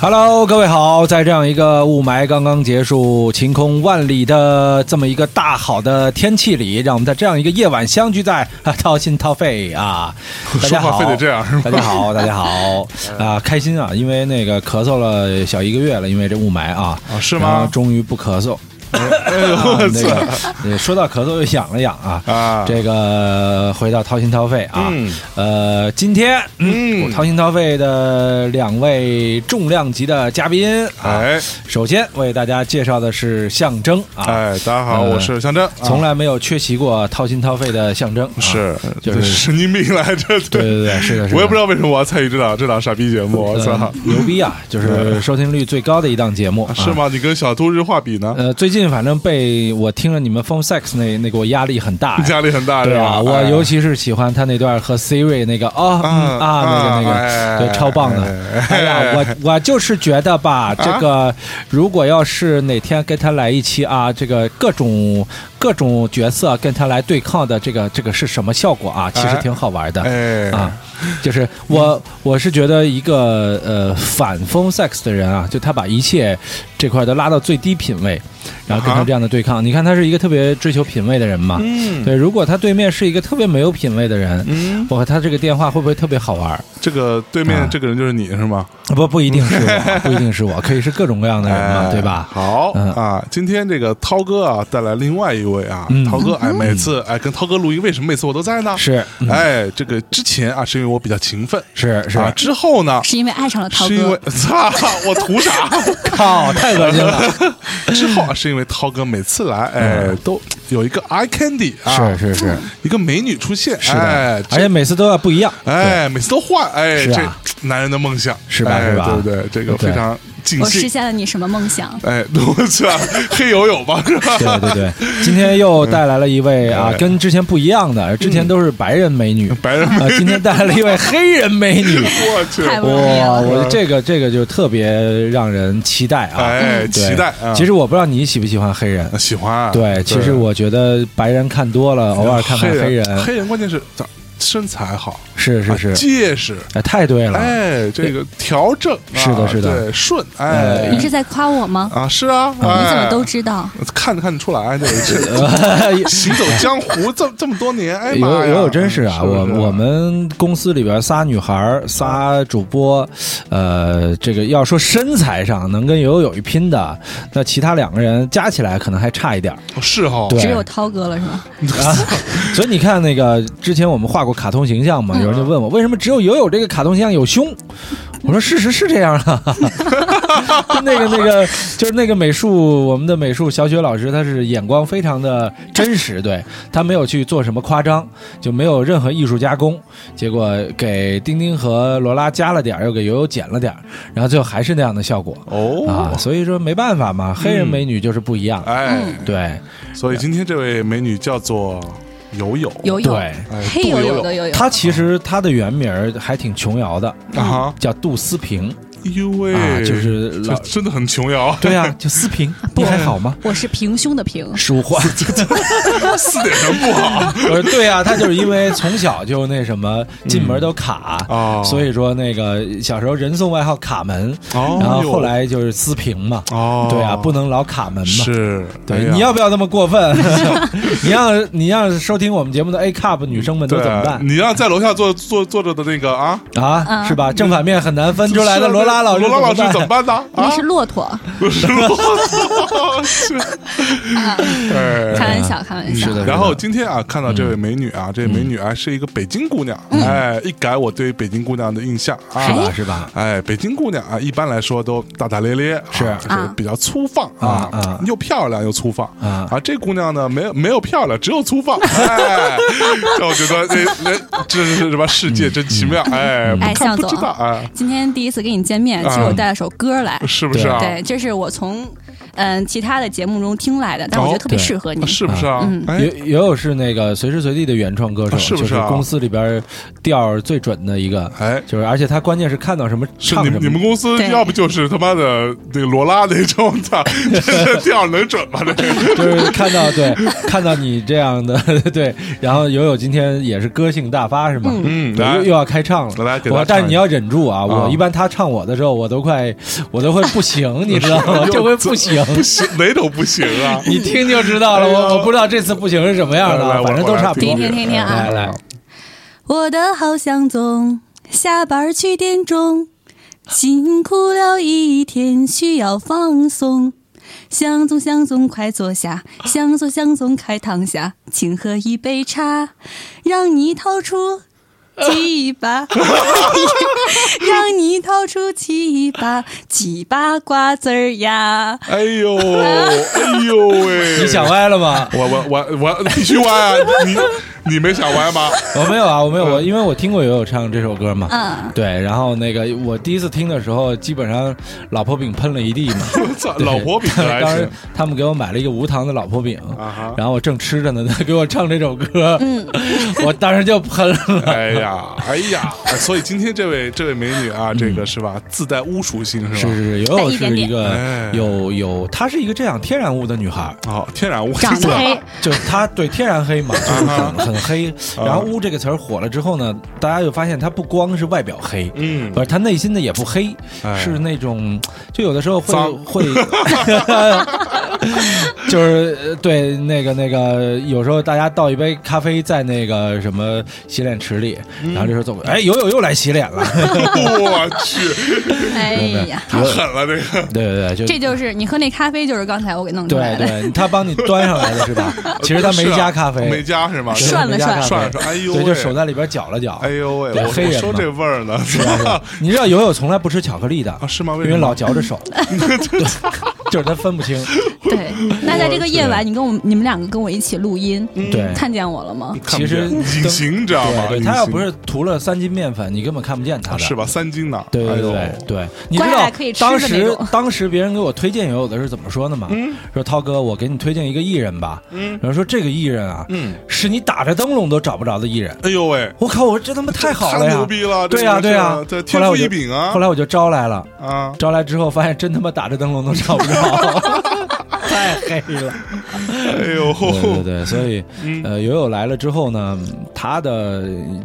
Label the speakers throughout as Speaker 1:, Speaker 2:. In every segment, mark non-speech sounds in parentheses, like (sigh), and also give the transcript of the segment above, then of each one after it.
Speaker 1: Hello，各位好，在这样一个雾霾刚刚结束、晴空万里的这么一个大好的天气里，让我们在这样一个夜晚相聚在啊掏心掏肺啊！大
Speaker 2: (laughs) 说
Speaker 1: 家好，
Speaker 2: 话非得这样是吗
Speaker 1: 大家好，大家好
Speaker 2: (laughs)
Speaker 1: 啊！开心啊，因为那个咳嗽了小一个月了，因为这雾霾啊，
Speaker 2: 啊是
Speaker 1: 然后
Speaker 2: 吗？
Speaker 1: 终于不咳嗽。
Speaker 2: 哎呦
Speaker 1: 啊
Speaker 2: 我
Speaker 1: 那
Speaker 2: 操
Speaker 1: 个呃说到咳嗽又痒了痒啊，
Speaker 2: (laughs) 啊！
Speaker 1: 这个回到掏心掏肺啊，
Speaker 2: 嗯
Speaker 1: 呃，今天
Speaker 2: 嗯
Speaker 1: 我掏心掏肺的两位重量级的嘉宾啊，
Speaker 2: 哎
Speaker 1: 首先为大家介绍的是象征啊，
Speaker 2: 哎，大家好，
Speaker 1: 呃
Speaker 2: 我是象征，啊
Speaker 1: 从来没有缺席过掏心掏肺的象征，啊
Speaker 2: 是
Speaker 1: 就是
Speaker 2: 神经病来着，
Speaker 1: 对对对，是的，是的
Speaker 2: 我也不知道为什么我要参与这档这档傻逼节目，我操
Speaker 1: 呃，牛逼啊，就是收听率最高的一档节目，啊
Speaker 2: 是？吗？你跟小兔日话比呢？
Speaker 1: 呃，最近反正被我听了你们 Phone Sex 那那给我压力很大呀，
Speaker 2: 压力很大，
Speaker 1: 对啊，
Speaker 2: 吧？
Speaker 1: 我
Speaker 2: 哎
Speaker 1: 尤其是喜欢他那段和 Siri 那个哦嗯啊那个那个，对，超棒的。哎啊呀，我我就是觉得吧，这个如果要是哪天跟他来一期啊，这个各种各种角色跟他来对抗的，这个这个是什么效果啊？其实挺好玩的。
Speaker 2: 哎
Speaker 1: 啊，就是我，我是觉得一个呃反 phone sex 的人啊，就他把一切这块都拉到最低品位，然后跟他这样的对抗。你看他是一个特别追求品位的人嘛，
Speaker 2: 啊嗯
Speaker 1: 对，如果他对面是一个特别没有品位的人，
Speaker 2: 嗯，
Speaker 1: 我和他这个电话会不会特别好玩儿？
Speaker 2: 这个对
Speaker 1: 啊
Speaker 2: 面这个人就是你是吗？
Speaker 1: 不，不一定是
Speaker 2: (laughs)
Speaker 1: 我，不一定是我，可以是各种各样的人嘛，
Speaker 2: 哎
Speaker 1: 对吧？
Speaker 2: 好
Speaker 1: 嗯
Speaker 2: 啊，今天这个涛哥啊，带来另外一位啊
Speaker 1: 嗯，
Speaker 2: 涛哥哎，每次哎跟涛哥录音，为什么每次我都在呢？
Speaker 1: 是，嗯
Speaker 2: 哎，这个之前啊，是因为我比较勤奋，
Speaker 1: 是是
Speaker 2: 啊，，之后呢，
Speaker 3: 是因为爱上了涛
Speaker 2: 是因为 (laughs)
Speaker 3: 哥，
Speaker 2: 操，我图啥？
Speaker 1: (laughs) 靠，太恶心了，
Speaker 2: (laughs)
Speaker 1: 嗯
Speaker 2: 之后啊，是因为涛哥每次来，哎，都有一个 eye candy 啊，
Speaker 1: 是是是
Speaker 2: (laughs) 一个美女出现，
Speaker 1: 是
Speaker 2: 哎
Speaker 1: 的，，而且每次都要不一样，
Speaker 2: 这哎，每次都换，哎，
Speaker 1: 是
Speaker 2: 这
Speaker 1: 啊
Speaker 2: 男人的梦想
Speaker 1: 是吧
Speaker 2: 哎
Speaker 1: 是吧
Speaker 2: 对不对？这个
Speaker 1: 对
Speaker 2: 非常尽
Speaker 3: 我实
Speaker 2: 兴。
Speaker 3: 现了你什么梦想？
Speaker 2: 哎， (laughs) 我去，黑游泳吧，是吧？
Speaker 1: 对对
Speaker 2: (laughs)
Speaker 1: 对，今天又带来了一位啊，跟之前不一样的，之前都是白人美女，
Speaker 2: 嗯白人
Speaker 1: 啊，今天带来了一位黑人美女，
Speaker 2: 我去，
Speaker 3: 太不容易
Speaker 1: (laughs) 哇，
Speaker 3: 了。
Speaker 1: 我这个这个就特别让人期待啊，
Speaker 2: 哎，
Speaker 1: 对
Speaker 2: 期待啊！
Speaker 1: 其实我不知道你喜不喜欢黑人，
Speaker 2: 喜欢啊，
Speaker 1: 对，其实我觉得白人看多了，偶尔看看黑
Speaker 2: 黑
Speaker 1: 人，
Speaker 2: 黑人关键是长身材好，
Speaker 1: 是
Speaker 2: 啊
Speaker 1: 是是，
Speaker 2: 结实，
Speaker 1: 哎，太对了，
Speaker 2: 哎，这个调整啊
Speaker 1: 是的是的
Speaker 2: 对，顺，哎，
Speaker 3: 你是在夸我吗？
Speaker 2: 啊，是啊，你
Speaker 3: 你怎么都知道？
Speaker 2: 看得看得出来？这这 (laughs) 行走江湖这这么多年，哎
Speaker 1: 呃有
Speaker 2: 妈呀，
Speaker 1: 有有真是啊，
Speaker 2: 不
Speaker 1: 我
Speaker 2: 是哦
Speaker 1: 我们公司里边仨女孩儿仨主播，呃，这个要说身材上能跟友友有一拼的，那其他两个人加起来可能还差一点儿。
Speaker 2: 是哦哈，
Speaker 1: 对
Speaker 3: 只有涛哥了是吗？
Speaker 1: (laughs) 所以你看那个之前我们画过卡通形象嘛，有人就问我为什么只有友友这个卡通形象有胸，我说事实是这样啊。 (laughs) 就那个那个就是那个美术，我们的美术小雪老师，她是眼光非常的真实，对她没有去做什么夸张，就没有任何艺术加工。结果给丁丁和罗拉加了点儿，又给友友减了点儿，然后最后还是那样的效果啊。
Speaker 2: 哦，
Speaker 1: 所以说没办法嘛，黑人美女就是不一样。
Speaker 2: 哎，
Speaker 3: 嗯
Speaker 1: 对
Speaker 2: 所以今天这位美女叫做友友，
Speaker 3: 游泳，
Speaker 1: 对，
Speaker 2: 哎
Speaker 3: 黑
Speaker 2: 杜
Speaker 3: 游
Speaker 2: 友
Speaker 3: 泳的游
Speaker 1: (laughs)
Speaker 3: 泳，
Speaker 1: 她其实她的原名儿还挺琼瑶的，
Speaker 2: 啊哈，
Speaker 3: 嗯
Speaker 2: 哎
Speaker 1: 叫杜思平
Speaker 2: 呦喂
Speaker 1: 啊，，就是
Speaker 2: 这 (laughs)
Speaker 1: 老
Speaker 2: 真的很琼瑶，
Speaker 1: 对啊，就思平， (laughs) 你还好
Speaker 2: (laughs)
Speaker 1: 吗？
Speaker 3: 我是平胸的平，
Speaker 1: 书 (laughs) 画。
Speaker 2: 四点什么
Speaker 1: (laughs)
Speaker 2: 不好？
Speaker 1: 我说对啊，他就是因为从小就那什么，进门都卡，
Speaker 2: 嗯哦
Speaker 1: 所以说那个小时候人送外号卡门，
Speaker 2: 哦
Speaker 1: 然后后来就是思平嘛，
Speaker 2: 哦
Speaker 1: 对啊，不能老卡门嘛。
Speaker 2: 是，哎
Speaker 1: 对，
Speaker 2: 呀
Speaker 1: 你要不要那么过
Speaker 2: (laughs)
Speaker 1: 分？你让你让收听我们节目的 A cup 女生们都
Speaker 2: 对
Speaker 1: 怎么办
Speaker 2: 你让在楼下坐坐坐着的那个啊，
Speaker 1: 啊？是吧？正反面很难分出来的
Speaker 2: 是啊
Speaker 1: 罗拉老师，
Speaker 2: 罗拉老师怎么？办呢？
Speaker 3: 那
Speaker 2: 啊
Speaker 3: 是，骆驼。
Speaker 2: 不是 (laughs) 罗拉，是，哎
Speaker 3: 开玩笑，开玩笑。
Speaker 1: 是的嗯
Speaker 2: 然后今天啊，看到这位美女啊，这位美女啊是一个北京姑娘，哎，一改我对北京姑娘的印象
Speaker 1: 是
Speaker 2: 啊
Speaker 1: 吧？。是吧？
Speaker 2: 哎，北京姑娘啊，一般来说都大大咧咧，
Speaker 1: 是
Speaker 2: 啊就是
Speaker 3: 啊
Speaker 2: 比较粗放
Speaker 1: 啊啊
Speaker 2: 又漂亮又粗放
Speaker 1: 啊
Speaker 2: 这姑娘呢，没有没有漂亮，只有粗放。哎，这我觉得这这这是什么世界真奇
Speaker 1: 嗯
Speaker 2: 妙？哎，不
Speaker 3: 哎
Speaker 2: 看
Speaker 3: 向
Speaker 2: 不
Speaker 3: 总
Speaker 2: 知道哎，
Speaker 3: 今天第一次跟你见面，
Speaker 2: 啊
Speaker 3: 其实我带了首歌来，
Speaker 2: 是不是啊？
Speaker 3: 对，这是我从
Speaker 4: 嗯其他的节目中听来的，但我觉得特别
Speaker 1: 哦对
Speaker 4: 适合你
Speaker 2: 啊。是不是啊？
Speaker 1: 嗯
Speaker 2: 哎
Speaker 1: 也也有是那个随时随地的原创歌手，
Speaker 2: 啊是不
Speaker 1: 就是
Speaker 2: 啊
Speaker 1: 公司里边调儿最准的一个，
Speaker 2: 哎，
Speaker 1: 就是而且他关键是看到什么
Speaker 2: 是
Speaker 1: 唱
Speaker 2: 你
Speaker 1: 什
Speaker 2: 们
Speaker 1: 么。
Speaker 2: 你们公司
Speaker 4: 对
Speaker 2: 要不就是他妈的那个罗拉那种， (laughs) 操，这调儿能准吗？这
Speaker 1: (laughs)
Speaker 2: 个
Speaker 1: 就是看到对，看到你这样的 (laughs) 对，然后友友今天也是歌性大发是吗？
Speaker 2: 嗯
Speaker 1: 对
Speaker 2: 来
Speaker 1: 又又要开唱
Speaker 2: 来来
Speaker 1: 了
Speaker 2: 给，大家
Speaker 1: 我但是
Speaker 2: 唱一
Speaker 1: 你要忍住啊！
Speaker 2: 啊
Speaker 1: 我一般他唱我的时候，我都快我都会不
Speaker 2: (laughs)
Speaker 1: 行，你知道吗？ (laughs) 这回不行，
Speaker 2: 不行，哪种不行啊？
Speaker 1: 你听就知道了。
Speaker 2: 哎呦
Speaker 1: 我我不知道这次不行是什么样的
Speaker 2: 来来
Speaker 1: 啊，
Speaker 2: 我
Speaker 1: 反正都差不多
Speaker 4: 我来。听听听听啊
Speaker 1: 来
Speaker 2: 哎
Speaker 1: 来，
Speaker 4: 我的好乡中，下班去点钟，辛苦了一天，需要放松。乡总乡总，快坐下，乡总乡总，快躺下，请喝一杯茶，让你掏出鸡巴，让你掏出鸡巴，鸡巴瓜子儿呀。
Speaker 2: 哎
Speaker 4: (laughs)
Speaker 2: 呦，哎呦喂！
Speaker 1: 你想歪了吗？
Speaker 2: 我我我我必须歪啊！你你没想歪吗？
Speaker 1: (laughs) 我没有啊，我没有，
Speaker 2: 嗯
Speaker 1: 我因为我听过友友唱这首歌嘛。
Speaker 4: 嗯，
Speaker 1: 对，然后那个我第一次听的时候，基本上老婆饼喷了一地嘛。
Speaker 2: 我操，
Speaker 1: 对
Speaker 2: (laughs) 老婆饼还
Speaker 1: 当时
Speaker 2: 是
Speaker 1: 他们给我买了一个无糖的老婆饼，
Speaker 2: 啊哈！
Speaker 1: 然后我正吃着呢，他给我唱这首歌， (laughs) 我当时就
Speaker 2: (laughs)
Speaker 1: 喷了。
Speaker 2: 哎呀，哎呀！所以今天这位这位美女啊，这个是吧？自带巫属性是
Speaker 1: 嗯是
Speaker 2: 吧？
Speaker 1: 是是，友友是一
Speaker 2: 哎
Speaker 1: 个有有，她是一个这样天然物的女
Speaker 2: (laughs)
Speaker 1: 孩儿，
Speaker 2: 哦，天然巫，
Speaker 4: 长得黑，
Speaker 1: 就是她对天然黑嘛，就是
Speaker 2: 啊
Speaker 1: 很很黑。然后“污”这个词儿火了之后呢，大家就发现她不光是外表黑，
Speaker 2: 嗯
Speaker 1: 不，是她内心的也不黑，
Speaker 2: 哎
Speaker 1: 是那种就有的时候会
Speaker 2: 脏
Speaker 1: 会， (laughs) 就是呃对那个那个，有时候大家倒一杯咖啡在那个什么洗脸池里，
Speaker 2: 嗯
Speaker 1: 然后这时候走过，哎，友友又来洗脸
Speaker 2: (laughs)
Speaker 1: 了，
Speaker 2: 我去，
Speaker 4: 哎呀，
Speaker 2: 太狠了这个。
Speaker 1: (laughs) 对对对，就
Speaker 4: 这就是你喝那咖啡，就是刚才我给弄出来
Speaker 1: 对
Speaker 4: 的。
Speaker 1: 对，他帮你端上来的是
Speaker 2: (laughs)
Speaker 1: 吧？呃其实他没
Speaker 2: 是啊
Speaker 1: 加咖啡，
Speaker 2: 没加是吗？
Speaker 1: 对
Speaker 4: 涮了
Speaker 1: 没加咖
Speaker 4: 涮
Speaker 1: 啡
Speaker 2: 涮了涮哎呦
Speaker 1: 对，
Speaker 2: 喂
Speaker 1: 就手在里边搅了搅
Speaker 2: 哎。呦喂，
Speaker 1: 对
Speaker 2: 我
Speaker 1: 黑
Speaker 2: 我
Speaker 1: 人
Speaker 2: 说
Speaker 1: 嘛
Speaker 2: 这味儿呢， (laughs) 是
Speaker 1: 是吧
Speaker 2: 吧？
Speaker 1: 你知道友友从来不吃巧克力的
Speaker 2: 啊，是吗？为
Speaker 1: 因
Speaker 2: 什
Speaker 1: 为
Speaker 2: 么
Speaker 1: 老嚼着
Speaker 2: (laughs)
Speaker 1: 手， (laughs) 对就是他分不清。
Speaker 4: (laughs) 对，那在这个夜晚，你跟我们你们两个跟我一起录音，
Speaker 1: 对，
Speaker 4: 看见我了吗？
Speaker 2: 嗯看
Speaker 1: 其
Speaker 2: 不
Speaker 1: 实
Speaker 2: 见隐形，你知道吗
Speaker 1: 对？对，
Speaker 2: 隐
Speaker 1: 他要
Speaker 2: 形
Speaker 1: 不是涂了三斤面粉，你根本看不见他的。
Speaker 2: 是吧？三斤呢？
Speaker 1: 对对对
Speaker 2: 哎
Speaker 1: 对
Speaker 2: 呦，
Speaker 1: 对，你知
Speaker 4: 乖
Speaker 1: 道
Speaker 4: 乖可以吃的
Speaker 1: 当
Speaker 4: 那
Speaker 1: 时
Speaker 4: 种
Speaker 1: 当时别人给我推荐友友的是怎么说的吗？说涛哥，我给你推荐一个艺人吧。然后说这个艺人啊，
Speaker 2: 嗯，
Speaker 1: 是你打着灯笼都找不着的艺人。
Speaker 2: 哎呦喂，
Speaker 1: 我靠，我这他妈太好了
Speaker 2: 太
Speaker 1: 呀！
Speaker 2: 牛逼了！
Speaker 1: 对呀对呀
Speaker 2: 呀，这，
Speaker 1: 后
Speaker 2: 天
Speaker 1: 来
Speaker 2: 赋
Speaker 1: 我
Speaker 2: 异
Speaker 1: 就
Speaker 2: 禀啊！
Speaker 1: 后来我就招来了，
Speaker 2: 啊，
Speaker 1: 招来之后发现真他妈打着灯笼都找不着， (laughs) 太黑了。哦
Speaker 2: 哎呦，
Speaker 1: 对对对，所以
Speaker 2: 嗯
Speaker 1: 呃，友友来了之后呢，他的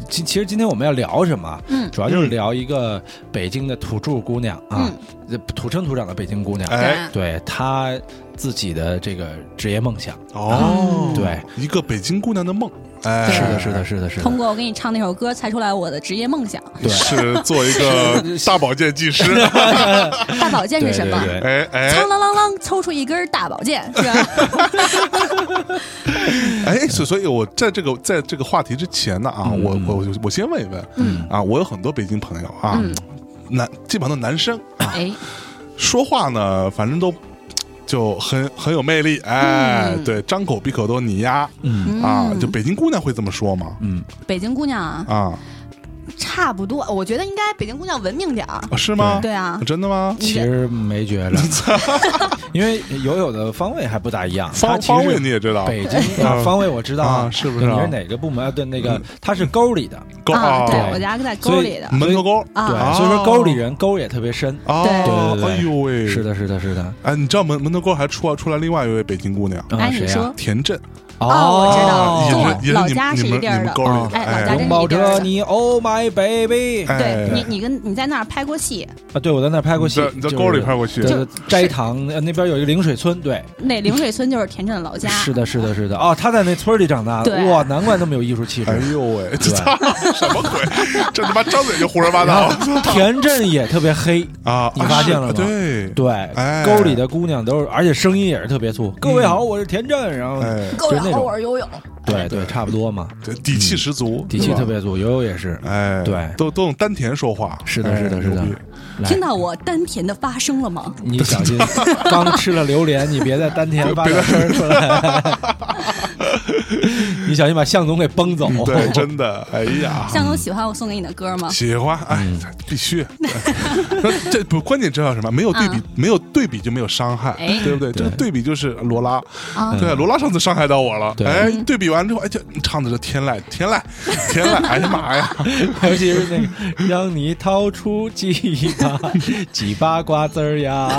Speaker 1: 其其实今天我们要聊什么？
Speaker 4: 嗯
Speaker 1: 主要就是聊一个北京的土著姑娘啊，
Speaker 4: 嗯
Speaker 1: 土生土长的北京姑娘，
Speaker 2: 哎，
Speaker 1: 对她自己的这个职业梦想。
Speaker 2: 哦，
Speaker 1: 嗯对，
Speaker 2: 一个北京姑娘的梦，哎，
Speaker 1: 是的，是的，是的，是的
Speaker 4: 通。过我给你唱那首歌，猜出来我的职业梦想。
Speaker 1: 对
Speaker 2: 是做一个大保健技师，
Speaker 4: 大保健
Speaker 1: 对
Speaker 4: 是什
Speaker 1: 对
Speaker 4: 么？
Speaker 1: (laughs) 对，
Speaker 2: 哎哎
Speaker 4: 苍啷啷啷，抽出一根大保健，是吧？
Speaker 2: (laughs) 哎，所所以，我在这个在这个话题之前呢啊，我
Speaker 1: 嗯
Speaker 2: 我我先问一问，
Speaker 4: 嗯
Speaker 2: 啊，我有很多北京朋友啊，
Speaker 4: 嗯
Speaker 2: 男基本上都男生
Speaker 4: 哎，
Speaker 2: 说话呢，反正都就很很有魅力，哎，对，张口闭口都你呀，
Speaker 1: 嗯
Speaker 2: 啊，
Speaker 4: 嗯
Speaker 2: 就北京姑娘会这么说吗？
Speaker 1: 嗯，
Speaker 4: 北京姑娘啊，
Speaker 2: 啊，
Speaker 4: 差不多，我觉得应该北京姑娘文明点儿。
Speaker 2: 啊是吗？
Speaker 4: 对啊，
Speaker 2: 真的吗？
Speaker 1: 其实没觉
Speaker 4: (laughs)
Speaker 1: 着，因为友友的方位还不大一样，她
Speaker 2: 方
Speaker 1: 其实
Speaker 2: 方位你也知道，
Speaker 1: 北京
Speaker 2: 啊
Speaker 1: 啊，方位我知道
Speaker 2: 啊是不是
Speaker 1: 对
Speaker 2: 啊
Speaker 1: 你是哪个部门？啊对，那个
Speaker 4: 嗯
Speaker 1: 他是沟里的，
Speaker 2: 沟
Speaker 4: 啊，
Speaker 2: 哦
Speaker 4: 对
Speaker 1: 对
Speaker 4: 我家在沟里的
Speaker 1: 所以
Speaker 2: 门头沟
Speaker 4: 啊
Speaker 1: 对，
Speaker 2: 啊
Speaker 1: 所以说沟里人沟也特别深。
Speaker 2: 哦，
Speaker 1: 对对对
Speaker 2: 哎呦喂，
Speaker 1: 是。的，是的，是的。
Speaker 2: 哎，你知道门门头沟还出啊出来另外一位北京姑娘
Speaker 1: 啊
Speaker 4: 哎，
Speaker 1: 谁
Speaker 4: 你
Speaker 1: 呀
Speaker 4: 说
Speaker 2: 田震，
Speaker 4: 哦我知道
Speaker 2: 啊
Speaker 4: 跟我
Speaker 2: 也是也
Speaker 4: 老
Speaker 2: 是你
Speaker 4: 家
Speaker 2: 们
Speaker 4: 是
Speaker 2: 你
Speaker 4: 一
Speaker 2: 们
Speaker 4: 地儿
Speaker 2: 你
Speaker 4: 的
Speaker 2: 们沟里
Speaker 4: 哎老家
Speaker 2: 哎
Speaker 4: 这
Speaker 1: 拥抱着
Speaker 4: 是
Speaker 1: 你，Oh my baby！
Speaker 2: 哎
Speaker 4: 对你，你跟你在那儿拍过戏，
Speaker 1: 啊，对，我在那儿拍过
Speaker 2: 你
Speaker 1: 戏
Speaker 2: 在，你在沟里拍过戏
Speaker 1: 就是就是斋堂呃那边有一个陵水村，对，
Speaker 4: 那陵水村就是田震的老家。
Speaker 1: 是的，是的，是的。哦，他在那村里长大的，
Speaker 4: 对
Speaker 1: 哇，难怪那么有艺术气
Speaker 2: 哎
Speaker 1: 质。
Speaker 2: 呦喂，这
Speaker 1: (laughs) 对
Speaker 2: 操什么鬼？这他妈张嘴就胡说
Speaker 1: (laughs)
Speaker 2: 八
Speaker 1: 然
Speaker 2: 道
Speaker 1: 后田震也特别黑，
Speaker 2: 啊！
Speaker 1: 你发现了吗
Speaker 2: 啊是对，
Speaker 1: 对
Speaker 2: 哎，
Speaker 1: 沟里的姑娘都是，而且声音也是特别粗。各位好，我是田震，然后
Speaker 2: 嗯哎，
Speaker 4: 够
Speaker 1: 就是那
Speaker 4: 了，
Speaker 1: 种
Speaker 4: 我是游泳。
Speaker 1: 对对，差不多嘛，
Speaker 2: 这底气十足，
Speaker 1: 嗯底气
Speaker 2: 对吧
Speaker 1: 特，别足。友友也是，
Speaker 2: 哎，
Speaker 1: 对
Speaker 2: 都都用丹田说话，
Speaker 1: 是的
Speaker 2: 哎
Speaker 1: 是的是的
Speaker 2: 牛逼
Speaker 1: 来嗯
Speaker 4: 听到我丹田的发声了吗？
Speaker 1: 你小
Speaker 2: (laughs)
Speaker 1: 心，
Speaker 2: (laughs)
Speaker 1: (laughs) 刚吃了榴莲，你别在丹田发点声儿出来。你你小心把向总给崩走。
Speaker 2: 嗯
Speaker 1: (laughs)
Speaker 2: 对，真的，哎呀，
Speaker 3: 向总喜欢我送给你的歌吗？
Speaker 2: 喜欢，哎，
Speaker 1: 嗯
Speaker 2: 必须。 (laughs) 那这不关键，知道什么？没有对比
Speaker 3: 嗯，
Speaker 2: 没有对比就没有伤害
Speaker 3: 哎，
Speaker 2: 对不对？这个对比就是罗拉，
Speaker 3: 啊
Speaker 2: 对，罗拉上次伤害到我了
Speaker 1: 嗯对。
Speaker 2: 哎，对比完之后，哎，这唱的是天籁，天籁，天籁，哎呀妈呀！
Speaker 1: 尤其是那个让你掏出鸡巴，几把瓜子儿
Speaker 2: (laughs)
Speaker 1: 呀！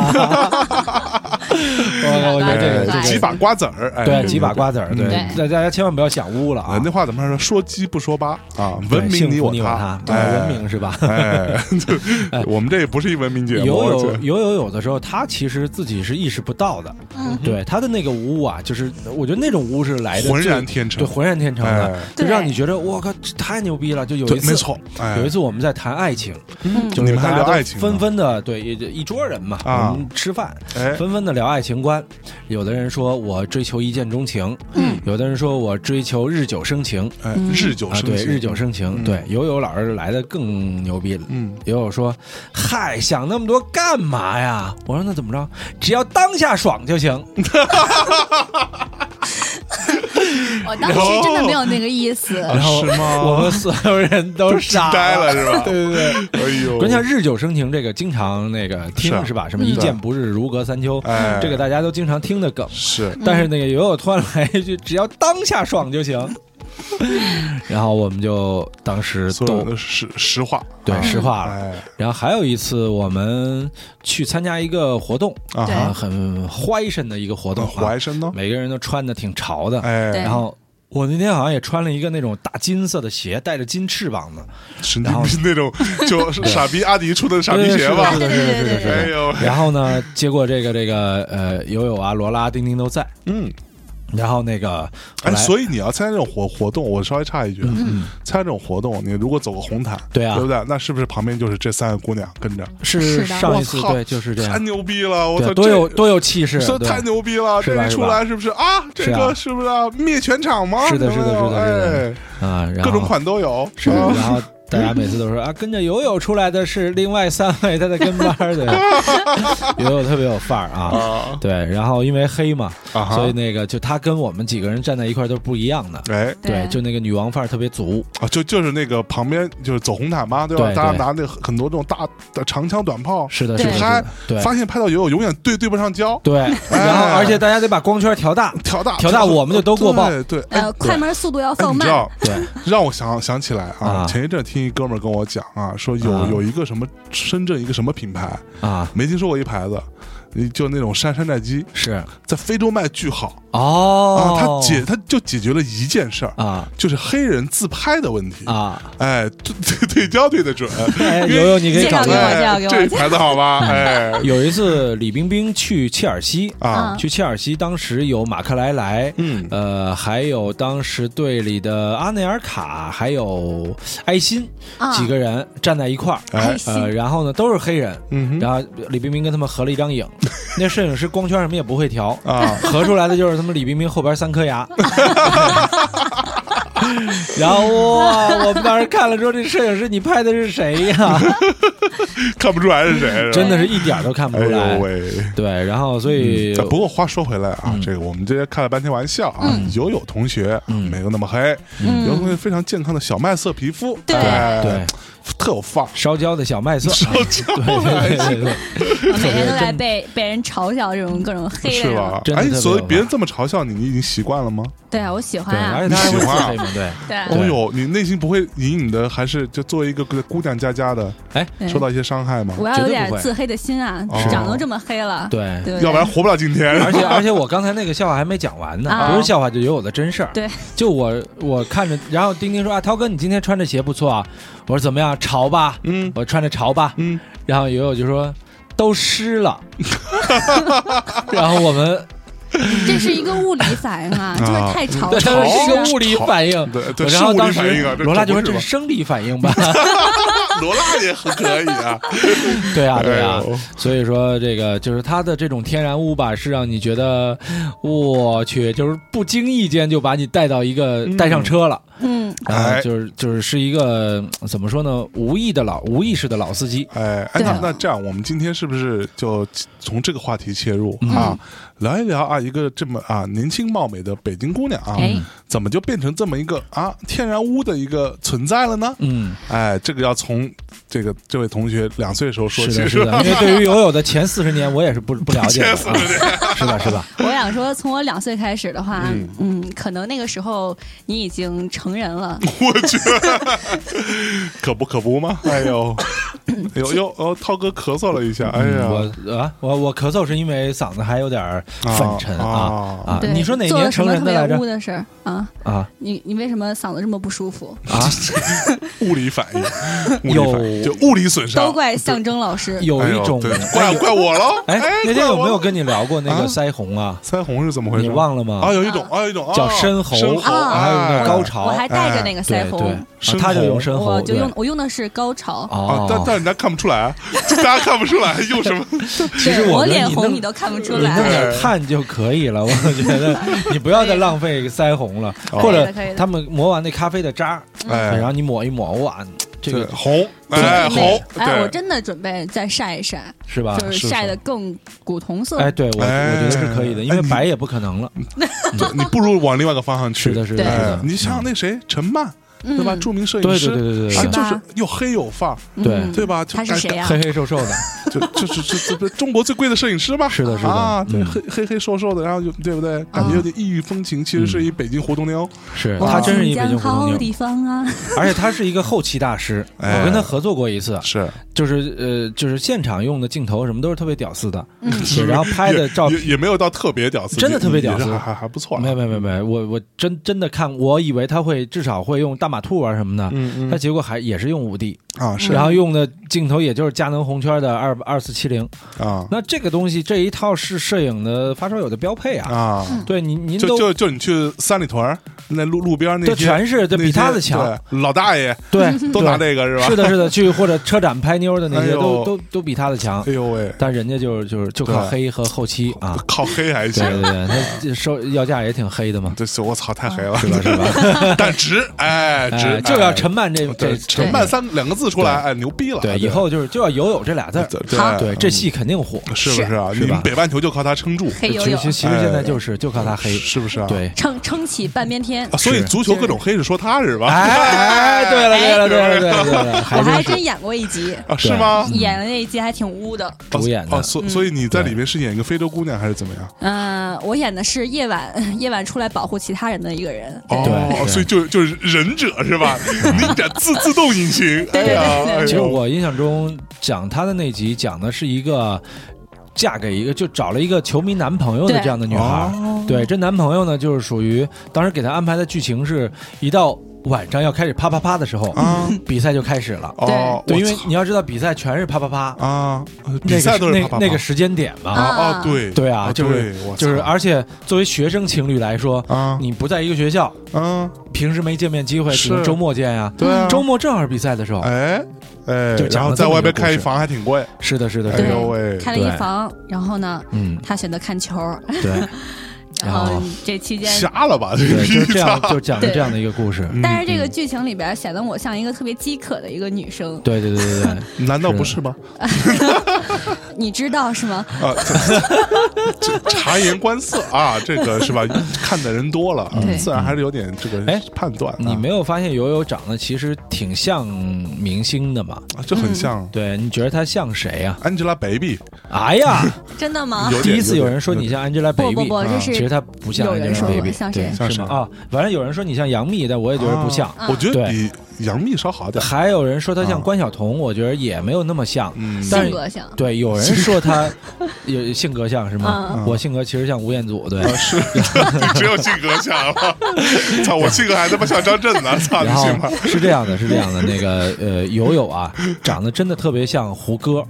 Speaker 1: 我我觉得这个
Speaker 3: 对
Speaker 1: 这个
Speaker 2: 哎几把瓜子儿，哎，
Speaker 1: 对几把瓜子儿，对
Speaker 2: 嗯
Speaker 3: 对
Speaker 1: 大大家千万不要想污了啊
Speaker 2: 呃，！那话怎么说？说鸡不说八啊，
Speaker 1: 对
Speaker 2: 文明
Speaker 1: 幸
Speaker 2: 你
Speaker 1: 福
Speaker 2: 我
Speaker 1: 你
Speaker 2: 他
Speaker 1: 他，，对文明
Speaker 2: 哎。
Speaker 1: 是吧？
Speaker 2: 哎， (laughs) 对我们这也不是一文明节
Speaker 1: 有
Speaker 2: 目，我觉
Speaker 1: 有
Speaker 2: 得
Speaker 1: 有有有的时候，他其实自己是意识不到的，
Speaker 3: 嗯
Speaker 1: 对他的那个污啊，就是我觉得那种污是来的
Speaker 2: 浑
Speaker 1: 最
Speaker 2: 然天成
Speaker 1: 对，浑然天成的
Speaker 2: 哎，
Speaker 1: 就
Speaker 3: 对
Speaker 1: 让你觉得我靠，这太牛逼了！就有
Speaker 2: 对
Speaker 1: 一次，
Speaker 2: 没错，哎
Speaker 1: 有一次我们在谈爱情，
Speaker 3: 嗯
Speaker 1: 就
Speaker 2: 你
Speaker 1: 是
Speaker 2: 们还
Speaker 1: 大家
Speaker 2: 聊
Speaker 1: 都
Speaker 2: 爱情呢
Speaker 1: 纷纷的对一一桌人嘛，
Speaker 2: 啊
Speaker 1: 我们吃饭，
Speaker 2: 哎
Speaker 1: 纷纷的聊爱情观。有的人说我追求一见钟情，
Speaker 3: 嗯，
Speaker 1: 有的人说我追求日久生情
Speaker 2: 哎，日久
Speaker 1: 啊，
Speaker 2: 生
Speaker 1: 对，
Speaker 2: 情，
Speaker 1: 日久生情。对，友友老师来的更牛逼了。
Speaker 2: 嗯，
Speaker 1: 友友说：“嗨，想那么多干嘛呀？”我说：“那怎么着？只要当下爽就行。
Speaker 2: 啊
Speaker 3: 我当时真的没有那个意思。”
Speaker 1: 然后
Speaker 2: 是吗
Speaker 1: 我们所有人都傻
Speaker 2: 呆了是吧？
Speaker 1: (laughs) 对对对。
Speaker 2: 哎呦，
Speaker 1: 关键日久生情这个经常那个听
Speaker 2: 是啊
Speaker 1: 是吧？什么一见不日如隔三秋，
Speaker 2: 哎
Speaker 1: 这个大家都经常听的梗。
Speaker 2: 是
Speaker 1: 但是那个友友突然来一句：“只要当下爽就行。” (laughs) 然后我们就当时
Speaker 2: 所有
Speaker 1: 都
Speaker 2: 人都是实实话，
Speaker 1: 对实话了。
Speaker 2: 哎
Speaker 1: 然后还有一次我们去参加一个活动
Speaker 2: 啊
Speaker 3: 对
Speaker 1: 啊，
Speaker 2: 哈，
Speaker 1: 很怀身的一个活动
Speaker 2: 那
Speaker 1: 啊，
Speaker 2: 怀身呢？
Speaker 1: 每个人都穿的挺潮的。
Speaker 2: 哎
Speaker 3: 对，
Speaker 1: 然后我那天好像也穿了一个那种大金色的鞋，带着金翅膀的，
Speaker 2: 神
Speaker 1: 然
Speaker 2: 经
Speaker 1: 后
Speaker 2: 病那种，就是傻逼阿迪出的傻逼
Speaker 1: 对
Speaker 2: 鞋
Speaker 1: 是的
Speaker 2: 吧
Speaker 1: 是？的，是的，是的，是的
Speaker 2: 哎。呦，
Speaker 1: 然后呢，结果这个这个呃，友友啊、罗拉、丁丁都在。
Speaker 2: 嗯，
Speaker 1: 然后那个，后
Speaker 2: 哎，
Speaker 1: 来
Speaker 2: 所以你要参加这种活活动，我稍微插一句，啊
Speaker 1: 嗯
Speaker 2: 参加这种活动，你如果走个红毯，
Speaker 1: 对啊
Speaker 2: 对不对？那是不是旁边就是这三个姑娘跟着？
Speaker 3: 是
Speaker 1: 是
Speaker 3: 的
Speaker 1: 上一次
Speaker 2: 我操
Speaker 1: 对就是这
Speaker 2: 太
Speaker 1: 样，
Speaker 2: 牛逼了！我操，
Speaker 1: 对多有
Speaker 2: 这
Speaker 1: 多有气势，
Speaker 2: 这
Speaker 1: 对，啊
Speaker 2: 太牛逼了！
Speaker 1: 是
Speaker 2: 这
Speaker 1: 吧
Speaker 2: 一
Speaker 1: 是
Speaker 2: 出
Speaker 1: 吧
Speaker 2: 来是不是啊？这
Speaker 1: 是啊
Speaker 2: 个是不是啊？灭全场吗？
Speaker 1: 是的是的
Speaker 2: 有没有
Speaker 1: 是的是的
Speaker 2: 哎
Speaker 1: 啊，然后
Speaker 2: 各种款都有。
Speaker 1: 是，
Speaker 2: 啊
Speaker 1: 然后大家每次都说啊，跟着友友出来的是另外三位他的跟班儿
Speaker 2: (laughs)
Speaker 1: 的，友友特别有范儿啊。
Speaker 2: 啊
Speaker 1: 对，然后因为黑嘛，
Speaker 2: 啊哈！
Speaker 1: 所以那个就他跟我们几个人站在一块儿都是不一样的。
Speaker 2: 哎
Speaker 1: 对，就那个女王范儿特别足，
Speaker 2: 啊，就就是那个旁边就是走红毯嘛，对吧？
Speaker 1: 对
Speaker 2: 大家
Speaker 1: 对
Speaker 2: 拿那个很多这种大的长枪短炮，
Speaker 1: 是的，是的，
Speaker 3: 对
Speaker 1: 是的对，
Speaker 2: 发现拍到友友永远对对不上焦，
Speaker 1: 对，然后
Speaker 2: 哎
Speaker 1: 而且大家得把光圈调大，
Speaker 2: 调大
Speaker 1: 调大我们就都过爆
Speaker 2: 对对，哎
Speaker 3: 呃，快门速度要
Speaker 2: 哎，
Speaker 3: 放
Speaker 2: 你
Speaker 3: 慢
Speaker 2: 知。道，
Speaker 1: 对，
Speaker 2: 让我想想起来啊，
Speaker 1: 啊
Speaker 2: 前一阵听一哥们儿跟我讲啊，说有、
Speaker 1: 啊
Speaker 2: 有一个什么深圳一个什么品牌，
Speaker 1: 啊，
Speaker 2: 没听说过一牌子，就那种山山寨机，
Speaker 1: 是
Speaker 2: 在非洲卖巨好、
Speaker 1: 哦
Speaker 2: 啊，，他解他就解决了一件事儿，
Speaker 1: 啊
Speaker 2: 就是黑人自拍的问题，
Speaker 1: 啊，
Speaker 2: 哎，对对对焦对的准，
Speaker 1: (laughs) 哎，
Speaker 2: 因为
Speaker 1: 友友你可以
Speaker 3: 介
Speaker 1: 找
Speaker 3: 绍
Speaker 1: 一
Speaker 3: 给我
Speaker 1: 下。
Speaker 2: 哎
Speaker 3: 介绍给我
Speaker 2: 这牌子
Speaker 1: (laughs)
Speaker 2: 好吧，哎
Speaker 1: 有一次李冰冰去切尔西，
Speaker 2: 啊
Speaker 3: 嗯，
Speaker 1: 去切尔西，当时有马克莱莱，
Speaker 2: 嗯
Speaker 1: 呃，还有当时队里的阿内尔卡，还有埃辛、
Speaker 3: 啊
Speaker 1: 几个人站在一块儿，
Speaker 3: 哎
Speaker 1: 呃，然后呢都是黑人，
Speaker 2: 嗯
Speaker 1: 然后李冰冰跟他们合了一张
Speaker 2: (laughs)
Speaker 1: 影，那摄影师光圈什么也不会调，
Speaker 2: 哼啊，
Speaker 1: 合出来的就是他们李冰冰后边三颗
Speaker 2: (laughs)
Speaker 1: 牙。然后哇，我们当时看了之后，这摄影师你拍的是谁
Speaker 2: (laughs)
Speaker 1: 呀？
Speaker 2: 看不出来是谁，是吧
Speaker 1: 真的是一点儿都看不
Speaker 2: 哎
Speaker 1: 出
Speaker 2: 呦
Speaker 1: 来。
Speaker 2: 喂。
Speaker 1: (laughs) 对，然后所以
Speaker 2: 啊不过话说回来啊，
Speaker 1: 嗯
Speaker 2: 这个我们这些开了半天玩笑啊，友友同学
Speaker 1: 嗯
Speaker 2: 没有那么黑，
Speaker 3: 嗯
Speaker 2: 有同学非常健康的小麦色皮肤，
Speaker 3: 对
Speaker 2: 哎
Speaker 1: 对，
Speaker 2: 特有范儿。
Speaker 1: 烧焦的小麦色，
Speaker 2: 烧
Speaker 1: (laughs)
Speaker 2: 焦
Speaker 1: 对对对对对，
Speaker 3: 我每天都在被被人嘲笑这种各种黑的
Speaker 2: 是
Speaker 3: 人
Speaker 2: 吧？
Speaker 1: 真的
Speaker 2: 哎
Speaker 1: 特别，有
Speaker 2: 所以
Speaker 1: 范儿
Speaker 2: 别人这么嘲笑你，你已经习惯了吗？
Speaker 3: 对啊，我喜欢
Speaker 1: 对，而
Speaker 3: 啊，
Speaker 1: 且他还
Speaker 3: (laughs)
Speaker 1: 会
Speaker 2: 喜欢啊
Speaker 1: 自黑嘛，对。
Speaker 3: 对啊，
Speaker 2: 哦呦，你内心不会隐隐的，还是就作为一个姑娘家家的，
Speaker 1: 哎，
Speaker 3: 对
Speaker 2: 受到一些伤害吗？
Speaker 3: 我要
Speaker 1: 绝
Speaker 3: 有
Speaker 1: 对
Speaker 3: 点
Speaker 1: 不会哦
Speaker 3: 自黑的心啊
Speaker 2: 是，
Speaker 3: 长都这么黑了，
Speaker 1: 对
Speaker 3: 对，
Speaker 2: 要不然活不了今天。
Speaker 1: 而且而且我刚才那个笑话还没讲完呢，
Speaker 3: 啊
Speaker 1: 不是笑话，就有我的真事儿。
Speaker 3: 对，
Speaker 1: 就我我看着，然后丁丁说啊，涛哥你今天穿这鞋不错啊，我说怎么样，潮吧？
Speaker 2: (laughs) 嗯
Speaker 1: 我穿着潮吧。
Speaker 2: 嗯，
Speaker 1: 然后友友就说都湿
Speaker 2: (laughs)
Speaker 1: 了，然后我们
Speaker 3: 这是一个物理反应啊，就是太潮
Speaker 1: 对，
Speaker 3: 了，
Speaker 1: 这是一
Speaker 3: 是
Speaker 1: 个物理反应。
Speaker 2: 对对，
Speaker 1: 然
Speaker 2: 是
Speaker 1: 后
Speaker 2: 物理
Speaker 1: 当
Speaker 2: 反
Speaker 1: 时
Speaker 2: 应啊。这
Speaker 1: 罗拉就说
Speaker 2: 这
Speaker 1: 这
Speaker 2: 不
Speaker 1: 是
Speaker 2: 是
Speaker 1: 生理反应吧？ (laughs)
Speaker 2: 吧罗拉也很可以啊。
Speaker 1: 对 (laughs) 啊，对
Speaker 2: 哎
Speaker 1: 啊
Speaker 2: 呦。
Speaker 1: 所以说这个就是它的这种天然污吧，是让你觉得我去，就是不经意间就把你带到一个带上车了。
Speaker 3: 嗯，
Speaker 1: 啊，
Speaker 2: 哎
Speaker 1: 就是就是是一个嗯怎么说呢，无意的老无意识的老司机。
Speaker 2: 哎，哎，
Speaker 3: 对
Speaker 2: 那
Speaker 3: 啊
Speaker 2: 那这样，我们今天是不是就从这个话题切入
Speaker 1: 嗯
Speaker 2: 啊，聊一聊啊，一个这么啊年轻貌美的北京姑娘啊
Speaker 3: 哎，
Speaker 2: 怎么就变成这么一个啊天然污的一个存在了呢？
Speaker 1: 嗯，
Speaker 2: 哎，这个要从这个这位同学两岁时候说
Speaker 1: 是
Speaker 2: 起，
Speaker 1: 的，
Speaker 2: 是
Speaker 1: 是
Speaker 2: (laughs) 吧？
Speaker 1: 的，因为对于友友的前四十年，我也是不不了解的，啊是的，是
Speaker 2: (laughs)
Speaker 1: 的，
Speaker 3: (laughs) 我想说，从我两岁开始的话，嗯可能那个时候你已经成人了，
Speaker 2: 可不可不吗？哎
Speaker 1: (laughs)
Speaker 2: 呦，呦呦，哦，涛哥咳嗽了一下，哎呀，
Speaker 1: 我啊，我我咳嗽是因为嗓子还有点儿粉沉啊
Speaker 2: 啊
Speaker 1: 啊！
Speaker 3: 对，
Speaker 1: 你说哪
Speaker 3: 做
Speaker 1: 年
Speaker 3: 了什
Speaker 1: 成
Speaker 3: 么
Speaker 1: 人
Speaker 3: 特
Speaker 1: 的
Speaker 3: 别
Speaker 1: 来着
Speaker 3: 污？的事儿啊？
Speaker 1: 啊
Speaker 3: 你你为什么嗓子这么不舒服？
Speaker 1: 啊！
Speaker 2: 物
Speaker 1: (laughs)
Speaker 2: 理反应，物
Speaker 1: 有
Speaker 2: 理反应，就物理损伤，
Speaker 3: 都怪象征老师。
Speaker 1: 有
Speaker 2: (laughs) 哎呦
Speaker 1: 一种
Speaker 2: 对怪怪我喽。
Speaker 1: 哎，那天
Speaker 2: 怪
Speaker 1: 有
Speaker 2: 我
Speaker 1: 没有
Speaker 2: 喽
Speaker 1: 跟你聊过那
Speaker 2: 啊
Speaker 1: 个腮红啊？
Speaker 2: 腮红是怎么回事？
Speaker 1: 你忘了吗
Speaker 2: 啊，有一种，啊，有一种
Speaker 1: 叫
Speaker 2: 啊
Speaker 1: 深喉
Speaker 2: 深喉，
Speaker 3: 啊
Speaker 1: 哦还有那
Speaker 2: 哎
Speaker 1: 种高潮，
Speaker 3: 我还带着那个腮红，
Speaker 1: 对对啊
Speaker 2: 深
Speaker 1: 他就
Speaker 2: 喉
Speaker 1: 用深喉，
Speaker 3: 我就
Speaker 1: 对
Speaker 3: 用我用的是高潮。
Speaker 2: 啊
Speaker 1: 哦，，
Speaker 2: 但但人家看不出来啊， (laughs) 就大家看不出来，用
Speaker 3: (laughs)
Speaker 2: 什么？
Speaker 1: 其实
Speaker 3: 对
Speaker 1: 我
Speaker 3: 我
Speaker 1: 觉得
Speaker 3: 脸
Speaker 1: 你
Speaker 3: 红
Speaker 1: 弄
Speaker 3: 你都看不出
Speaker 1: 你弄
Speaker 3: 来。
Speaker 1: 点汗就可以了，我觉
Speaker 3: (laughs)
Speaker 1: 得你不要再浪费腮红了，
Speaker 2: 哦
Speaker 1: 或
Speaker 3: 可
Speaker 1: 者
Speaker 3: 以的可以的
Speaker 1: 他们磨完那咖啡的渣，
Speaker 2: 哎，
Speaker 1: 然后你抹一抹，哇，这
Speaker 2: 对
Speaker 1: 个
Speaker 2: 红，
Speaker 3: 哎
Speaker 2: 哎红，
Speaker 3: 哎，我
Speaker 2: 对，
Speaker 3: 真的准备再晒一晒，
Speaker 1: 啊是吧？
Speaker 3: 就是晒的更古铜色。
Speaker 1: 哎，对我我
Speaker 2: 哎
Speaker 1: 觉得是可以的，因为
Speaker 2: 哎你
Speaker 1: 白也不可能了，
Speaker 2: 对你不如往另外一个方向去。
Speaker 1: 是的，是的，
Speaker 3: 对
Speaker 1: 是
Speaker 2: 哎
Speaker 1: 的，，嗯
Speaker 2: 你想想那谁，陈曼，对吧？
Speaker 3: 嗯
Speaker 2: 著名摄影
Speaker 1: 对
Speaker 2: 师，
Speaker 1: 对对对对
Speaker 2: 啊
Speaker 1: 对，
Speaker 3: 吧
Speaker 2: 就是又黑有范儿，
Speaker 1: 对
Speaker 3: 嗯
Speaker 2: 对吧？就
Speaker 3: 他是
Speaker 2: 感
Speaker 3: 谁呀
Speaker 1: 黑黑瘦瘦的，
Speaker 2: 就就是这这中国最贵的摄影师吧？
Speaker 1: (laughs) 是的是的
Speaker 2: 啊，对，
Speaker 1: 嗯
Speaker 2: 黑黑黑瘦瘦的，然后就对不对？感觉有点异域风情，其实
Speaker 1: 嗯
Speaker 2: 是一北京胡同妞。
Speaker 3: (laughs)
Speaker 1: 是
Speaker 2: 哇
Speaker 1: 他真是一
Speaker 3: 新
Speaker 1: 北
Speaker 3: 疆
Speaker 1: 京胡同
Speaker 3: 好
Speaker 1: 妞，
Speaker 3: 地方啊！
Speaker 1: 而且他是一个后期大师，
Speaker 2: 哎
Speaker 1: 我跟他合作过一次，
Speaker 2: 是，
Speaker 1: 就是呃，就是现场用的镜头什么都是特别屌丝
Speaker 2: (laughs)
Speaker 1: 的，
Speaker 3: 嗯
Speaker 1: 是然后 (laughs) 拍的照
Speaker 2: 也也也没有到特别屌丝，
Speaker 1: 真的
Speaker 2: 也
Speaker 1: 特别屌丝
Speaker 2: 也是还还还不错了。啊
Speaker 1: 没有没有没有没有，我我真真的看，我以为他会至少会用大马兔啊什么的，
Speaker 2: 嗯
Speaker 1: 他结果还也是用五 D，
Speaker 2: 啊是
Speaker 1: 然后用的镜头也就是佳能红圈的二二四七零。
Speaker 2: 啊
Speaker 1: 那这个东西这一套是摄影的发烧友的标配啊，
Speaker 2: 啊，
Speaker 1: 对您您
Speaker 2: 就
Speaker 1: 都
Speaker 2: 就就你去三里屯儿那路路边儿那
Speaker 1: 这
Speaker 2: 些
Speaker 1: 全是这
Speaker 2: 那
Speaker 1: 比他
Speaker 2: 些
Speaker 1: 的强，
Speaker 2: 对老大爷
Speaker 1: 对，
Speaker 2: (laughs) 都拿
Speaker 1: 对
Speaker 2: 这个是吧？
Speaker 1: 是的，是的，去或者车展拍妞的那些
Speaker 2: 哎呦
Speaker 1: 都都都比他的强
Speaker 2: 哎，呦喂，
Speaker 1: 但人家就是就是就靠
Speaker 2: 对
Speaker 1: 黑和后期啊，
Speaker 2: 靠黑还
Speaker 1: 对对
Speaker 2: 行，
Speaker 1: 对，他
Speaker 2: (laughs)
Speaker 1: 这收要价也挺黑的嘛，
Speaker 2: 这 (laughs) 是我操太黑了，
Speaker 1: 啊是吧是吧？
Speaker 2: 但值
Speaker 1: (laughs)
Speaker 2: 哎
Speaker 1: 哎
Speaker 2: 值
Speaker 1: 就要
Speaker 2: 哎
Speaker 1: 陈曼这这
Speaker 2: 对陈曼
Speaker 1: 这
Speaker 2: 三两个字出来哎牛逼了，
Speaker 1: 对，以后就是就要友友这俩字儿，
Speaker 2: 对嗯
Speaker 1: 对，这戏肯定火。
Speaker 2: 是不是啊？
Speaker 1: 是
Speaker 2: 你们
Speaker 1: 吧
Speaker 2: 北半球就靠他撑住，
Speaker 1: (laughs)
Speaker 3: 黑
Speaker 1: 其
Speaker 3: 友
Speaker 1: 实
Speaker 3: 友
Speaker 1: 其实其实现在就是就靠他黑，
Speaker 2: 是不是啊？
Speaker 1: 对。
Speaker 3: 撑撑起半边天
Speaker 2: 啊，，所以
Speaker 1: 是
Speaker 2: 足球各种黑是说他是吧？ (laughs)
Speaker 1: 哎哎，对了对了对了对了对了，
Speaker 3: 我还
Speaker 1: 还真
Speaker 3: 真演过一集，
Speaker 2: 啊是吗？
Speaker 3: 演的那一集还挺污的。
Speaker 1: 是主演
Speaker 2: 哦，
Speaker 1: 的，嗯
Speaker 2: 所所以你在里面是演一个非洲姑娘还是怎么样？
Speaker 3: 嗯，我演的是夜晚夜晚出来保护其他人的一个人。
Speaker 1: 对
Speaker 2: 哦，
Speaker 1: 对
Speaker 2: 所以就就是忍者是
Speaker 1: (laughs)
Speaker 2: 吧？你点自自动引擎，哎呀，哎呦
Speaker 1: 其实我印象中讲他的那集讲的是一个。嫁给一个就找了一个球迷男朋友的
Speaker 3: 对
Speaker 1: 这样的女
Speaker 2: 哦
Speaker 1: 孩，对，这男朋友呢就是属于当时给她安排的剧情是，一到晚上要开始啪啪啪的时候，
Speaker 2: 啊
Speaker 1: 比赛就开始了。
Speaker 2: 哦，
Speaker 1: 对，
Speaker 2: 我
Speaker 1: 因为
Speaker 2: 操
Speaker 1: 你要知道比赛全是啪啪啪，
Speaker 2: 啊，呃
Speaker 1: 那
Speaker 2: 比
Speaker 1: 个
Speaker 2: 赛都是
Speaker 1: 那
Speaker 2: 啪啪啪
Speaker 1: 那个时间点嘛，
Speaker 2: 啊
Speaker 3: 啊
Speaker 2: 哦，对
Speaker 1: 对啊，就是
Speaker 2: 对我操
Speaker 1: 就是，而且作为学生情侣来说，
Speaker 2: 啊
Speaker 1: 你不在一个学校，
Speaker 2: 啊，
Speaker 1: 平时没见面机会，
Speaker 2: 是
Speaker 1: 只能周末见呀、
Speaker 2: 对啊，
Speaker 1: 周末正好是比赛的时候，
Speaker 2: 哎哎，
Speaker 1: 哦就
Speaker 2: 然
Speaker 1: 讲
Speaker 2: 后
Speaker 1: 了
Speaker 2: 在
Speaker 1: 这么
Speaker 2: 外
Speaker 1: 一个
Speaker 2: 边开
Speaker 1: 故
Speaker 2: 一
Speaker 1: 事
Speaker 2: 房还挺贵，
Speaker 1: 是的，是的，是
Speaker 2: 哎
Speaker 1: 的，
Speaker 2: 呦喂
Speaker 3: 对，开了一
Speaker 1: 对
Speaker 3: 房，然后呢，
Speaker 1: 嗯，
Speaker 3: 他选择看球，
Speaker 2: (laughs)
Speaker 1: 对，
Speaker 3: 然后
Speaker 2: 哦
Speaker 3: 这期间，
Speaker 2: 瞎了吧？这
Speaker 1: 对，就是这样，
Speaker 2: 操
Speaker 1: 就讲了这样的一个故事。
Speaker 2: 嗯
Speaker 3: 但是这个剧情里边显得我像一个特别饥渴的一个女生，
Speaker 1: 对对对对
Speaker 2: (laughs)
Speaker 1: 对，
Speaker 2: 难道不是吗？
Speaker 3: 你知道是吗？ (laughs)
Speaker 2: 啊，
Speaker 1: (laughs)
Speaker 2: 这这察言观色啊，这个是吧？看的人多了啊
Speaker 3: 对，
Speaker 2: 自然还是有点这个
Speaker 1: 嗯哎
Speaker 2: 判断啊。
Speaker 1: 你没有发现友友长得其实挺像明星的嘛？
Speaker 2: 啊这很像
Speaker 1: 对，你觉得她像谁呀、
Speaker 2: Angelababy，
Speaker 1: 哎呀，
Speaker 3: 真的吗？
Speaker 2: (laughs) 有点啊
Speaker 1: 第一次有人说你像
Speaker 3: 不不
Speaker 1: Angelababy，
Speaker 3: 不，这
Speaker 1: 其实
Speaker 3: 是
Speaker 1: 她不像
Speaker 3: 有人说我
Speaker 1: Angelababy，
Speaker 3: 像
Speaker 1: 对
Speaker 3: 谁
Speaker 2: 像
Speaker 1: 是吗？
Speaker 2: 谁
Speaker 1: 啊，反正有人说你像杨幂，但我也觉得不像。
Speaker 2: 啊我觉得
Speaker 1: 对
Speaker 2: 比杨幂稍好点。
Speaker 1: 还有人说她像关晓彤，我觉得也没有那么像。
Speaker 2: 啊嗯，
Speaker 1: 但
Speaker 3: 性格像。
Speaker 1: 对，有人说她有性格像是吗？
Speaker 2: 嗯
Speaker 1: 我性格其实像吴彦祖，对。
Speaker 2: 啊是，只有性格像了。操，我性格还他妈像张震
Speaker 1: (laughs)
Speaker 2: 呢！操，你
Speaker 1: 然后
Speaker 2: 信吗？
Speaker 1: 是这样的，是这样的，那个呃，友友啊，长得真的特别像胡歌，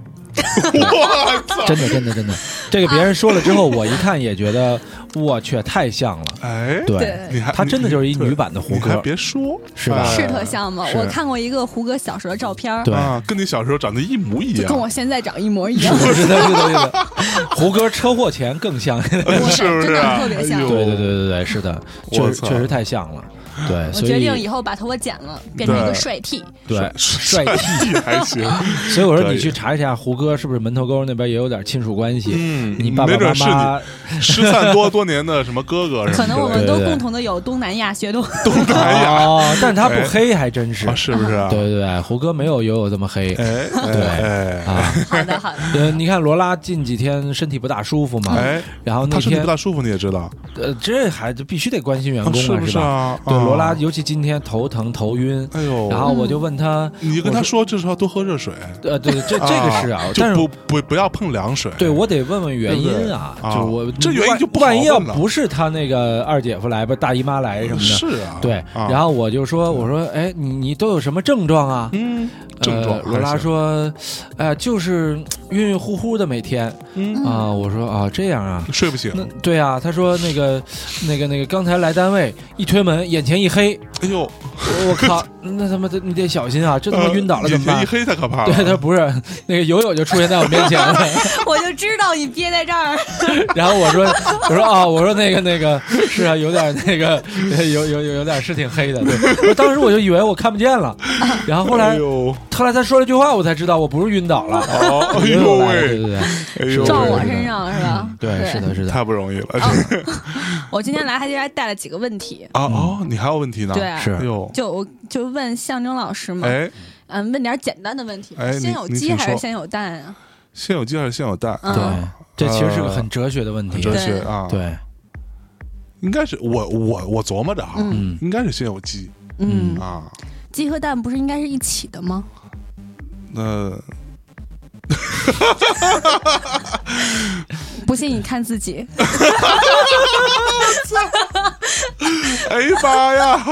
Speaker 2: 我操！
Speaker 1: 真的，真的，真的，这个别人说了之后，我一看也觉得，我去，太像了。
Speaker 2: 哎，
Speaker 1: 对
Speaker 4: 对，
Speaker 2: 你还
Speaker 1: 她真的就是一女版的胡
Speaker 2: 你还
Speaker 1: 歌，
Speaker 2: 别说，
Speaker 1: 是吧
Speaker 2: 哎
Speaker 1: 是
Speaker 4: 是特像吗？
Speaker 2: 是
Speaker 4: 我看过一个胡歌小时候的照片儿，
Speaker 1: 对
Speaker 2: 啊，跟你小时候长得一模一
Speaker 4: 就
Speaker 2: 样，
Speaker 4: 跟我现在长一
Speaker 1: (laughs)
Speaker 4: 模一样。
Speaker 1: 是的，是的，是的。胡歌车祸前更像， (laughs) 对
Speaker 2: (laughs)
Speaker 4: 我
Speaker 2: 是不是啊？
Speaker 4: 真的特别像
Speaker 2: 哎呦
Speaker 1: 对对对对对，是的，确
Speaker 2: 我
Speaker 1: 实
Speaker 2: 操
Speaker 1: 确实太像了。对，
Speaker 4: 我
Speaker 1: 所
Speaker 4: 决定以
Speaker 1: 以
Speaker 4: 后把头发剪了，变成一个帅 T。
Speaker 1: 对
Speaker 2: 帅
Speaker 1: 帅
Speaker 2: 帅
Speaker 1: 气，
Speaker 2: 气还
Speaker 1: (laughs)
Speaker 2: 行，
Speaker 1: 所以我说
Speaker 2: 可以
Speaker 1: 你去查一下胡歌是不是门头沟那边也有点亲属关系。
Speaker 2: 嗯
Speaker 1: 你爸爸
Speaker 2: 没准
Speaker 1: 妈
Speaker 2: 是
Speaker 1: 妈
Speaker 2: 失散多多年的什么哥哥什
Speaker 4: (laughs) 可
Speaker 2: 么
Speaker 4: 能我
Speaker 2: 之类
Speaker 4: 们
Speaker 2: 的，
Speaker 4: 都
Speaker 1: 对对对
Speaker 4: 共同的有东南亚
Speaker 1: (laughs)
Speaker 4: 血统，
Speaker 2: 东南亚
Speaker 1: 哦， (laughs) 但他不黑还真是
Speaker 2: 啊，。是不是啊？
Speaker 1: 对对对，胡歌没有友友这么黑
Speaker 2: 哎，
Speaker 1: 对
Speaker 2: 哎哎
Speaker 1: 啊。
Speaker 4: 好的好的，
Speaker 1: 呃，你看罗拉近几天身体不大舒服嘛，
Speaker 2: 哎，
Speaker 1: 然后那
Speaker 2: 他身体
Speaker 1: 天
Speaker 2: 不大舒服，你也知道，
Speaker 1: 呃，这还就必须得关心员
Speaker 2: 啊
Speaker 1: 工啊，
Speaker 2: 是不是
Speaker 1: 吧？
Speaker 2: 啊？
Speaker 1: 对，
Speaker 2: 啊
Speaker 1: 罗拉，尤其今天头疼头晕，
Speaker 2: 哎呦，
Speaker 1: 然后我就问他，
Speaker 2: 你跟他说这时候多喝热水，
Speaker 1: 呃，对，这这个是啊，但
Speaker 2: 就是不不不要碰凉水，
Speaker 1: 对我得问问原因啊，
Speaker 2: 对不对啊
Speaker 1: 就我
Speaker 2: 这原因就不好
Speaker 1: 万一要
Speaker 2: 问了
Speaker 1: 不是他那个二姐夫来吧，大姨妈来什么的。
Speaker 2: 是啊，
Speaker 1: 嗯对，
Speaker 2: 啊
Speaker 1: 然后我就说，我说，哎，你你都有什么症状啊？
Speaker 2: 嗯，症状
Speaker 1: 呃，罗拉
Speaker 2: 还行，
Speaker 1: 说，呃，就是晕晕乎乎的每天啊、
Speaker 2: 嗯，
Speaker 1: 我说啊，这样啊，
Speaker 2: 睡不醒，
Speaker 1: 那对啊，他说那个那个那个，刚才来单位一推门，眼前一黑，
Speaker 2: 哎呦，
Speaker 1: 我我
Speaker 2: (laughs)
Speaker 1: 靠，那他妈的你得小心啊，这他妈
Speaker 2: 呃
Speaker 1: 晕倒了怎
Speaker 2: 眼
Speaker 1: 么
Speaker 2: 前
Speaker 1: 办
Speaker 2: 一？黑太可怕了，
Speaker 1: 对他不是那个友友就出现在我面前了，
Speaker 4: 我就知道你憋在这儿。
Speaker 1: 然后我说我说啊，我说那个那个是啊，有点那个有有有有点是挺黑的，对，我当时我就以为我看不见了，然后后来 (laughs)
Speaker 2: 哎呦，
Speaker 1: 后来他说了句话，我才知道我不是晕倒了，
Speaker 2: 哦，哎
Speaker 1: 有
Speaker 2: 呦
Speaker 1: 友来了对
Speaker 2: 喂，
Speaker 1: 对对
Speaker 2: 哎呦
Speaker 4: 撞我
Speaker 2: 喂，
Speaker 4: 身上是吧？哦
Speaker 1: 对，是的是的，
Speaker 2: 太不容易了，
Speaker 4: (laughs) 我今天来还给大家带了几个问题，
Speaker 2: 啊哦，你还有问题呢？
Speaker 4: 对啊
Speaker 2: 哎
Speaker 1: 嗯是
Speaker 2: 呦，
Speaker 4: 就我就问象征老师嘛，
Speaker 2: 哎，
Speaker 4: 嗯，问点简单的问题
Speaker 2: 哎，你
Speaker 4: 先有
Speaker 2: 你
Speaker 4: 鸡
Speaker 2: 请
Speaker 4: 还是
Speaker 2: 说
Speaker 4: 先有蛋啊？
Speaker 2: 先有鸡还是先有蛋？
Speaker 4: 嗯
Speaker 1: 对
Speaker 2: 啊，
Speaker 1: 这其实是个很哲学的问题，
Speaker 2: 哲
Speaker 4: 对
Speaker 2: 学啊，，
Speaker 1: 嗯对，
Speaker 2: 应该是我我我琢磨着哈，
Speaker 1: 嗯
Speaker 2: 应该是先有鸡
Speaker 1: 嗯
Speaker 4: 嗯，
Speaker 2: 啊，
Speaker 4: 鸡和蛋不是应该是一起的吗？ (laughs)
Speaker 2: 那
Speaker 4: 不信你看自己，
Speaker 2: 哎呀妈呀，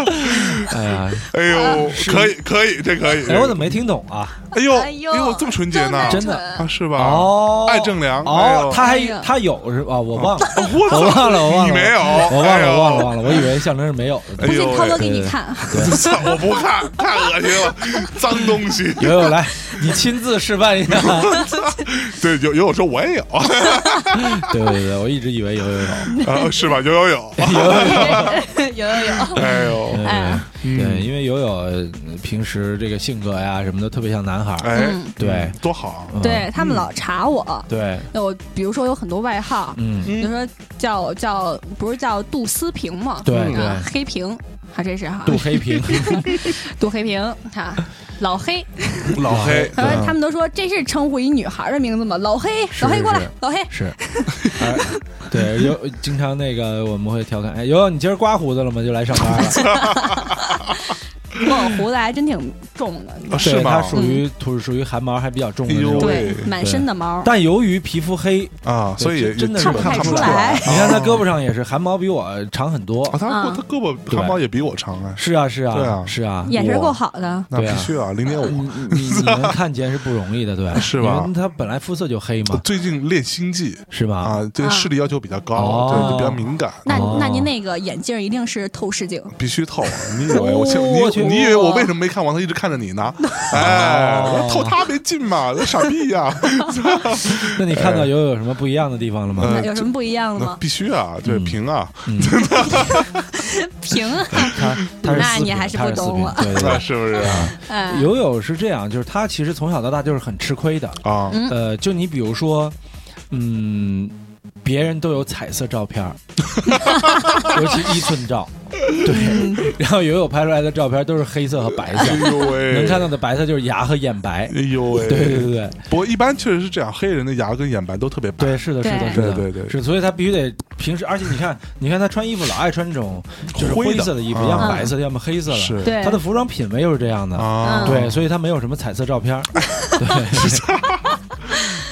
Speaker 1: 哎呀，
Speaker 2: 哎呦，
Speaker 4: 啊
Speaker 2: 可以可以，这可以，
Speaker 1: 哎，我怎么没听懂啊？
Speaker 2: 哎呦，
Speaker 4: 哎
Speaker 2: 哎
Speaker 4: 呦
Speaker 2: 呦，这么纯洁呢？
Speaker 1: 真
Speaker 4: 这么
Speaker 1: 的
Speaker 2: 啊，是吧？
Speaker 1: 哦，
Speaker 2: 爱正良，哎
Speaker 1: 哦
Speaker 2: 呦，
Speaker 1: 他
Speaker 4: 哎
Speaker 1: 还
Speaker 4: 呀
Speaker 1: 他有是吧？我忘了，
Speaker 2: 啊我
Speaker 1: 我
Speaker 2: 操，
Speaker 1: 忘了，我忘了，
Speaker 2: 你没有，哎
Speaker 1: 我忘了，我忘了，
Speaker 2: 了，
Speaker 1: 忘了，我以为象征是没有的。
Speaker 2: 哎
Speaker 4: 不信
Speaker 2: 呦
Speaker 4: 涛哥
Speaker 2: 喂，
Speaker 4: 给你
Speaker 1: 对 (laughs)
Speaker 4: 看。 (laughs)
Speaker 2: 我操，我不看， (laughs) 太恶心了，脏东西。
Speaker 1: 友友来，你亲自示范
Speaker 2: (laughs)
Speaker 1: 一下。 (laughs)
Speaker 2: 对，有有我说我也有，
Speaker 1: 对对对，我一直以为友友有。
Speaker 2: 啊，是吧？有有有，
Speaker 4: 有有
Speaker 1: (laughs)
Speaker 4: 有，
Speaker 2: 哎呦，
Speaker 1: 对
Speaker 4: 哎
Speaker 2: 嗯
Speaker 1: 对，因为友友呃平时这个性格呀什么的特别像男孩儿。
Speaker 2: 哎，
Speaker 1: 对
Speaker 2: 多好，啊
Speaker 1: 嗯
Speaker 4: 对他们老查我，
Speaker 1: 对，
Speaker 4: 那我比如说有很多外号，
Speaker 1: 嗯，
Speaker 4: 比如说叫我叫不是叫杜思平吗？
Speaker 1: 对
Speaker 4: 啊
Speaker 1: 对
Speaker 4: 黑平，啊这是哈
Speaker 1: 杜黑
Speaker 2: (laughs)
Speaker 1: 平，
Speaker 4: 杜黑平哈。老黑，
Speaker 2: 老黑，
Speaker 1: 对
Speaker 4: 呃，他们都说这是称呼一女孩的名字吗？老黑，
Speaker 1: 是
Speaker 4: 老黑
Speaker 1: 是
Speaker 4: 过来
Speaker 1: 是，
Speaker 4: 老黑，
Speaker 1: 是，哎对，有经常那个我们会调侃，哎，友友你今儿刮胡子了吗？就来上班了。
Speaker 4: 我胡子还真挺重的，
Speaker 2: 啊 (laughs) 是
Speaker 1: 对，他
Speaker 2: 吗？
Speaker 1: 属于土属于汗毛还比较重的那
Speaker 2: 哎呦
Speaker 1: 种，
Speaker 4: 对，满身的毛，
Speaker 1: 但由于皮肤黑，
Speaker 2: 啊，所以
Speaker 1: 对真的是
Speaker 2: 基本
Speaker 4: 看不
Speaker 2: 不
Speaker 4: 太出来
Speaker 2: 来。啊
Speaker 1: 你看他嗯胳膊上也是汗毛比我长很多
Speaker 2: 啊，。他
Speaker 4: 啊
Speaker 2: 他胳膊汗毛也比我长哎，
Speaker 1: 是啊，是啊，
Speaker 2: 对啊
Speaker 1: 是啊。
Speaker 4: 眼神够好的，
Speaker 2: 那
Speaker 1: 对啊
Speaker 2: 必须啊，零点
Speaker 1: 你
Speaker 2: 五。
Speaker 1: 你你能看见是不容易的，对，
Speaker 2: (laughs) 是吧
Speaker 1: 因为他本来肤色就黑
Speaker 2: 我
Speaker 1: 嘛，
Speaker 2: 最近练心计
Speaker 1: 是吧？
Speaker 2: 啊，对
Speaker 4: 啊
Speaker 2: 视力要求比较高，
Speaker 1: 哦
Speaker 2: 对，就比较敏感，
Speaker 4: 那
Speaker 1: 哦
Speaker 4: 那您那个眼镜一定是透视镜，
Speaker 2: 必须透啊。你以
Speaker 1: (laughs)
Speaker 2: 为我现
Speaker 1: 我去
Speaker 2: 你你以为我为什么没看王？他一直看着
Speaker 1: (laughs)
Speaker 2: 你呢？哎，
Speaker 1: 哦
Speaker 2: 我说透他没劲嘛， (laughs) 这傻逼呀！
Speaker 1: (laughs) 那你看到有有什么不一样的地方了吗？
Speaker 2: 呃
Speaker 4: 那有什么不一样的
Speaker 2: 那
Speaker 4: 吗？
Speaker 2: 必须啊，对
Speaker 1: 嗯
Speaker 2: 平啊，
Speaker 4: 平，
Speaker 1: 他他是
Speaker 4: (laughs) 那
Speaker 1: 四
Speaker 4: 你
Speaker 1: 品
Speaker 4: 还是
Speaker 1: 他
Speaker 4: 不
Speaker 1: 是四
Speaker 4: 懂
Speaker 1: 品
Speaker 4: 了
Speaker 1: 对对
Speaker 2: 那 (laughs)
Speaker 1: 对。
Speaker 2: 是不是啊？
Speaker 4: 哎，
Speaker 1: 友友是这样，就是他其实从小到大就是很吃亏的。
Speaker 2: 啊
Speaker 4: 嗯
Speaker 1: 呃，就你比如说，嗯，别人都有彩色照片
Speaker 4: (laughs)
Speaker 1: 儿，尤其一寸照，
Speaker 4: 嗯
Speaker 1: 对。 (laughs) 然后友友拍出来的照片都是黑色和白
Speaker 2: 哎
Speaker 1: 色，
Speaker 2: 呦喂，
Speaker 1: 能看到的白色就是牙和眼白。
Speaker 2: 哎呦喂，
Speaker 1: 对对对对
Speaker 2: 不过一般确实是这样，黑人的牙跟眼白都特别白。
Speaker 1: 对，是的，是的，
Speaker 4: 对
Speaker 1: 是的，
Speaker 2: 哎对对对
Speaker 1: 是，所以他必须得平时，而且你看，你看他穿衣服老爱穿这种就是
Speaker 2: 灰
Speaker 1: 灰
Speaker 2: 的
Speaker 1: 色的衣服，
Speaker 2: 啊
Speaker 1: 要么白色的，要么黑色的，
Speaker 2: 是
Speaker 4: 嗯对嗯
Speaker 1: 他的服装品味又是这样的，
Speaker 2: 啊，
Speaker 1: 嗯
Speaker 2: 哎
Speaker 1: 对，所以他没有什么彩色照片儿，对，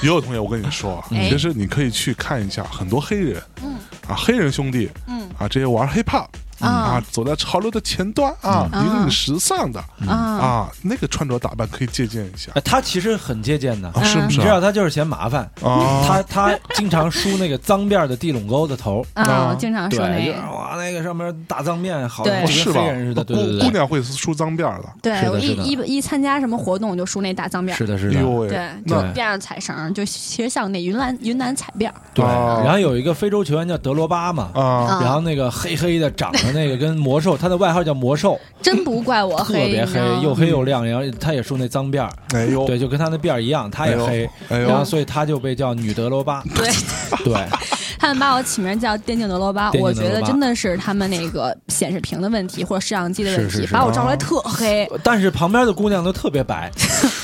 Speaker 2: 也有同学，我跟你说，啊
Speaker 1: 嗯
Speaker 4: 哎
Speaker 2: 其实你可以去看一下，很多黑人，
Speaker 4: 嗯
Speaker 2: 啊，黑人兄弟，
Speaker 4: 嗯
Speaker 2: 啊，这些玩 hiphop，啊
Speaker 1: 嗯
Speaker 4: 啊，
Speaker 2: 走在潮流的前端啊，
Speaker 4: 嗯
Speaker 2: 引领时尚的
Speaker 1: 嗯
Speaker 4: 啊
Speaker 2: 啊，那个穿着打扮可以借鉴一下
Speaker 1: 哎，他其实很借鉴的，
Speaker 2: 啊，是不
Speaker 1: 你
Speaker 2: 是
Speaker 1: 知
Speaker 2: 啊？
Speaker 1: 道他就是嫌麻烦，
Speaker 2: 啊，
Speaker 1: 他他经常梳那个脏辫儿的地垄沟的头，
Speaker 2: 啊
Speaker 4: 啊！我经常
Speaker 1: 对
Speaker 4: 说，那
Speaker 1: 就是
Speaker 4: 个，
Speaker 1: 哇，那个上面大脏面，好
Speaker 4: 对
Speaker 1: 像
Speaker 2: 哦
Speaker 1: 就是跟
Speaker 2: 吧
Speaker 1: 黑人似的，？对对
Speaker 2: 姑
Speaker 1: 对，
Speaker 2: 姑娘会梳脏辫儿的，
Speaker 1: 是
Speaker 4: 对
Speaker 1: 的
Speaker 4: 我一
Speaker 1: 是的
Speaker 4: 一一参加什么活动我就梳那大脏辫儿
Speaker 1: 是，的，是
Speaker 2: 哎
Speaker 1: 的
Speaker 2: 呦，喂，
Speaker 4: 对，就
Speaker 2: 那
Speaker 1: 对
Speaker 4: 辫儿踩绳儿，就其实像那云南云南踩辫儿，
Speaker 1: 对。
Speaker 2: 啊
Speaker 1: 然后有一个非洲球员叫德罗巴嘛，
Speaker 2: 啊，
Speaker 4: 啊
Speaker 1: 然后那个黑黑的，长得那个跟魔兽，他的外号叫魔兽，
Speaker 4: 真不怪我
Speaker 1: 特
Speaker 4: 黑，
Speaker 1: 别
Speaker 4: 你知
Speaker 1: 黑
Speaker 4: 道吗，
Speaker 1: 又黑
Speaker 2: 嗯
Speaker 1: 又亮，然后他也梳那脏辫儿，
Speaker 2: 哎呦，
Speaker 1: 对，就跟他那辫儿一样，他
Speaker 2: 哎
Speaker 1: 也
Speaker 2: 呦
Speaker 1: 黑，，
Speaker 2: 哎
Speaker 1: 然后
Speaker 2: 呦，
Speaker 1: 所以他就被叫女德罗
Speaker 2: (laughs)
Speaker 1: 巴，
Speaker 4: 对，
Speaker 1: 对，
Speaker 4: 他们把我起名叫电竞德罗巴，
Speaker 1: 电竞
Speaker 4: 我
Speaker 1: 德
Speaker 4: 觉
Speaker 1: 罗巴
Speaker 4: 得真的是他们那个显示屏的问题或者摄像机的问
Speaker 1: 是是
Speaker 4: 题，
Speaker 1: 是啊
Speaker 4: 把我照出来特黑，
Speaker 1: 但是旁边的姑娘都特别白，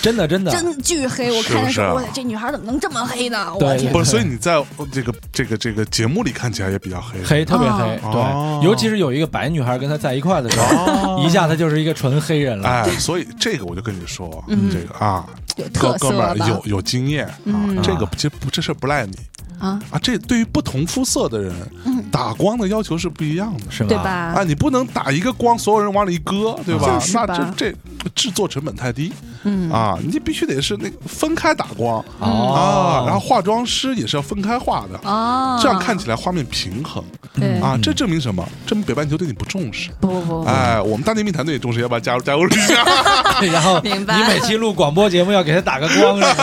Speaker 1: 真的真的，
Speaker 4: (laughs) 真巨黑。我
Speaker 2: 是
Speaker 4: 看的
Speaker 2: 不
Speaker 4: 时候，
Speaker 2: 是啊
Speaker 4: 我这女孩怎么能这么黑呢？我
Speaker 1: 对
Speaker 4: 天，
Speaker 2: 不是，所以你在这个这个这个节目里看起来也比较黑，
Speaker 1: 黑特别黑，
Speaker 2: 哦
Speaker 1: 对，尤其是有一个白女孩跟他在一块儿的时
Speaker 2: 哦
Speaker 1: 候， (laughs) 一下他就是一个纯黑人了，
Speaker 2: 哎，所以这个我就跟你说，
Speaker 4: 嗯
Speaker 2: 这个啊，
Speaker 4: 有
Speaker 2: 哥
Speaker 4: 特
Speaker 2: 哥
Speaker 4: 色
Speaker 2: 们儿
Speaker 4: 吧？
Speaker 2: 有有经验啊，
Speaker 4: 嗯
Speaker 2: 这个其实不这事儿不赖你
Speaker 4: 啊，
Speaker 2: 啊，这对于不同肤色的人，
Speaker 4: 嗯
Speaker 2: 打光的要求是不一样的。
Speaker 1: 是吗？
Speaker 4: 对
Speaker 2: 啊，
Speaker 4: 吧？
Speaker 2: 你不能打一个光，所有人往里一搁，对吧？
Speaker 4: 就是
Speaker 2: 那
Speaker 4: 吧
Speaker 2: 这这制作成本太低
Speaker 4: 嗯
Speaker 2: 啊！你必须得是那个分开打光
Speaker 1: 哦
Speaker 2: 啊，，然后化妆师也是要分开化的，
Speaker 4: 哦，
Speaker 2: 这样看起来画面平衡
Speaker 4: 对，
Speaker 2: 啊。这证明什么？证明北半球对你不重视。
Speaker 4: 不不不，
Speaker 2: 哎，我们大内密谈队也重视，要不要加入加入一下？
Speaker 1: (laughs)
Speaker 4: (laughs)
Speaker 1: 然后你
Speaker 4: 明白
Speaker 1: 每期录广播节目要给他打个光是吗？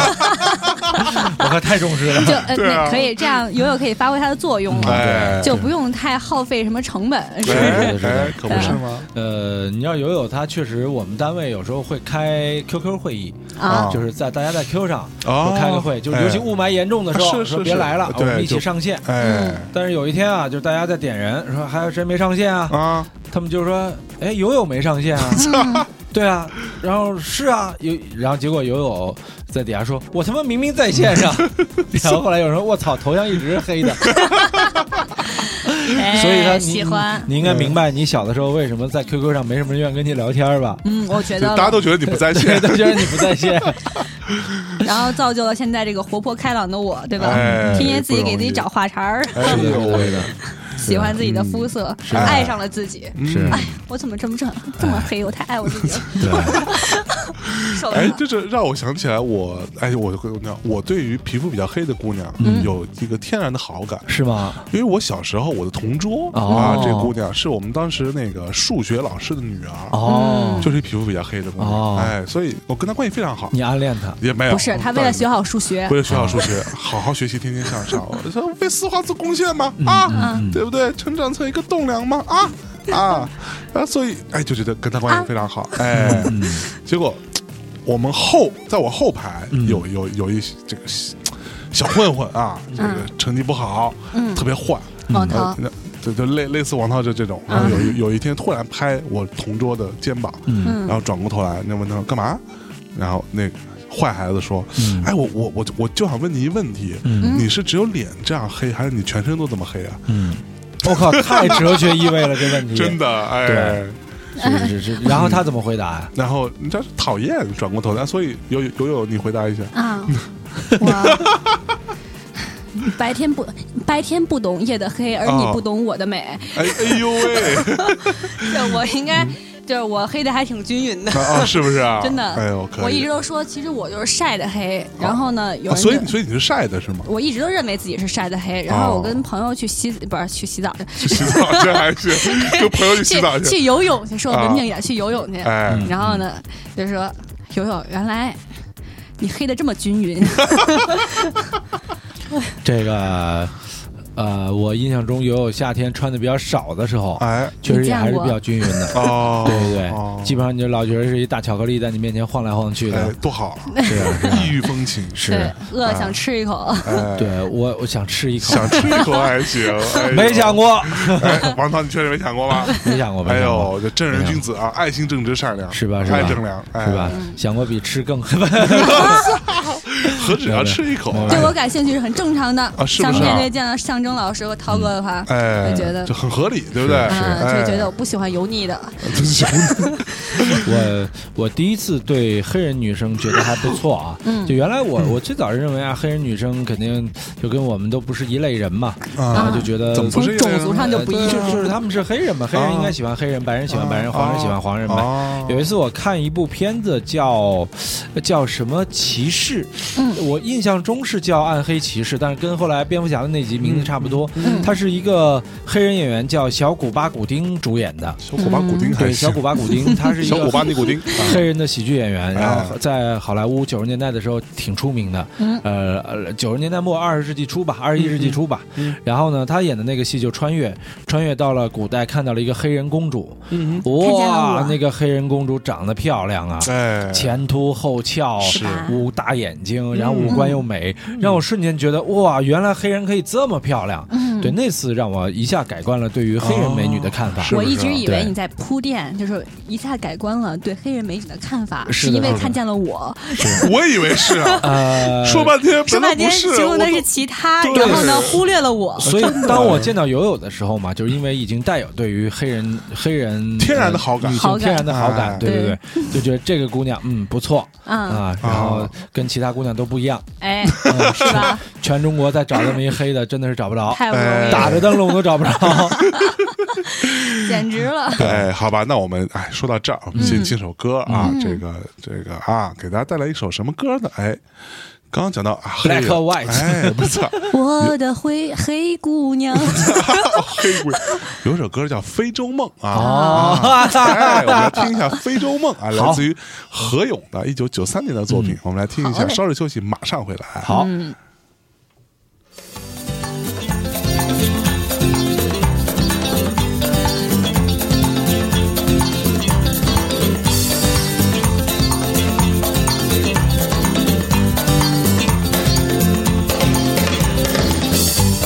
Speaker 1: (laughs) 我可太重视了。
Speaker 4: 就呃
Speaker 2: 对啊
Speaker 4: 那可以这样，游泳可以发挥它的作用了，
Speaker 2: 哎，
Speaker 4: 就不嗯用太耗费什么成本，是
Speaker 1: 哎
Speaker 2: 哎
Speaker 1: 是的是的
Speaker 2: 哎，可不是吗？
Speaker 1: 呃，你要友友他确实，我们单位有时候会开 QQ 会议，
Speaker 4: 啊
Speaker 2: 啊
Speaker 1: 就是在大家在 Q 上嗯
Speaker 2: 哦
Speaker 1: 说开个会，就是尤其雾霾严重的时
Speaker 2: 哎
Speaker 1: 候，
Speaker 2: 是
Speaker 1: 说
Speaker 2: 是
Speaker 1: 别
Speaker 2: 是
Speaker 1: 来了，我
Speaker 2: 对
Speaker 1: 们一起
Speaker 2: 就
Speaker 1: 上线。
Speaker 2: 哎
Speaker 4: 嗯
Speaker 1: 但是有一天啊，就是大家在点人，说还有谁没上线啊？
Speaker 2: 啊，
Speaker 1: 他们就说：“哎，友友没上线啊？
Speaker 2: (laughs)
Speaker 1: (laughs) 对啊，然后是啊，有，然后结果友友在底下说：‘我他妈明明在线上。’ (laughs) 然后后来有人说：‘我操，头像一直是黑的。’
Speaker 4: (laughs) 哎
Speaker 1: 所以他你
Speaker 4: 喜欢，
Speaker 1: 你应该明白你小的时候为什么在 QQ 上没什么人愿意跟你聊天吧？
Speaker 4: 嗯，我觉
Speaker 2: 就
Speaker 4: 得
Speaker 2: 大家都觉得你不
Speaker 1: (laughs)
Speaker 2: 在
Speaker 4: (laughs)
Speaker 2: 线，
Speaker 1: 都觉得你不在线，
Speaker 2: (laughs)
Speaker 4: 然后造就了现在这个活泼开朗的我，对吧？
Speaker 2: 哎
Speaker 4: 天天自己给
Speaker 2: 不容易
Speaker 4: 自己找话茬儿，
Speaker 2: (laughs) 哎呦喂，
Speaker 4: (laughs)
Speaker 1: (laughs)
Speaker 4: 喜欢自己的肤色，
Speaker 1: 的
Speaker 4: 爱上了自己。
Speaker 2: 嗯
Speaker 1: 是
Speaker 4: 哎，我怎么这么这这么黑？我太爱我自己了，
Speaker 1: 对，
Speaker 4: (laughs) 受不
Speaker 2: 哎，
Speaker 4: 了。
Speaker 2: 这是让我想起来我，哎，我姑娘，我对于皮肤比较黑的姑娘、
Speaker 4: 嗯
Speaker 2: 有一个天然的好感，
Speaker 1: 是吗？
Speaker 2: 因为我小时候我的同桌、
Speaker 1: 哦
Speaker 2: 啊，这姑娘是我们当时那个数学老师的女儿，
Speaker 4: 嗯
Speaker 1: 哦，
Speaker 2: 就是皮肤比较黑的姑娘，
Speaker 1: 哦
Speaker 2: 哎，所以我跟她关系非常好，
Speaker 1: 你暗恋他，
Speaker 2: 也没有，嗯
Speaker 4: 不是他为了学好数学
Speaker 2: 为，了学好数学，好好学习，天天向上。我说为四化做贡献吗？啊，对不对？成长成一个栋梁吗？啊啊啊！所以哎，就觉得跟他关系非常好。哎，结果我们后在我后排有有有一些这个小混混啊，这个成绩不好，特别坏，
Speaker 4: 王
Speaker 2: 呃
Speaker 4: 涛，嗯
Speaker 2: 那就就类类似王涛就这种，然后有一有一天突然拍我同桌的肩膀，然后转过头来，那问他干嘛？然后那个坏孩子说：“
Speaker 4: 嗯
Speaker 2: 哎，我我我我就想问你一问题，你是只有脸这样黑，还是你全身都这么黑啊
Speaker 1: 嗯，我靠，太哲学意味了，这问？”题
Speaker 2: 真的哎
Speaker 1: 对，是是是。然后他怎么回答呀？
Speaker 2: 然后你这是讨厌，转过头来，所以友友友友，你回答一下。 (laughs)
Speaker 4: 啊，我白天不白天不懂夜的黑，而你
Speaker 2: 哦
Speaker 4: 不懂我的美， (laughs)
Speaker 2: 哎哎呦喂，
Speaker 4: 这我应该就是我黑的还挺均匀的。
Speaker 2: 啊啊是不是啊？
Speaker 4: 真的
Speaker 2: 哎呦可以，
Speaker 4: 我一直都说，其实我就是晒的黑。然后呢，有
Speaker 2: 啊
Speaker 4: 人
Speaker 2: 所以
Speaker 4: 就
Speaker 2: 所以你是晒的是吗？ (laughs)
Speaker 4: 我一直都认为自己是晒的黑，然
Speaker 2: 哦
Speaker 4: 后我跟朋友去洗，不是去洗澡去，
Speaker 2: 去洗澡去还是 (laughs) 跟朋友去洗澡
Speaker 4: 去
Speaker 2: 去？
Speaker 4: 去游泳去，说
Speaker 2: 啊
Speaker 4: 文明一点，去游泳去。嗯
Speaker 2: 哎，
Speaker 4: 然后呢，就说游泳原来你黑的这么均匀，
Speaker 1: 这个，呃，我印象中友友夏天穿的比较少的时候，
Speaker 2: 哎，
Speaker 1: 确实
Speaker 4: 你
Speaker 1: 也
Speaker 4: 见
Speaker 1: 还是
Speaker 4: 过
Speaker 1: 比较均匀的。
Speaker 2: 哦，
Speaker 1: 对对
Speaker 2: 哦
Speaker 1: 对，基本上你就老觉得是一大巧克力在你面前晃来晃去
Speaker 2: 哎
Speaker 1: 的，
Speaker 2: 多 (laughs) 好，
Speaker 1: 是
Speaker 2: 异域风情，
Speaker 1: 是
Speaker 4: 对。， (laughs) 饿想吃一口，
Speaker 2: 哎，
Speaker 1: 对我，我想吃一口，
Speaker 2: (laughs) 想吃一口还
Speaker 1: (laughs)
Speaker 2: 行，哎呦
Speaker 1: 没想，过，
Speaker 2: 哎，王涛，你确实没想过吧？
Speaker 1: 没想过，没
Speaker 2: 哎
Speaker 1: 想过，
Speaker 2: 呦，这正人君子啊，爱心正直善良，哎
Speaker 1: 是吧是吧
Speaker 2: 太正良，哎 (laughs)
Speaker 1: 是吧？？想过比吃更，
Speaker 2: 何止要吃一口？
Speaker 1: 对
Speaker 4: 对
Speaker 2: 哎
Speaker 4: 我感兴趣是很正常的。
Speaker 2: 啊是不
Speaker 4: 想
Speaker 2: 是啊
Speaker 4: 面对见到象征老师和涛哥的话，
Speaker 2: 哎，
Speaker 4: 我觉得
Speaker 2: 就很合理，对不对？
Speaker 4: 嗯，就觉得
Speaker 2: 哎
Speaker 4: 我不喜欢油腻的。
Speaker 1: 我我第一次对黑人女生觉得还不错啊，
Speaker 4: 嗯
Speaker 1: 就原来我我最早认为啊，黑人女生肯定就跟我们都不是一类人嘛，
Speaker 2: 啊
Speaker 1: 啊，就觉得呃
Speaker 2: 怎么不是
Speaker 4: 从
Speaker 2: 哎啊一类
Speaker 4: 种
Speaker 2: 人
Speaker 4: 族上就不一样
Speaker 1: 就就是他们是黑人嘛，黑人应该喜欢黑人，白人
Speaker 2: 啊
Speaker 1: 喜欢白人，黄人喜欢黄人嘛。
Speaker 2: 哦
Speaker 1: 有一次我看一部片子叫叫什么骑士，
Speaker 2: 嗯
Speaker 1: 我印象中是叫《暗黑骑士》，但是跟后来蝙蝠侠的那集名字差不多。
Speaker 4: 嗯
Speaker 1: 他是一个黑人演员叫小古巴古丁主演的，
Speaker 2: 小古巴古丁还
Speaker 1: 嗯对，
Speaker 2: 行，
Speaker 1: 小古巴古丁，他是一
Speaker 2: 小
Speaker 1: 个
Speaker 2: 古巴尼古丁，
Speaker 1: (laughs) 黑人的喜剧演员，
Speaker 2: 哎
Speaker 1: 然后在好莱坞九十年代的时候挺出名的，
Speaker 4: 嗯
Speaker 1: 呃呃，九十年代末二十世纪初吧，
Speaker 2: 嗯
Speaker 1: 二十一世纪初吧。然后呢，他演的那个戏就穿越，穿越到了古代，看到了一个黑人公主，
Speaker 2: 嗯
Speaker 4: 看见了
Speaker 1: 哇
Speaker 4: 我，
Speaker 1: 那个黑人公主长得漂亮啊，
Speaker 2: 哎，
Speaker 1: 前凸后翘，
Speaker 2: 是嗯
Speaker 4: 吧
Speaker 1: 五大眼睛，然后五官又美，让我瞬间觉得哇，原来黑人可以这么漂亮。
Speaker 4: 嗯
Speaker 1: 对，那次让我一下改观了对于黑人美女的看法。
Speaker 2: 哦是不
Speaker 4: 我
Speaker 2: 是
Speaker 4: 一直以为
Speaker 1: 对
Speaker 4: 你在铺垫，就是一下改观了对黑人美女的看法，
Speaker 1: 是
Speaker 4: 是
Speaker 1: 的
Speaker 4: 因为
Speaker 1: 是的
Speaker 4: 看见了我，
Speaker 2: 我以为是啊，
Speaker 1: 呃，
Speaker 2: 说半天
Speaker 4: 说
Speaker 2: 本来
Speaker 4: 半
Speaker 2: 不
Speaker 4: 天
Speaker 2: 是，
Speaker 4: 形容的
Speaker 2: 我
Speaker 4: 是其他，
Speaker 2: 对
Speaker 4: 然后呢忽略了我。
Speaker 1: 所以
Speaker 2: 啊
Speaker 1: 当我见到友友的时候嘛，就是因为已经带有对于黑人黑人
Speaker 2: (laughs) 天然的好感
Speaker 1: 女性
Speaker 4: 好感
Speaker 1: 天然的好感，
Speaker 2: 哎
Speaker 1: 对对对，就觉得这个姑娘嗯不错
Speaker 4: 嗯，
Speaker 1: 啊，然后
Speaker 2: 啊
Speaker 1: 跟其他姑娘都不一样，
Speaker 4: 哎，
Speaker 1: 嗯
Speaker 4: (laughs) 是
Speaker 1: (laughs)
Speaker 4: 吧？
Speaker 1: 全中国再找这么一黑的真的是找不着，
Speaker 4: 太不哦容易
Speaker 1: 哎打
Speaker 4: 了，
Speaker 1: 着灯笼都找不着。
Speaker 4: 简直了。
Speaker 2: (laughs) 哎，好吧，那我们哎，说到这儿，我们先
Speaker 4: 嗯
Speaker 2: 听首歌啊，
Speaker 4: 嗯
Speaker 2: 这个这个啊，给大家带来一首什么歌呢？哎，刚刚讲到啊
Speaker 1: Black
Speaker 2: 黑人
Speaker 1: or white
Speaker 2: 哎，不
Speaker 1: (laughs)
Speaker 2: 错，
Speaker 4: 我的灰黑姑娘，
Speaker 2: 黑鬼有首歌叫《非洲梦》啊。
Speaker 1: (laughs) 哦，
Speaker 2: 哎，我们来听一下《非洲梦》啊，来
Speaker 1: 好嗯
Speaker 2: 自于何勇的一九九三年的作品。我们来听一
Speaker 4: 好
Speaker 2: 下，
Speaker 4: 嘞
Speaker 2: 稍事休息，马上回来。
Speaker 1: (laughs) 好，
Speaker 4: 嗯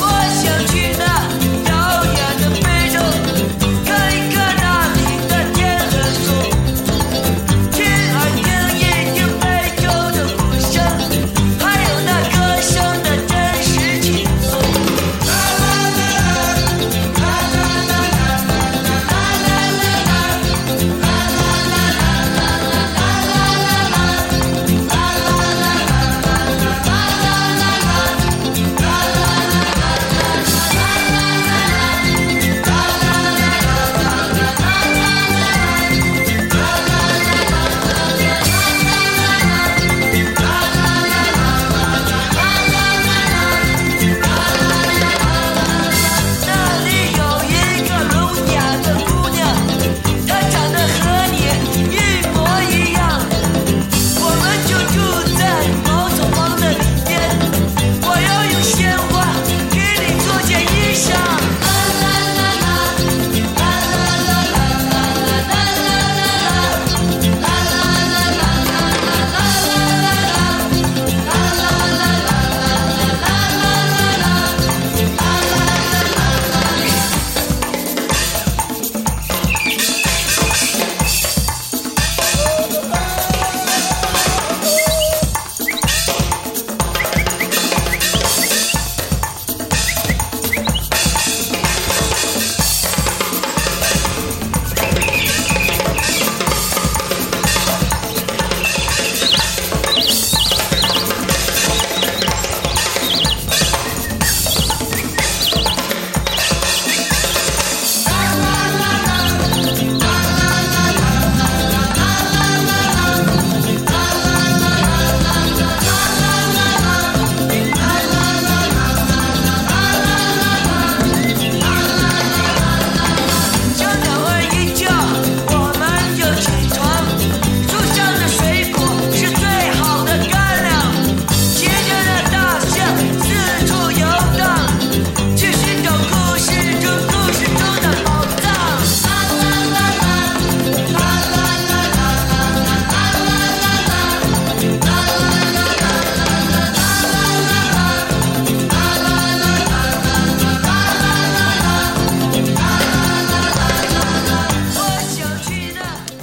Speaker 5: 我想去那遥远的非洲，看一看那里的天和树，亲耳听一听非洲的鼓声，还有那歌声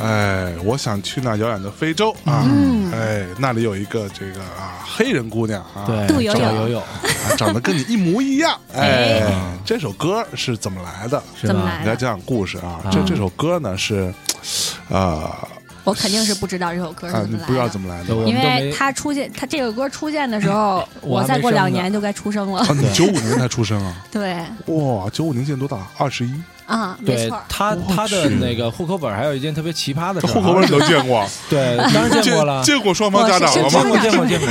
Speaker 2: 哎我想去那遥远的非洲啊，
Speaker 1: 嗯
Speaker 2: 哎，那里有一个这个啊黑人姑娘啊，
Speaker 1: 对，
Speaker 4: 杜友
Speaker 1: 赵
Speaker 4: 友
Speaker 1: 友友
Speaker 2: 啊长得跟你一模
Speaker 1: (laughs)
Speaker 2: 一样，哎，这首歌是怎么来的？
Speaker 1: 是
Speaker 4: 怎么
Speaker 1: 吧？
Speaker 2: 给
Speaker 4: 来
Speaker 2: 大家
Speaker 4: 的？
Speaker 2: 讲讲故事啊，这这首歌呢是，呃
Speaker 4: 我肯定是不知道这首歌是
Speaker 2: 啊，
Speaker 4: 怎
Speaker 2: 你
Speaker 4: 么来的，
Speaker 2: 不知道怎么来的
Speaker 1: 对
Speaker 2: 吗
Speaker 1: 我？
Speaker 4: 因
Speaker 1: 们都没
Speaker 4: 为他出现，他这首歌出现的时候，
Speaker 1: (laughs) 我还
Speaker 4: 我再
Speaker 1: 没
Speaker 4: 过
Speaker 1: 生
Speaker 4: 两
Speaker 1: 呢哦
Speaker 4: 年就该出生了。
Speaker 2: 啊，你九五年才出生啊？
Speaker 4: 对
Speaker 2: 哇，九五年今年多大？二
Speaker 1: (laughs)
Speaker 2: 十一，
Speaker 4: 啊，没
Speaker 1: 对
Speaker 4: 错儿，
Speaker 1: 他
Speaker 2: 我
Speaker 1: 他的
Speaker 2: 去
Speaker 1: 那个户口本还有一件特别奇葩的
Speaker 2: 这
Speaker 1: 事儿，啊
Speaker 2: 户口本你都见过？
Speaker 1: 对，当然见过
Speaker 2: (laughs)
Speaker 1: 了，
Speaker 2: 啊见过双方家长了
Speaker 1: 见
Speaker 2: 吗？
Speaker 1: 过见过见过。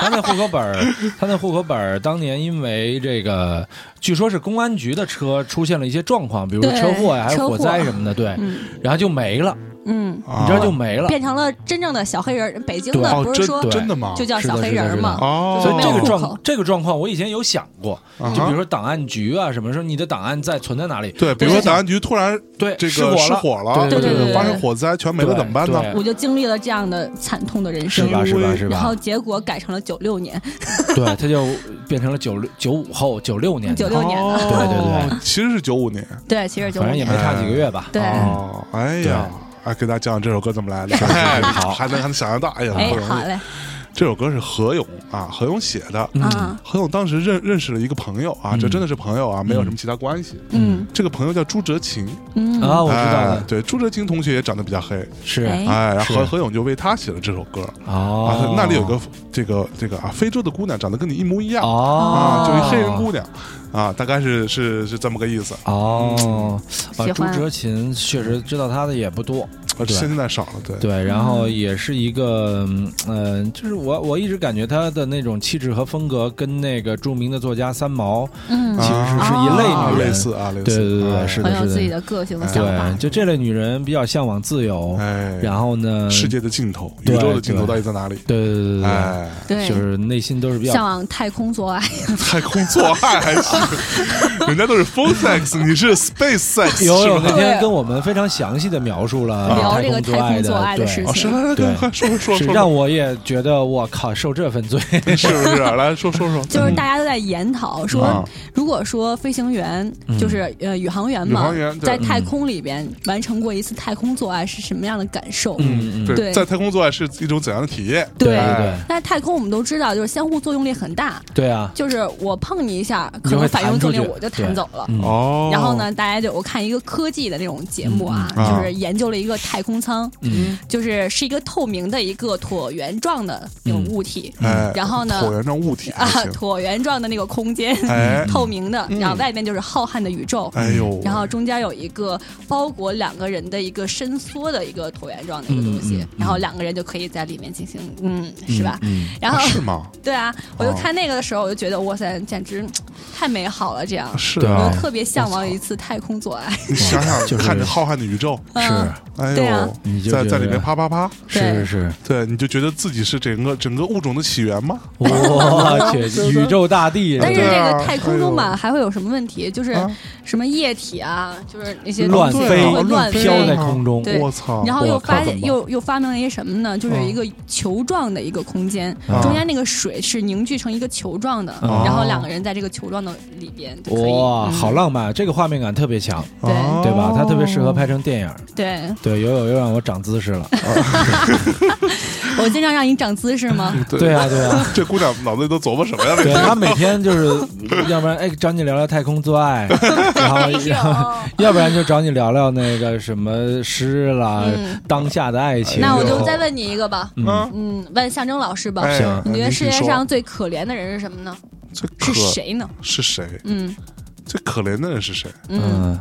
Speaker 1: 他那户口本儿， (laughs) 他那户口本儿当年因为这个，据说是公安局的车出现了一些状况，比如说
Speaker 4: 对
Speaker 1: 车祸呀，还
Speaker 4: 车
Speaker 1: 有
Speaker 4: 祸
Speaker 1: 火灾什么的，对，然后就没了，
Speaker 4: 嗯，
Speaker 1: 你知道就没了。
Speaker 4: 变成了真正的小黑人儿。北京
Speaker 1: 对
Speaker 4: 的
Speaker 2: 啊哦
Speaker 4: 不，是说
Speaker 2: 真真的吗？
Speaker 4: 就叫
Speaker 1: 是的
Speaker 4: 小黑人儿
Speaker 1: 是的
Speaker 4: 嘛
Speaker 1: 是？的
Speaker 2: 哦，
Speaker 1: 所以这个
Speaker 4: 哦
Speaker 1: 状这个状况，我以前有想过，
Speaker 2: 啊哈
Speaker 1: 就比如说档案局啊，什么说你的档案在存在哪里？
Speaker 2: 对，比如说档案局突然
Speaker 1: 对，
Speaker 2: 这
Speaker 1: 失
Speaker 2: 个失火了，
Speaker 1: 对
Speaker 4: 对对对
Speaker 2: 发生火灾全没了
Speaker 1: 对
Speaker 2: 怎么办呢？
Speaker 1: 对
Speaker 4: 我就经历了这样的惨痛的人
Speaker 1: 是
Speaker 4: 生，
Speaker 1: 吧？是吧？是
Speaker 4: 然后
Speaker 1: 吧？
Speaker 4: 结果改成了九六年，
Speaker 1: 对，他就变成了九六九五后九六年
Speaker 4: 九
Speaker 1: 的，
Speaker 4: 六年的，
Speaker 1: 对对
Speaker 2: 对，哦其实是九五年。
Speaker 4: 对，其实九
Speaker 1: 反
Speaker 4: 六
Speaker 1: 正也
Speaker 4: 年
Speaker 1: 没，差几个月吧。
Speaker 4: 对，
Speaker 2: 哦，哎呀，哎，给大家讲讲这首歌怎么来的，
Speaker 1: (laughs)
Speaker 2: 哎，
Speaker 1: 好
Speaker 2: 还能还能想象到，哎呀，
Speaker 4: 哎
Speaker 2: 不，
Speaker 4: 好
Speaker 2: 容易。
Speaker 4: 嘞，
Speaker 2: 这首歌是何勇啊，何勇写的。
Speaker 1: 嗯
Speaker 4: 啊，
Speaker 2: 何勇当时认认识了一个朋友啊，这真的是朋友啊，没有什么其他关系。
Speaker 4: 嗯
Speaker 2: 这个朋友叫朱哲琴，
Speaker 4: 嗯，
Speaker 1: 啊，我知道
Speaker 2: 哎
Speaker 1: 了，，
Speaker 2: 对，朱哲琴同学也长得比较黑，
Speaker 1: 是
Speaker 4: 哎
Speaker 2: 哎，然
Speaker 1: 是
Speaker 2: 后何何勇就为他写了这首歌
Speaker 1: 哦
Speaker 2: 啊，，那里有个这个这个啊，非洲的姑娘长得跟你一模一样
Speaker 1: 哦
Speaker 2: 啊，，就一黑人姑娘啊，大概是是是这么个意思。
Speaker 1: 哦，啊，
Speaker 4: 喜
Speaker 1: 朱
Speaker 4: 欢
Speaker 1: 哲琴确实知道他的也不多，
Speaker 2: 呃
Speaker 1: 对
Speaker 2: 现在少了，对，
Speaker 1: 对，然
Speaker 4: 嗯
Speaker 1: 后也是一个，嗯，呃就是我我一直感觉他的那种气质和风格跟那个著名的作家三毛，
Speaker 4: 嗯，哦
Speaker 1: 其实是
Speaker 2: 啊
Speaker 1: 是一类
Speaker 2: 啊
Speaker 1: 女人
Speaker 2: 类似啊，类似，
Speaker 1: 对对对对，
Speaker 2: 哎
Speaker 1: 是
Speaker 4: 很有
Speaker 1: 的，
Speaker 4: 自己
Speaker 1: 是
Speaker 4: 的个性和想
Speaker 1: 对，
Speaker 4: 法，
Speaker 1: 就这类女人比较向往自由，
Speaker 2: 哎，
Speaker 1: 然后呢，
Speaker 2: 世界的尽头，宇
Speaker 1: 对
Speaker 2: 宙的尽头
Speaker 1: 对
Speaker 2: 到底在哪里？
Speaker 1: 对对对对对
Speaker 2: 哎，
Speaker 1: 对，
Speaker 4: 对
Speaker 1: 就，是内心都是比
Speaker 4: 向
Speaker 1: 较
Speaker 4: 往太空做爱，
Speaker 2: 太空做爱还行，
Speaker 1: (laughs)
Speaker 2: 人家都是 full sex，你是 space sex，
Speaker 1: 有有
Speaker 2: 是吧
Speaker 1: 那天跟我们非常详细的描述了
Speaker 4: 聊这个
Speaker 1: 太
Speaker 4: 太空
Speaker 1: 做
Speaker 4: 做爱
Speaker 1: 的
Speaker 4: 的
Speaker 1: 对
Speaker 4: 事情
Speaker 2: 哦，是来来来，
Speaker 1: 对
Speaker 2: 快说说
Speaker 1: 是
Speaker 2: 说，
Speaker 1: 让我也觉得我靠，受这份
Speaker 4: (laughs)
Speaker 1: 罪。
Speaker 2: (laughs) 是不是？来说说说，
Speaker 4: 就是大家都在研讨
Speaker 2: 啊
Speaker 4: 说，如果说飞行员就是呃宇航员
Speaker 2: 宇
Speaker 4: 嘛
Speaker 2: 航员，对
Speaker 4: 在太空里边完成过一次太空做爱是什么样的感受？
Speaker 1: 嗯嗯
Speaker 2: 对，
Speaker 4: 对
Speaker 2: 在太空做爱是一种怎样的体验？
Speaker 1: 对
Speaker 4: 对
Speaker 1: 对
Speaker 4: 但是太空我们都知道，就是相互作用力很大，
Speaker 1: 对啊，
Speaker 4: 就是我碰你一下，
Speaker 1: 你
Speaker 4: 可
Speaker 1: 就会
Speaker 4: 能反应作
Speaker 1: 弹
Speaker 4: 用力
Speaker 1: 出去
Speaker 4: 我就弹走了。
Speaker 1: 嗯
Speaker 2: 哦，
Speaker 4: 然后呢，大家就我看一个科技的那种节目啊，
Speaker 2: 嗯啊
Speaker 4: 就是研究了一个太空舱，
Speaker 1: 嗯
Speaker 4: 就是是一个透明的一个椭圆状的那种物体，
Speaker 2: 哎，
Speaker 4: 嗯然后呢
Speaker 2: 椭圆状物体
Speaker 4: 啊
Speaker 2: 还哎行，
Speaker 4: 椭圆状的那个空间，
Speaker 2: 哎
Speaker 4: 透明的，然后外面就是浩瀚的宇宙，
Speaker 2: 哎呦，
Speaker 4: 然后中间有一个包裹两个人的一个伸缩的一个椭圆状的一个东西，
Speaker 1: 嗯嗯嗯
Speaker 4: 然后两个人就可以在里面进行，嗯，是吧？
Speaker 1: 嗯，
Speaker 4: 然后、
Speaker 2: 啊是吗？
Speaker 4: (laughs) 对啊，我就看那个的时候，我就觉得哇塞，简直太美好了！这样，
Speaker 2: 是
Speaker 1: 对
Speaker 4: 我
Speaker 2: 啊
Speaker 1: 啊，
Speaker 4: 就特别向往一次太空做爱。
Speaker 2: 你想想，
Speaker 1: 就是
Speaker 2: 看着浩瀚的宇宙，
Speaker 1: 是
Speaker 4: 嗯
Speaker 2: 哎
Speaker 4: 对啊
Speaker 2: 呦，
Speaker 1: 你就
Speaker 2: 在
Speaker 1: 觉
Speaker 2: 在里
Speaker 1: 得
Speaker 2: 面啪啪啪，
Speaker 1: 是是
Speaker 4: (laughs)
Speaker 1: 是，
Speaker 2: 对，你就觉得自己是整个整个物种的起源吗？
Speaker 1: 我
Speaker 4: (laughs)
Speaker 1: 去，宇宙大地，
Speaker 4: 但是
Speaker 2: 对
Speaker 4: 这
Speaker 2: 啊
Speaker 4: 个太空中
Speaker 2: 哎
Speaker 4: 吧，还会有什么问题？就是
Speaker 2: 啊
Speaker 4: 什么液体啊，就是那些
Speaker 1: 乱
Speaker 4: 东西
Speaker 1: 飞
Speaker 4: 啊会乱
Speaker 2: 飞
Speaker 1: 飘在空中
Speaker 4: 对
Speaker 2: 我操！
Speaker 4: 然后又
Speaker 1: 我靠
Speaker 4: 发
Speaker 1: 怎
Speaker 4: 现
Speaker 1: 么
Speaker 4: 又又发明了一什么呢？
Speaker 2: 哦
Speaker 4: 就是一个球状的一个空间，
Speaker 2: 啊
Speaker 4: 中间那个水是凝聚成一个球状的，
Speaker 2: 哦
Speaker 1: 啊
Speaker 4: 然后两个人在这个球状的里边就可以。
Speaker 1: 哇，
Speaker 4: 嗯
Speaker 1: 好浪漫，这个画面感特别强，
Speaker 4: 对
Speaker 2: 哦
Speaker 1: 对吧？它特别适合拍成电影。
Speaker 4: 对，
Speaker 1: 对，友友又让我长姿势
Speaker 4: (laughs)
Speaker 1: 了。
Speaker 4: 我经常让你长姿势
Speaker 2: (laughs)
Speaker 4: 吗？
Speaker 1: 对啊，对
Speaker 4: (laughs)
Speaker 1: 啊，
Speaker 2: 这姑娘脑子里都琢磨什么呀？
Speaker 1: 对他每天就是，要不然哎找你聊聊太空做
Speaker 4: (laughs)
Speaker 1: 爱，然后然
Speaker 4: 哦
Speaker 1: 后
Speaker 2: 哎
Speaker 1: 要不然就找你聊聊那个什么诗啦，
Speaker 4: 嗯
Speaker 1: 当下的爱情。
Speaker 4: 那我
Speaker 2: 哎
Speaker 4: 就
Speaker 2: 呦
Speaker 4: 再问你一个吧，
Speaker 2: 啊，
Speaker 4: 嗯，问象征老师吧，
Speaker 2: 哎
Speaker 1: 行
Speaker 4: 你觉得世界
Speaker 2: 您请说
Speaker 4: 上最可怜的人是什么呢？
Speaker 2: 最
Speaker 4: 是
Speaker 2: 可
Speaker 4: 谁呢？
Speaker 2: 是谁？
Speaker 4: 嗯
Speaker 2: 最可怜的人是谁？
Speaker 4: 嗯，
Speaker 1: 嗯，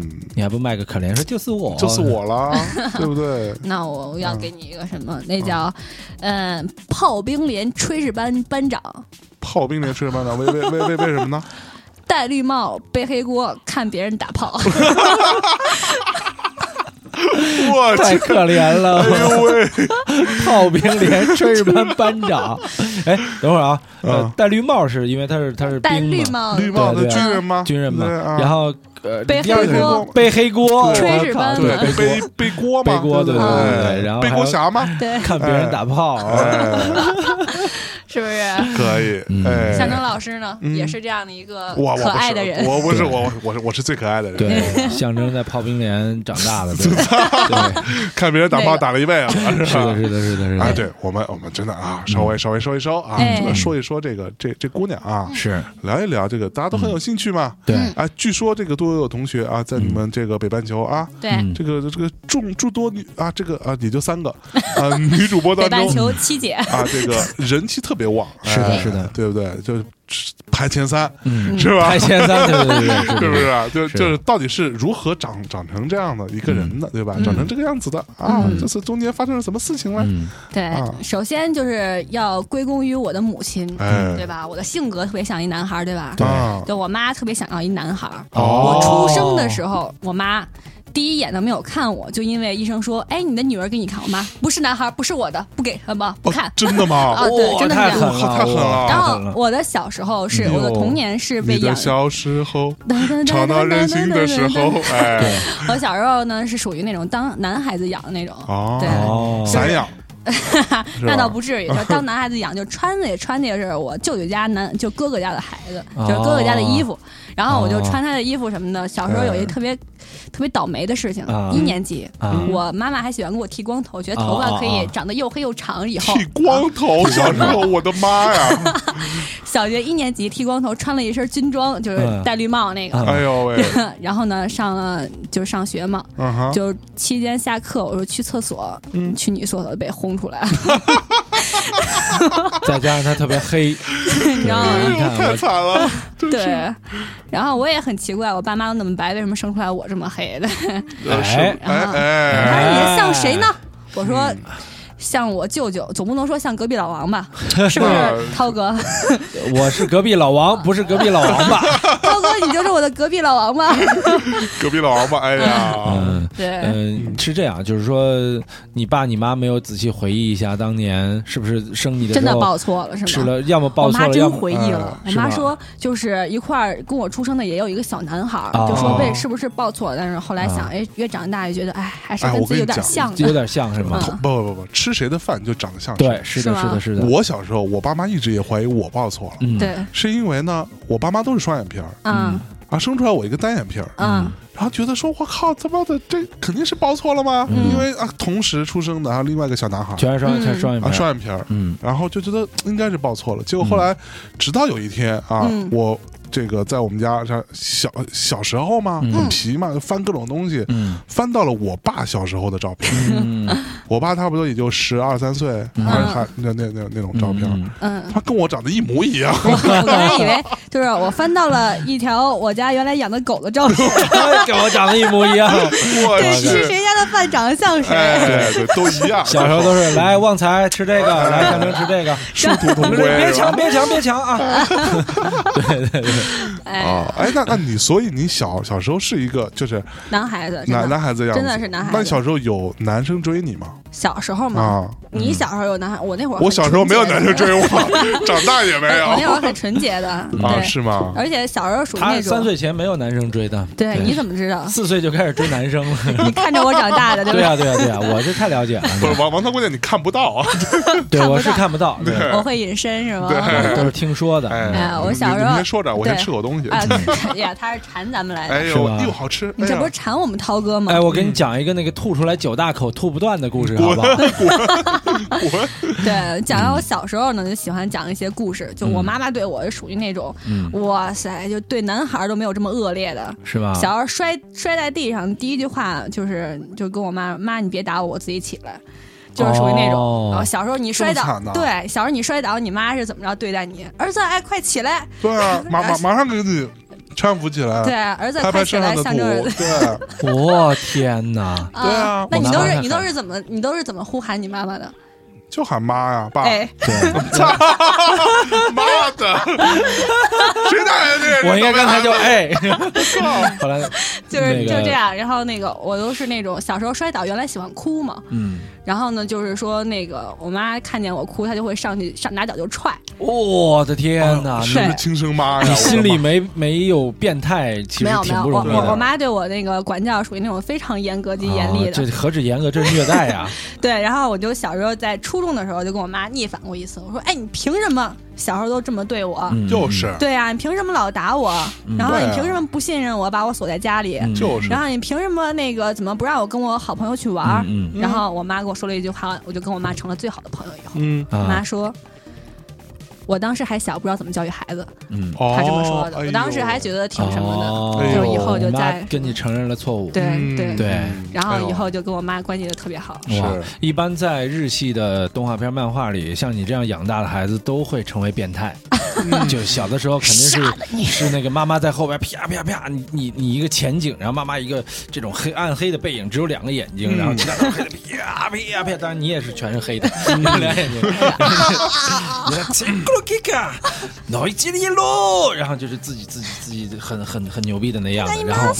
Speaker 2: 嗯，
Speaker 1: 你还不卖个可怜说就是我，
Speaker 2: 就是我啦，对不对？
Speaker 4: 那我
Speaker 2: 嗯
Speaker 4: 要给你一个什么？那叫，呃，炮兵连炊事班班长，
Speaker 2: 炮兵连炊事班长，为为为为为什么呢？
Speaker 4: 戴绿帽背黑锅，看别人打炮。 (laughs)
Speaker 2: (laughs) 我
Speaker 1: 太
Speaker 2: 去，
Speaker 1: 可怜了。
Speaker 2: 哎呦喂！
Speaker 1: (laughs) 炮兵连炊事班班
Speaker 2: (laughs)
Speaker 1: 长。哎，等会儿啊，呃
Speaker 2: 嗯，
Speaker 1: 戴绿帽是因为他是他是
Speaker 4: 戴
Speaker 1: 兵
Speaker 4: 绿
Speaker 1: 嘛，
Speaker 4: 帽，
Speaker 2: 绿帽的
Speaker 1: 对对
Speaker 2: 军人吗？
Speaker 1: 军人嘛，
Speaker 2: 对啊
Speaker 1: 然后呃，
Speaker 4: 背
Speaker 1: 第二
Speaker 4: 黑
Speaker 1: 个
Speaker 4: 锅 (laughs)
Speaker 2: 锅
Speaker 1: 背黑锅，
Speaker 4: 炊
Speaker 1: 我
Speaker 4: 事
Speaker 1: 靠
Speaker 4: 班
Speaker 1: 对
Speaker 4: 嘛
Speaker 1: 背
Speaker 2: 背
Speaker 1: 锅，
Speaker 2: 背锅嘛，
Speaker 1: 背锅
Speaker 2: 对
Speaker 1: 对
Speaker 2: 哎
Speaker 1: 对对对然后
Speaker 2: 背
Speaker 1: 还嗯
Speaker 2: 锅
Speaker 1: 有
Speaker 2: 侠嘛，
Speaker 4: 对，
Speaker 1: 看别人打炮，
Speaker 2: 哎
Speaker 4: 是不是？
Speaker 2: 可以，哎，
Speaker 4: 向征老师呢，也是这样的一个
Speaker 2: 我我
Speaker 4: 可
Speaker 2: 不
Speaker 4: 爱
Speaker 2: 是
Speaker 4: 的人。
Speaker 2: 我不是我我是我是最可爱的人，
Speaker 1: 对，象征在炮兵连长大
Speaker 2: (laughs)
Speaker 1: 的，对，对
Speaker 2: 看别人打炮打了
Speaker 1: (laughs)
Speaker 2: 一辈子，
Speaker 1: 是的，是的，是的，是
Speaker 2: 啊，
Speaker 1: 的，
Speaker 2: 对我们我们真的啊，
Speaker 1: 嗯
Speaker 2: 稍微稍微收一收啊，
Speaker 4: 哎
Speaker 2: 这个说一说这个这这姑娘啊，
Speaker 1: 是，
Speaker 2: 聊一聊这个，大家都很有兴趣嘛。
Speaker 1: 嗯对，
Speaker 2: 啊，据说这个多有有同学啊，在你们这个北半球啊，
Speaker 4: 对，
Speaker 1: 嗯
Speaker 2: 这个这个众诸多女啊，这个啊也就三个
Speaker 1: (laughs)
Speaker 2: 啊女主播
Speaker 4: 北
Speaker 2: 当
Speaker 4: 半
Speaker 2: 中
Speaker 4: 球七姐，
Speaker 2: (laughs) 啊，这个人气特别旺，
Speaker 1: 是的
Speaker 2: 哎
Speaker 1: 是的
Speaker 2: 对不对？就是排前三，
Speaker 1: 嗯，
Speaker 2: 是吧
Speaker 1: 开？前三，对
Speaker 2: (laughs)
Speaker 1: 对对对，
Speaker 2: 是不是？啊？就是就是到底是如何长长成这样的一个人
Speaker 1: 嗯
Speaker 2: 的，对吧？长
Speaker 4: 嗯
Speaker 2: 成这个样子的啊，这次中间发生了什么事情了？
Speaker 1: 嗯，
Speaker 4: 对
Speaker 2: 啊，
Speaker 4: 首先就是要归功于我的母亲，
Speaker 2: 哎
Speaker 4: 对吧？我的性格特别像一男孩儿，对吧？
Speaker 1: 对
Speaker 2: 啊，
Speaker 4: 对我妈特别想要一男孩儿。
Speaker 2: 哦
Speaker 4: 我出生的时候，我妈第一眼都没有看我，就因为医生说：“哎，你的女儿给你看。”我妈不是男孩儿，不是我的，不给什么不看
Speaker 2: 哦。真
Speaker 4: (laughs)
Speaker 2: 的吗？
Speaker 4: 啊对
Speaker 1: 哇
Speaker 4: 真的是
Speaker 1: 太
Speaker 4: 这
Speaker 1: 狠
Speaker 4: 样
Speaker 1: 了，
Speaker 2: 太狠了哦
Speaker 1: 哇
Speaker 4: 然
Speaker 1: 太狠
Speaker 4: 后
Speaker 1: 了，
Speaker 4: 我的小时候是
Speaker 2: 哎呦
Speaker 4: 我的童年是被
Speaker 2: 你的
Speaker 4: 养。
Speaker 2: 小时
Speaker 4: (laughs)
Speaker 2: 候
Speaker 4: 哒哒哒哒
Speaker 2: 吵闹任性的时
Speaker 4: 哒哒
Speaker 2: 候
Speaker 4: 哒，
Speaker 2: 哎，
Speaker 4: 哒我小时候呢是属于那种当男孩子养的那种，
Speaker 2: 哦
Speaker 4: 对，
Speaker 1: 哦，
Speaker 2: 散
Speaker 4: (laughs)
Speaker 2: 养，是吧
Speaker 4: 那倒不至于，就当男孩子养，就穿的也穿的也是我舅舅家男， (laughs) 就哥哥家的孩子，
Speaker 1: 哦
Speaker 4: 就是哥哥家的衣服。然后我就
Speaker 1: 哦
Speaker 4: 穿他的衣服什么的。小时候有一特别特别倒霉的事情
Speaker 1: 啊，
Speaker 4: 一年级
Speaker 1: 啊，
Speaker 4: 我妈妈还喜欢给我剃光头，觉得头
Speaker 1: 哦
Speaker 4: 发
Speaker 1: 哦
Speaker 4: 可以
Speaker 1: 哦
Speaker 4: 长得又黑又长。以后
Speaker 2: 剃光头，小时候，我的妈
Speaker 4: (laughs)
Speaker 2: 呀！
Speaker 4: 小学一年级剃光头，穿了一身军装，就是
Speaker 1: 嗯
Speaker 4: 戴绿帽那个。
Speaker 1: 啊
Speaker 2: 哎呦喂，
Speaker 4: (laughs) 然后呢，上了就上学嘛，
Speaker 2: 嗯
Speaker 1: 啊
Speaker 2: 哼，
Speaker 4: 就期间下课，我说去厕所，
Speaker 1: 嗯
Speaker 4: 去女厕所被轰出来
Speaker 1: (laughs)
Speaker 4: 了，
Speaker 1: 再加上他特别黑，
Speaker 4: 你知道吗？
Speaker 1: 你看
Speaker 2: 哎太惨了，真是，
Speaker 4: 嗯对，然后我也很奇怪，我爸妈都那么白，为什么生出来我这么黑的？
Speaker 2: 呃是
Speaker 1: 哎
Speaker 2: 哎哎，
Speaker 4: 他
Speaker 1: 哎
Speaker 4: 说你像谁呢？我说。像我舅舅，总不能说像隔壁老
Speaker 1: (laughs)
Speaker 4: 王吧？是不是，涛哥？
Speaker 1: 我是隔壁老王，不是隔壁老王
Speaker 2: (laughs)
Speaker 1: 吧？
Speaker 4: 涛哥，你就是我的隔壁老
Speaker 1: (laughs)
Speaker 4: 王吧？
Speaker 2: 隔壁老王八，哎呀，
Speaker 1: 嗯。
Speaker 4: 对，
Speaker 1: 嗯，是这样，就是说，你爸你妈没有仔细回忆一下当年是不是生你的时
Speaker 4: 真
Speaker 1: 候
Speaker 4: 的报错了是
Speaker 1: 吃
Speaker 4: 吗？
Speaker 1: 了，要么
Speaker 4: 我
Speaker 1: 报错
Speaker 4: 妈
Speaker 1: 了，要
Speaker 4: 真
Speaker 1: 么
Speaker 4: 回忆了
Speaker 2: 了，
Speaker 4: 我
Speaker 1: 是
Speaker 4: 妈
Speaker 1: 吗
Speaker 4: 说就是一块儿跟我出生的也有一个小男孩儿，
Speaker 1: 哦啊
Speaker 4: 就说被是不是报错了？但是后来想，哎，越长大越觉得，哎，还是
Speaker 2: 哎
Speaker 4: 跟
Speaker 2: 我
Speaker 4: 自己有
Speaker 2: 跟你
Speaker 4: 点
Speaker 2: 讲
Speaker 4: 像
Speaker 1: 有
Speaker 4: 的。
Speaker 1: 点像是吗？
Speaker 4: 嗯
Speaker 2: 不不不不，吃谁的饭就长得像谁。
Speaker 1: 对，是的，
Speaker 4: 是
Speaker 1: 是
Speaker 4: 吗
Speaker 1: 的，是的。
Speaker 2: 我小时候，我爸妈一直也怀疑我报错了，
Speaker 1: 嗯，
Speaker 4: 对，
Speaker 2: 是因为呢，我爸妈都是双眼皮儿
Speaker 4: 嗯
Speaker 2: 啊，生出来我一个单眼皮儿，
Speaker 4: 嗯， (laughs)
Speaker 2: 然后觉得说，我靠，他妈的，这肯定是报错了吗？因为啊，同时出生的，还有另外一个小男孩儿
Speaker 1: 嗯全是双
Speaker 4: 嗯
Speaker 1: 全是双眼皮
Speaker 2: 啊，
Speaker 1: 儿，
Speaker 2: 双眼皮儿，
Speaker 1: 嗯
Speaker 2: 然后就觉得应该是报错了。结果后来，直到有一天啊，
Speaker 4: 嗯
Speaker 2: 我这个在我们家上小小时候嘛，
Speaker 1: 嗯
Speaker 2: 很皮嘛，翻各种东西，
Speaker 1: 嗯
Speaker 2: 翻到了我爸小时候的照片。
Speaker 1: 嗯，
Speaker 2: 我爸差不多也就十二三岁，还还那那那那种照片。
Speaker 1: 嗯
Speaker 4: 嗯，
Speaker 2: 他跟我长得一模一样，
Speaker 4: 我刚才以为就是我翻到了一条我家原来养的狗的照
Speaker 2: (laughs)
Speaker 4: 片，
Speaker 1: 哎 (laughs) 跟我长得一模一样。
Speaker 2: 我
Speaker 4: 对，吃
Speaker 2: 去，
Speaker 4: 谁家的饭长得像
Speaker 2: (laughs)
Speaker 4: 谁？
Speaker 2: 哎，对，都一
Speaker 1: (laughs)
Speaker 2: 样。
Speaker 1: 小时候都是来旺财吃这个，来象征吃这
Speaker 2: (laughs)
Speaker 1: 个，
Speaker 2: 殊途同归，
Speaker 1: 别
Speaker 2: 是吧
Speaker 1: 抢，别抢，别抢
Speaker 4: 嗯
Speaker 1: 啊！
Speaker 4: 哎，
Speaker 2: 啊！哎，那那你所以你小小时候是一个就是
Speaker 4: (laughs) 男孩子，真
Speaker 2: 男
Speaker 4: 的
Speaker 2: 男孩子的样子，
Speaker 4: 真的是男孩子嗯
Speaker 2: 那你小时候有男生追你吗？
Speaker 4: 小时候嘛，
Speaker 2: 啊，
Speaker 4: 你小时候有男孩，我那会儿
Speaker 2: 我小时候没有男生追
Speaker 4: 我， (laughs)
Speaker 2: 我，长大也没
Speaker 4: 我那会
Speaker 2: 有
Speaker 4: 儿很纯洁的，
Speaker 2: (laughs) 啊？
Speaker 4: 对，
Speaker 2: 是吗？
Speaker 4: 而且小时候属于
Speaker 1: 他
Speaker 4: 那
Speaker 1: 三
Speaker 4: 种，
Speaker 1: 岁前没有男生追的，
Speaker 4: 对，你怎么知道？
Speaker 1: 四岁就开始追男生了？
Speaker 4: 你看着我长大的，对
Speaker 1: (laughs)
Speaker 4: 不
Speaker 1: 对
Speaker 4: 对？
Speaker 1: 呀，对呀，对呀，我这太了解了。 (laughs)
Speaker 2: 不是王王涛姑娘，你看不到啊！
Speaker 1: 对，
Speaker 4: 看不
Speaker 1: 我是
Speaker 4: 到
Speaker 1: 看不到， (laughs) 对，
Speaker 4: 我会隐身是吗？啊
Speaker 1: 我都是听说的。
Speaker 2: 哎
Speaker 4: 哎我
Speaker 2: 你
Speaker 4: 小
Speaker 2: 你
Speaker 4: 时候
Speaker 2: 你先说着，我先
Speaker 4: 对
Speaker 2: 吃口东西。
Speaker 4: 啊， (laughs) 哎呀，他是馋咱们来
Speaker 2: 哎
Speaker 4: 的，
Speaker 1: 是
Speaker 2: 呦
Speaker 1: 吧，
Speaker 2: 又好吃！
Speaker 4: 你
Speaker 2: 哎
Speaker 4: 这
Speaker 2: 呀
Speaker 4: 不是馋我们涛哥吗
Speaker 1: 哎，？我给你讲一个那个吐出来九大口吐不断的故事，好不好？ (laughs)
Speaker 4: 对，
Speaker 1: 嗯
Speaker 4: 讲到我小时候呢，就喜欢讲一些故事。就我妈妈对我是属于那种，
Speaker 1: 嗯
Speaker 4: 哇塞，就对男孩儿都没有这么恶劣的。
Speaker 1: 是吧？
Speaker 4: 小时候摔摔在地上，第一句话就是就跟我妈妈你别打我，我自己起来，就是属于那种。
Speaker 1: 哦
Speaker 4: 然后小时候你摔
Speaker 2: 这么
Speaker 4: 倒
Speaker 2: 惨呐，
Speaker 4: 对，小时候你摔倒，你妈是怎么着对待你？儿子，哎，快起来！
Speaker 2: 对啊，
Speaker 4: (laughs)
Speaker 2: 马马马上给你搀扶起
Speaker 4: 对，
Speaker 2: 来，
Speaker 4: 儿子
Speaker 2: 拍
Speaker 4: 快
Speaker 2: 拍
Speaker 4: 起
Speaker 2: 身
Speaker 4: 来，
Speaker 2: 上的
Speaker 4: 象
Speaker 2: 土，
Speaker 4: 征儿
Speaker 2: 对
Speaker 4: 子。
Speaker 1: 我天哪！
Speaker 4: 啊
Speaker 2: 对啊
Speaker 1: 我
Speaker 4: 那你
Speaker 1: 妈
Speaker 4: 都
Speaker 1: 妈
Speaker 4: 是
Speaker 1: 看
Speaker 4: 你都是怎么你都是怎么呼喊你妈妈的？
Speaker 2: 就喊妈呀，爸， (laughs)
Speaker 4: 哎，
Speaker 1: (laughs) 对，
Speaker 2: 妈 (laughs) 的，谁打人的？
Speaker 1: 我应该刚 (laughs) 才就哎，后来
Speaker 4: 就是
Speaker 1: 那
Speaker 4: (laughs) 就
Speaker 1: 个
Speaker 4: 这样。然后那个我都是那种小时候摔倒，原来喜欢哭嘛，
Speaker 1: 嗯
Speaker 4: 然后呢，就是说那个我妈看见我哭，她就会上去上拿脚就踹。
Speaker 1: 我的天哪！
Speaker 2: 嗯是不是亲生妈呀？
Speaker 1: 你
Speaker 2: 我的
Speaker 1: 心里
Speaker 2: 妈
Speaker 1: 没没哦有变态，其
Speaker 4: 没
Speaker 1: 实
Speaker 4: 有没
Speaker 1: 挺
Speaker 4: 有，
Speaker 1: 不
Speaker 4: 我
Speaker 1: 容易的。
Speaker 4: 我我妈对我那个管教属于那种非常严格及严厉
Speaker 1: 啊
Speaker 4: 的。
Speaker 1: 这何止严格，这是虐待啊 (laughs) 呀！
Speaker 4: 对，然后我就小时候在初中的时候就跟我妈逆反过一次，我说：“哎，你凭什么小时候都这么对我？
Speaker 1: 嗯
Speaker 2: 就是
Speaker 4: 对呀、你凭什么老打我？然后
Speaker 2: 对
Speaker 4: 你
Speaker 2: 啊
Speaker 4: 凭什么不信任我，把我锁在家里？
Speaker 1: 嗯
Speaker 2: 就是
Speaker 4: 然后你凭什么那个怎么不让我跟我好朋友去玩儿？
Speaker 1: 嗯
Speaker 4: 然后我妈跟我说了一句话，我就跟我妈成了最好的朋友。以后，
Speaker 2: 嗯
Speaker 4: 我妈
Speaker 1: 啊，
Speaker 4: 说。我当时还小，不知道怎么教育孩子，
Speaker 1: 嗯，
Speaker 2: 哦
Speaker 4: 她这么说的。
Speaker 2: 哎
Speaker 4: 我
Speaker 2: 呦
Speaker 4: 当时还觉得挺什么的，
Speaker 1: 哦
Speaker 2: 哎
Speaker 4: 就
Speaker 2: 呦
Speaker 4: 以后就
Speaker 1: 我妈
Speaker 4: 在
Speaker 1: 跟你承认了错误。
Speaker 4: 对
Speaker 2: 嗯
Speaker 4: 对
Speaker 1: 对
Speaker 4: 然后以后
Speaker 2: 哎
Speaker 4: 就跟我妈关系就特别好。
Speaker 2: 呦
Speaker 1: 哇
Speaker 2: 是
Speaker 1: 一般在日系的动画片、漫画里，像你这样养大的孩子都会成为变态。就小的时候肯定是是那个妈妈在后边啪啪啪，你你你一个前景，然后妈妈一个这种黑暗黑的背影，只有两个眼睛，然后其他都是黑的啪啪啪，当然你也是全是黑的，两眼睛。你看，切咕噜吉卡，脑一激灵喽，然后就是自己自己自己很很很牛逼的那样子，然后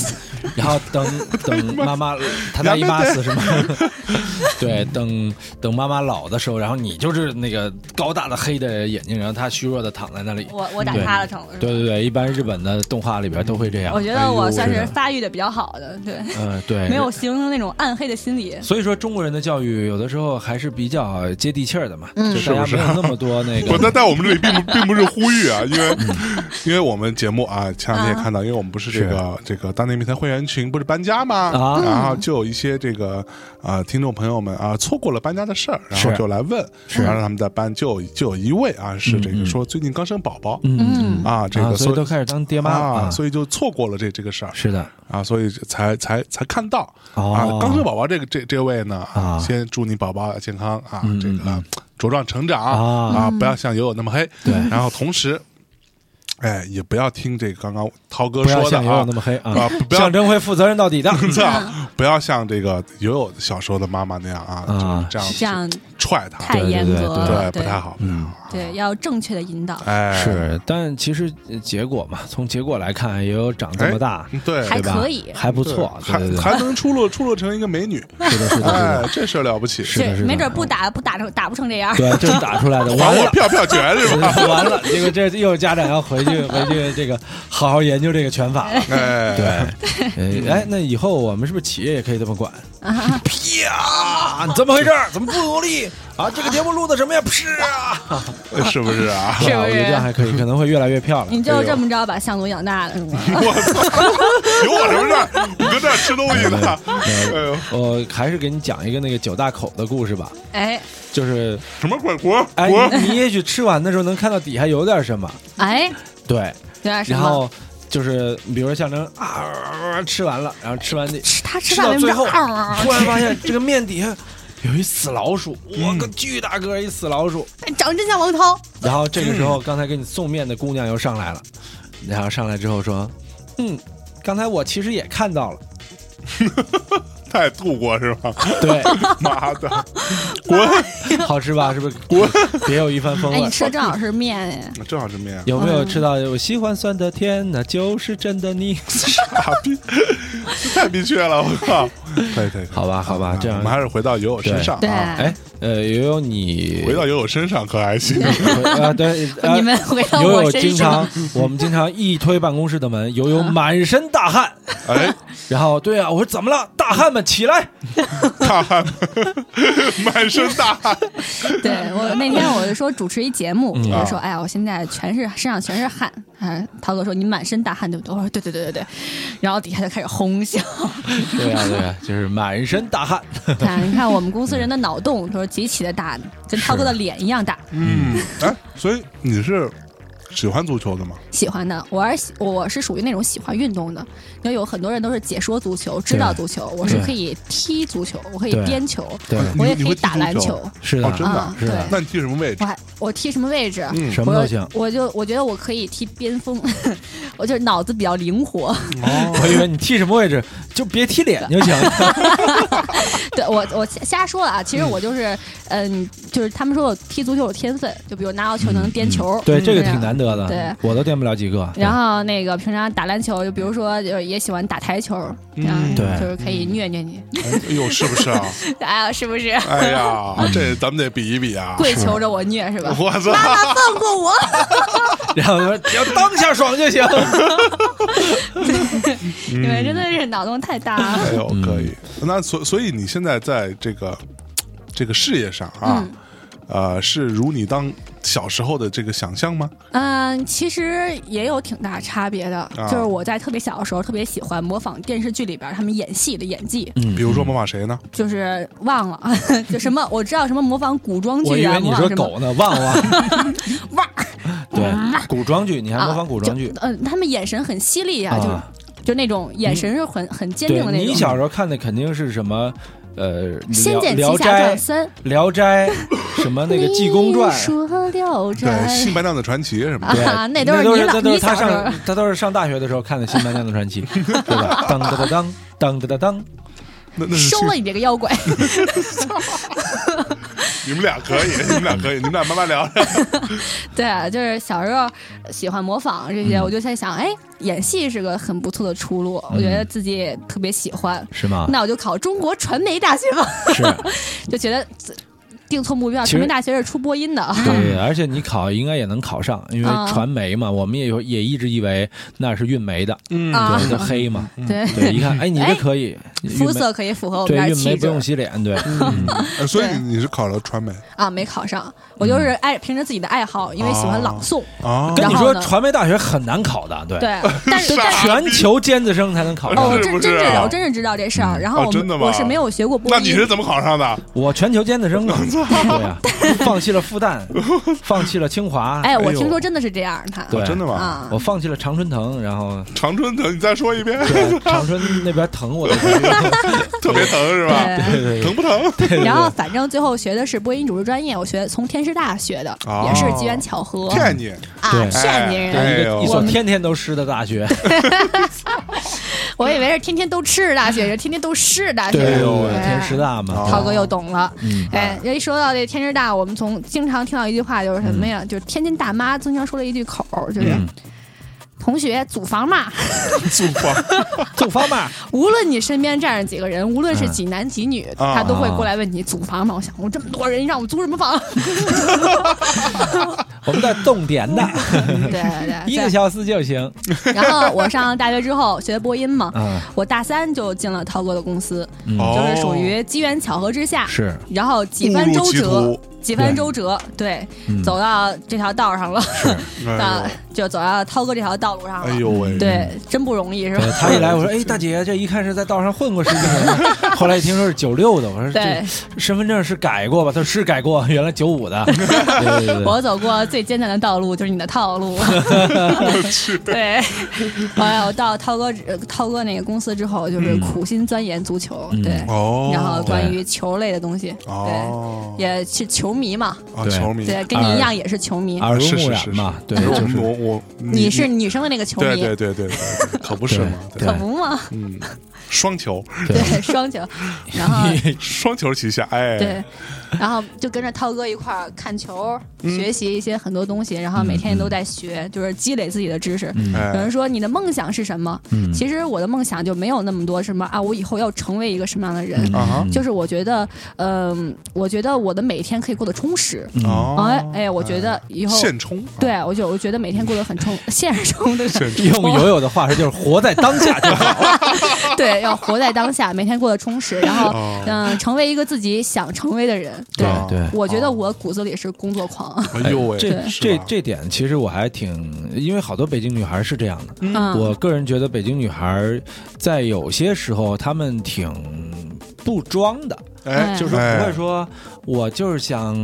Speaker 1: 然后等等妈妈，他大姨妈死是吗？对，等等妈妈老的时候，然后你就是那个高大的黑的眼睛，然后他虚弱的躺在那里。
Speaker 4: 我我打
Speaker 1: 对
Speaker 4: 她了，成了是吧
Speaker 1: 对对对，一般日本的动画里边都会这样。
Speaker 4: 我觉得我算
Speaker 1: 哎
Speaker 4: 是
Speaker 1: 呦
Speaker 4: 发育的比较好的，对，
Speaker 1: 嗯、对，
Speaker 4: 没有形成那种暗黑的心理。
Speaker 1: 所以说，中国人的教育有的时候还是比较接地气儿的嘛，嗯
Speaker 2: 是不
Speaker 1: 大
Speaker 2: 是
Speaker 1: 家没有那么多那
Speaker 2: (laughs) 不，
Speaker 1: 个，
Speaker 2: 但但我们这里并不并不是呼吁啊，因为因为我们节目啊，前两天也看到，因为我们不是这个这个大内密谈会员群不是搬家吗？
Speaker 1: 啊
Speaker 2: 然后就有一些这个啊听众朋友们啊错过了搬家的事儿，然后
Speaker 1: 是
Speaker 2: 就来问，然后让他们在搬，就有就有一位啊是这个说最近刚生宝宝
Speaker 1: 嗯，
Speaker 2: 啊，这
Speaker 1: 啊
Speaker 2: 个
Speaker 1: 所以都开始当爹妈
Speaker 2: 啊，
Speaker 1: 啊，
Speaker 2: 所以就错过了这这个事儿
Speaker 1: 是的，
Speaker 2: 啊，所以才才才看到啊
Speaker 1: 哦，
Speaker 2: 刚生宝宝这个这这位呢
Speaker 1: 啊
Speaker 2: 先祝你宝宝健康啊，
Speaker 1: 嗯
Speaker 2: 这个茁壮成长
Speaker 1: 啊
Speaker 2: 啊，不要像友友那么黑，
Speaker 1: 对
Speaker 2: 然后同时。哎，也不要听这个刚刚涛哥
Speaker 1: 不要
Speaker 2: 说的
Speaker 1: 像游泳
Speaker 2: 啊
Speaker 1: 那，嗯么黑啊
Speaker 2: 啊不，不要
Speaker 1: 象征会负责任到底的
Speaker 2: 操，啊不要像这个友友小时候的妈妈那样啊
Speaker 1: 啊，
Speaker 2: 就是
Speaker 4: 这
Speaker 2: 这样
Speaker 4: 样
Speaker 2: 踹他，
Speaker 4: 太
Speaker 1: 对
Speaker 4: 严
Speaker 1: 对
Speaker 4: 格
Speaker 1: 对
Speaker 4: 了，
Speaker 2: 对，不太好，不太好，
Speaker 1: 啊
Speaker 4: 对，要正确的引导，
Speaker 2: (laughs) 哎，
Speaker 1: 嗯是，但其实呃结果嘛，从结果来看，也有长这么大，
Speaker 2: 哎对，
Speaker 4: 还
Speaker 1: 对吧
Speaker 4: 可以
Speaker 1: 还不错，
Speaker 2: 还
Speaker 1: 对对对，
Speaker 2: 还能出落出落成一
Speaker 1: (laughs)
Speaker 2: 个美女，
Speaker 1: 是的，是的，是
Speaker 2: 哎
Speaker 1: 的，，
Speaker 2: 这事儿了不起，
Speaker 1: 是的，是的，
Speaker 4: 没准不打不打成打不成这 (laughs) 样。
Speaker 1: 对，这是打出来的，
Speaker 2: 还
Speaker 1: 完
Speaker 2: 哎我
Speaker 1: 了。
Speaker 2: 票票权是吧？
Speaker 1: 完了，结果这又有家长要回
Speaker 4: (laughs)
Speaker 1: 去回去这个好好研究这个拳法了。
Speaker 2: 哎，
Speaker 1: 对，
Speaker 4: 嗯
Speaker 1: 呃哎，那以后我们是不是企业也可以这么管？啪，怎
Speaker 4: (laughs)
Speaker 1: 么回事儿？怎么不努力啊？这个节目录的什么呀？是啊，
Speaker 2: 是不是啊？
Speaker 4: 是不是
Speaker 1: 哇我觉得这样还
Speaker 4: (laughs)
Speaker 1: 可以，可能会越来越漂亮
Speaker 4: 你。就这么着把向总养大了是
Speaker 1: 嗯
Speaker 4: 吗？
Speaker 2: (laughs) 我操，有我什么事儿？我搁这儿吃东西呢。哎呦，
Speaker 1: 我还是给你讲一个那个九大口的故事吧，
Speaker 4: (laughs) 哎
Speaker 1: 就是
Speaker 2: 什么滚滚
Speaker 1: 哎，
Speaker 2: 滚！
Speaker 1: 你你也许吃完的时候能看到底下有点什么，
Speaker 4: 哎，
Speaker 1: 对，
Speaker 4: 有点什
Speaker 1: 然
Speaker 4: 么？
Speaker 1: 后就是比如说象征啊，吃完了，然后吃完那
Speaker 4: 吃他
Speaker 1: 吃
Speaker 4: 吃饭
Speaker 1: 到
Speaker 4: 为什
Speaker 1: 最
Speaker 4: 么
Speaker 1: 后，
Speaker 4: 这样？
Speaker 1: 突然发现这个面底下有一死老鼠，
Speaker 4: 嗯
Speaker 1: 我个巨大个儿一死老鼠。
Speaker 4: 哎长得真像王涛，
Speaker 1: 然后这个时候，刚才给你送面的姑娘又上来了，然后上来之后说：“嗯，刚才我其实也看
Speaker 4: (laughs)
Speaker 1: 到了，
Speaker 2: 太吐过是吧？ (laughs)
Speaker 1: 对，
Speaker 2: 妈的，滚！
Speaker 1: 好吃吧？是不是？滚，别有一番风
Speaker 4: 哎，
Speaker 1: 味
Speaker 4: 你。”吃的正嗯好是面哎，
Speaker 2: 正好是面，
Speaker 1: 有没有吃到？我喜欢酸的甜，那就是真的
Speaker 4: (laughs)
Speaker 1: 你。
Speaker 2: 傻逼，太明确了，我靠！对对，
Speaker 1: 好吧，好
Speaker 4: 嗯
Speaker 1: 吧，这
Speaker 2: 我
Speaker 1: 样
Speaker 2: 们。还是回到友友身上
Speaker 4: 对，
Speaker 2: 啊，
Speaker 1: 哎，呃，悠悠你
Speaker 4: (laughs)
Speaker 2: 回到友友身上可还行？ (laughs)
Speaker 1: 回啊，对，呃
Speaker 4: 你们回到
Speaker 1: 友
Speaker 4: 我
Speaker 1: 友
Speaker 4: 身
Speaker 1: 经
Speaker 4: 上
Speaker 1: 常，
Speaker 4: (laughs)
Speaker 1: 我们经常一推办公室的门，友友满身大汗，
Speaker 2: 哎，
Speaker 1: 然后对啊，我说怎么了？大汉们起来！
Speaker 2: 大汗， (laughs) 满身大汗，
Speaker 4: (laughs) 对我那天我就说主持一节目，我就说
Speaker 2: 啊
Speaker 4: 哎呀，我现在全是身上全是汗。哎，涛哥说你满身大汗对不对？我说对对对对对，然后底下就开始哄笑。 (laughs)
Speaker 1: 对啊，对啊，就是满身大汗。
Speaker 4: 看，啊你看我们公司人的脑洞都是极其的大的，跟涛哥的脸一样大。
Speaker 2: 嗯，哎，所以你是喜欢足球的吗？
Speaker 4: 喜欢的，我是喜我是属于那种喜欢运动的。因为有很多人都是解说足球，知道足球，我是可以踢足球，我可以
Speaker 1: 对
Speaker 4: 颠球，
Speaker 1: 对
Speaker 2: 你
Speaker 4: 我也
Speaker 2: 你
Speaker 4: 可
Speaker 2: 会
Speaker 4: 以
Speaker 2: 踢
Speaker 4: 打
Speaker 2: 足
Speaker 4: 篮
Speaker 2: 球
Speaker 4: 球。
Speaker 1: 是的，
Speaker 2: 哦，真的
Speaker 4: 啊，
Speaker 1: 是的
Speaker 4: 对
Speaker 2: 那你踢什么位置
Speaker 4: 我？还我踢什么位置？啊
Speaker 2: 嗯
Speaker 1: 什么都行。
Speaker 4: 我我就我觉得我可以踢边锋， (laughs) 我就是脑子比较灵活。 (laughs)
Speaker 1: 哦我以为你踢什么位置，就别踢脸就行。
Speaker 4: 对我我瞎瞎说啊，其实我就是嗯，就是他们说我踢足球有天分，就比如拿到球能颠
Speaker 1: (laughs)
Speaker 4: 球，
Speaker 1: 对，
Speaker 4: 嗯
Speaker 1: 这个
Speaker 4: 样
Speaker 1: 挺难得的，
Speaker 4: 对
Speaker 1: 我都垫不了几个。
Speaker 4: 然后那个平常打篮球，就比如说就也喜欢打台球，这样
Speaker 2: 嗯
Speaker 1: 对
Speaker 4: 就是可以虐虐你。
Speaker 2: 哎呦，是不是啊？
Speaker 4: (laughs) 哎呀，是不是？
Speaker 2: 哎
Speaker 4: (laughs)
Speaker 2: 呀，这咱们得比一比啊！
Speaker 4: 嗯跪求着我虐是
Speaker 2: (laughs)
Speaker 4: 吧？
Speaker 2: 我操！
Speaker 3: 放过
Speaker 1: (laughs)
Speaker 3: 我！
Speaker 1: 对然后说只要当下爽
Speaker 4: (laughs)
Speaker 1: 就行。嗯
Speaker 4: 你们真的是脑洞太大了。
Speaker 2: 哎呦，可以。
Speaker 4: 嗯
Speaker 2: 那所所以你现在在这个这个事业上啊，
Speaker 4: 嗯
Speaker 2: 呃，是如你当小时候的这个想象吗？
Speaker 4: 嗯，其实也有挺大差别的，
Speaker 2: 啊
Speaker 4: 就是我在特别小的时候特别喜欢模仿电视剧里边他们演戏的演
Speaker 1: 嗯
Speaker 4: 技，
Speaker 2: 比如说模仿谁呢？
Speaker 4: 就是忘了 (laughs) 就什么我知道什么模仿古装
Speaker 1: 我
Speaker 4: 剧
Speaker 1: 以
Speaker 4: 啊，
Speaker 1: 为你
Speaker 4: 模仿
Speaker 1: 说
Speaker 4: 什么
Speaker 1: 狗呢，旺
Speaker 4: (laughs)
Speaker 1: 旺。
Speaker 4: 哇
Speaker 1: 对，古装剧，你还模仿古装剧
Speaker 4: 啊就呃，他们眼神很犀利啊，
Speaker 1: 啊？
Speaker 4: 就就那种眼神是很很坚
Speaker 1: 对
Speaker 4: 定的，那
Speaker 1: 你
Speaker 4: 种。
Speaker 1: 小时候看的肯定是什么？呃，
Speaker 4: 仙
Speaker 1: 聊
Speaker 4: 剑
Speaker 1: 聊
Speaker 4: 奇侠
Speaker 1: 斋
Speaker 4: 传》三，
Speaker 1: 《聊斋》什么那个《济公
Speaker 4: (laughs)
Speaker 1: 传》
Speaker 4: 你说聊
Speaker 2: 对，《
Speaker 4: 斋
Speaker 2: 新，白娘子传奇》什么的。
Speaker 1: 对，
Speaker 4: 啊那
Speaker 1: 那
Speaker 4: 都是
Speaker 1: 都是那都是
Speaker 4: 你老你
Speaker 1: 他
Speaker 4: 小时候
Speaker 1: 上他都是上大学的时候看的《新白娘子传奇》，
Speaker 4: (laughs)
Speaker 1: 对吧？当当当当当当当，
Speaker 2: 那那是
Speaker 4: 收了你这个妖怪。
Speaker 2: 你们俩可以， (laughs) 你们俩可以，你们俩慢慢聊聊。
Speaker 4: 对，就是小时候喜欢模仿这些，我就在想，哎，演戏是个很不错的出路，我觉得自己也特别喜欢。
Speaker 1: 是吗？
Speaker 4: 那我就考中国传媒大学吧，
Speaker 1: 啊是，
Speaker 4: (laughs) 就觉得自定错目标，
Speaker 1: 其实
Speaker 4: 传媒大学是出播音的。
Speaker 1: 对，而且你考应该也能考上，因
Speaker 4: 啊
Speaker 1: 为传媒嘛，我们也有也一直以为那是运媒的，
Speaker 2: 嗯
Speaker 4: 啊
Speaker 1: 对，那黑嘛，
Speaker 4: 对，
Speaker 1: 对，一看，哎，你
Speaker 4: 哎
Speaker 1: 这可以，运
Speaker 4: 肤
Speaker 1: 媒
Speaker 4: 色可以符合我们
Speaker 1: 对
Speaker 4: 这儿
Speaker 1: 运
Speaker 4: 气
Speaker 1: 媒不
Speaker 4: 质
Speaker 1: 用洗脸，对，嗯
Speaker 2: 呃所以
Speaker 4: (laughs) 对
Speaker 2: 你是考了传媒
Speaker 4: 啊，没考上。我就是爱凭着自己的爱好，因为喜欢朗诵，
Speaker 2: 啊？
Speaker 1: 跟你
Speaker 4: 然后
Speaker 1: 说
Speaker 4: 呢
Speaker 1: 传媒大学很难考的，对，
Speaker 4: 对，但是但
Speaker 1: (laughs)
Speaker 4: 是。
Speaker 1: 全球尖子生才能考
Speaker 4: 哦，
Speaker 1: 上
Speaker 4: 我
Speaker 2: 是，
Speaker 4: 真
Speaker 2: 不
Speaker 4: 真
Speaker 2: 是
Speaker 4: 是
Speaker 2: 啊
Speaker 4: 我真是知道这事儿。然后
Speaker 2: 哦
Speaker 4: 我
Speaker 2: 真
Speaker 4: 们
Speaker 2: 的吗
Speaker 4: 我是没有学过播音，
Speaker 2: 那你是怎么考上
Speaker 4: (laughs)
Speaker 2: 的？
Speaker 1: 我全球尖子生啊，对呀，放弃了复旦，放弃了清华，
Speaker 4: 哎，我
Speaker 1: 呦
Speaker 4: 听说真的是这样儿，他
Speaker 1: 对
Speaker 2: (laughs) 哦真的吗？
Speaker 4: 啊
Speaker 1: 我，放弃了常春藤，然后
Speaker 2: 长春疼，你再说一遍，
Speaker 1: 对长春那边疼我的时候，
Speaker 2: (laughs) 特别疼是吧？
Speaker 4: 对。
Speaker 1: 对对对
Speaker 2: 疼不疼？
Speaker 4: 然后反正最后学的是播音主持专业，我学从天师大学的，
Speaker 2: 哦
Speaker 4: 也是机缘巧合
Speaker 2: 骗你！
Speaker 4: 啊，
Speaker 1: 对
Speaker 4: 骗你
Speaker 1: 对，
Speaker 4: 人！
Speaker 2: 哎
Speaker 1: 一
Speaker 2: 呦
Speaker 1: 个一所天天都湿的大学，
Speaker 4: 我以为是天天都吃的大学，是天天都是大学。
Speaker 1: 对，
Speaker 2: 呦喂
Speaker 4: 哎
Speaker 1: 天师大嘛，
Speaker 4: 涛哥又懂了。
Speaker 1: 嗯
Speaker 4: 哎，一说到这天师大，我们从经常听到一句话就是什么呀？就是天津大妈经常说的一句口儿，就是。
Speaker 1: 嗯
Speaker 4: 同学，祖房嘛，
Speaker 2: (laughs) 租房
Speaker 1: 住方嘛，
Speaker 4: 无论你身边站着几个人，无
Speaker 1: 嗯
Speaker 4: 论是几男几女，
Speaker 2: 啊
Speaker 4: 他都会过来问你祖房嘛。我想，我这么多人，让我租什么房？
Speaker 1: 我们在重点的，
Speaker 4: (laughs) 对对
Speaker 1: 嗯 (laughs) 一个
Speaker 4: 对。
Speaker 1: 小时就行
Speaker 4: 然后我上大学之后学播音嘛，
Speaker 1: (laughs) 啊，
Speaker 4: 我大三就进了涛哥的公司，
Speaker 1: 嗯
Speaker 2: 哦
Speaker 4: 就是属于机缘巧合之下，
Speaker 1: 是，
Speaker 4: 然后几番周
Speaker 2: 误入
Speaker 4: 折
Speaker 2: 歧，
Speaker 4: 几番周折，对，
Speaker 1: 嗯
Speaker 4: 走到这条道上了，啊
Speaker 2: 哎，
Speaker 4: (laughs) 就走到涛哥这条道路
Speaker 2: 呦
Speaker 4: 上了。
Speaker 2: 哎呦喂！
Speaker 4: 对，真不容易是吧
Speaker 1: 对？他一来，我说：“哎，大姐，这一看是在道上混过十几年。”后来一听说是九六的，我说：“
Speaker 4: 对
Speaker 1: 这身份证是改过吧？”他说：“是改过，原来九五的。”对对对，
Speaker 4: (laughs) 我走过最艰难的道路，就是你的
Speaker 2: (laughs)
Speaker 4: 套路。对，哎呀，我到涛哥呃涛哥那个公司之后，就是苦心钻研足球，
Speaker 1: 嗯
Speaker 4: 对，
Speaker 2: 嗯哦，
Speaker 4: 然后关于球类的东西，对，
Speaker 2: 哦，
Speaker 4: 也是球迷嘛，
Speaker 2: 啊，
Speaker 1: 对
Speaker 2: 球迷，
Speaker 4: 对，跟你一样也是球迷，
Speaker 1: 耳
Speaker 2: 是
Speaker 1: 濡
Speaker 2: 是
Speaker 1: 目
Speaker 2: 是
Speaker 1: 染
Speaker 2: 是
Speaker 1: 嘛，对，
Speaker 2: 可
Speaker 1: 就
Speaker 2: 我
Speaker 1: 是
Speaker 2: 我
Speaker 4: 你是女生的那个球
Speaker 2: 对
Speaker 4: 迷，
Speaker 2: 对对对对，对可不是嘛？
Speaker 1: 对
Speaker 4: 可不嘛？
Speaker 2: 嗯，双球，
Speaker 1: 对
Speaker 4: 对，
Speaker 1: (laughs)
Speaker 4: 双球，然后
Speaker 2: 双球旗下，哎，
Speaker 4: 对，然后就跟着涛哥一块儿看球，
Speaker 1: 嗯
Speaker 4: 学习一些很多东西，然后每天都在学，就是积累自己的知识。有
Speaker 2: 哎
Speaker 4: 人，说你的梦想是什么？
Speaker 1: 嗯
Speaker 4: 其实我的梦想就没有那么多什么啊，我以后要成为一个什么样的
Speaker 1: 嗯
Speaker 4: 人？
Speaker 2: 啊哈，
Speaker 4: 就是我觉得，嗯、我觉得我的每天可以过得充实。
Speaker 1: 嗯
Speaker 2: 哦，
Speaker 4: 哎哎，我觉得以
Speaker 1: 哦
Speaker 4: 后
Speaker 2: 现充，啊，
Speaker 4: 对我就我觉得每天过得很充， (laughs) 现实中
Speaker 1: (laughs)
Speaker 4: 的
Speaker 2: 现充，
Speaker 1: 用友友的话说，就是活在当下就好。
Speaker 4: (laughs) 对，要活在当下，每天过得充实，然后
Speaker 2: 哦
Speaker 4: 嗯、成为一个自己想成为的人。对，
Speaker 2: 啊
Speaker 1: 对
Speaker 4: 我觉得我骨子里是工作狂。
Speaker 2: 哎呦喂，
Speaker 1: 这
Speaker 2: 是
Speaker 1: 这
Speaker 2: 吧
Speaker 1: 这点其实我还挺，因为好多北京女孩是这样的。
Speaker 4: 嗯，
Speaker 1: 我个人觉得北京女孩在有些时候她们挺不装的，
Speaker 2: 哎，
Speaker 1: 就是说不会说，我就是想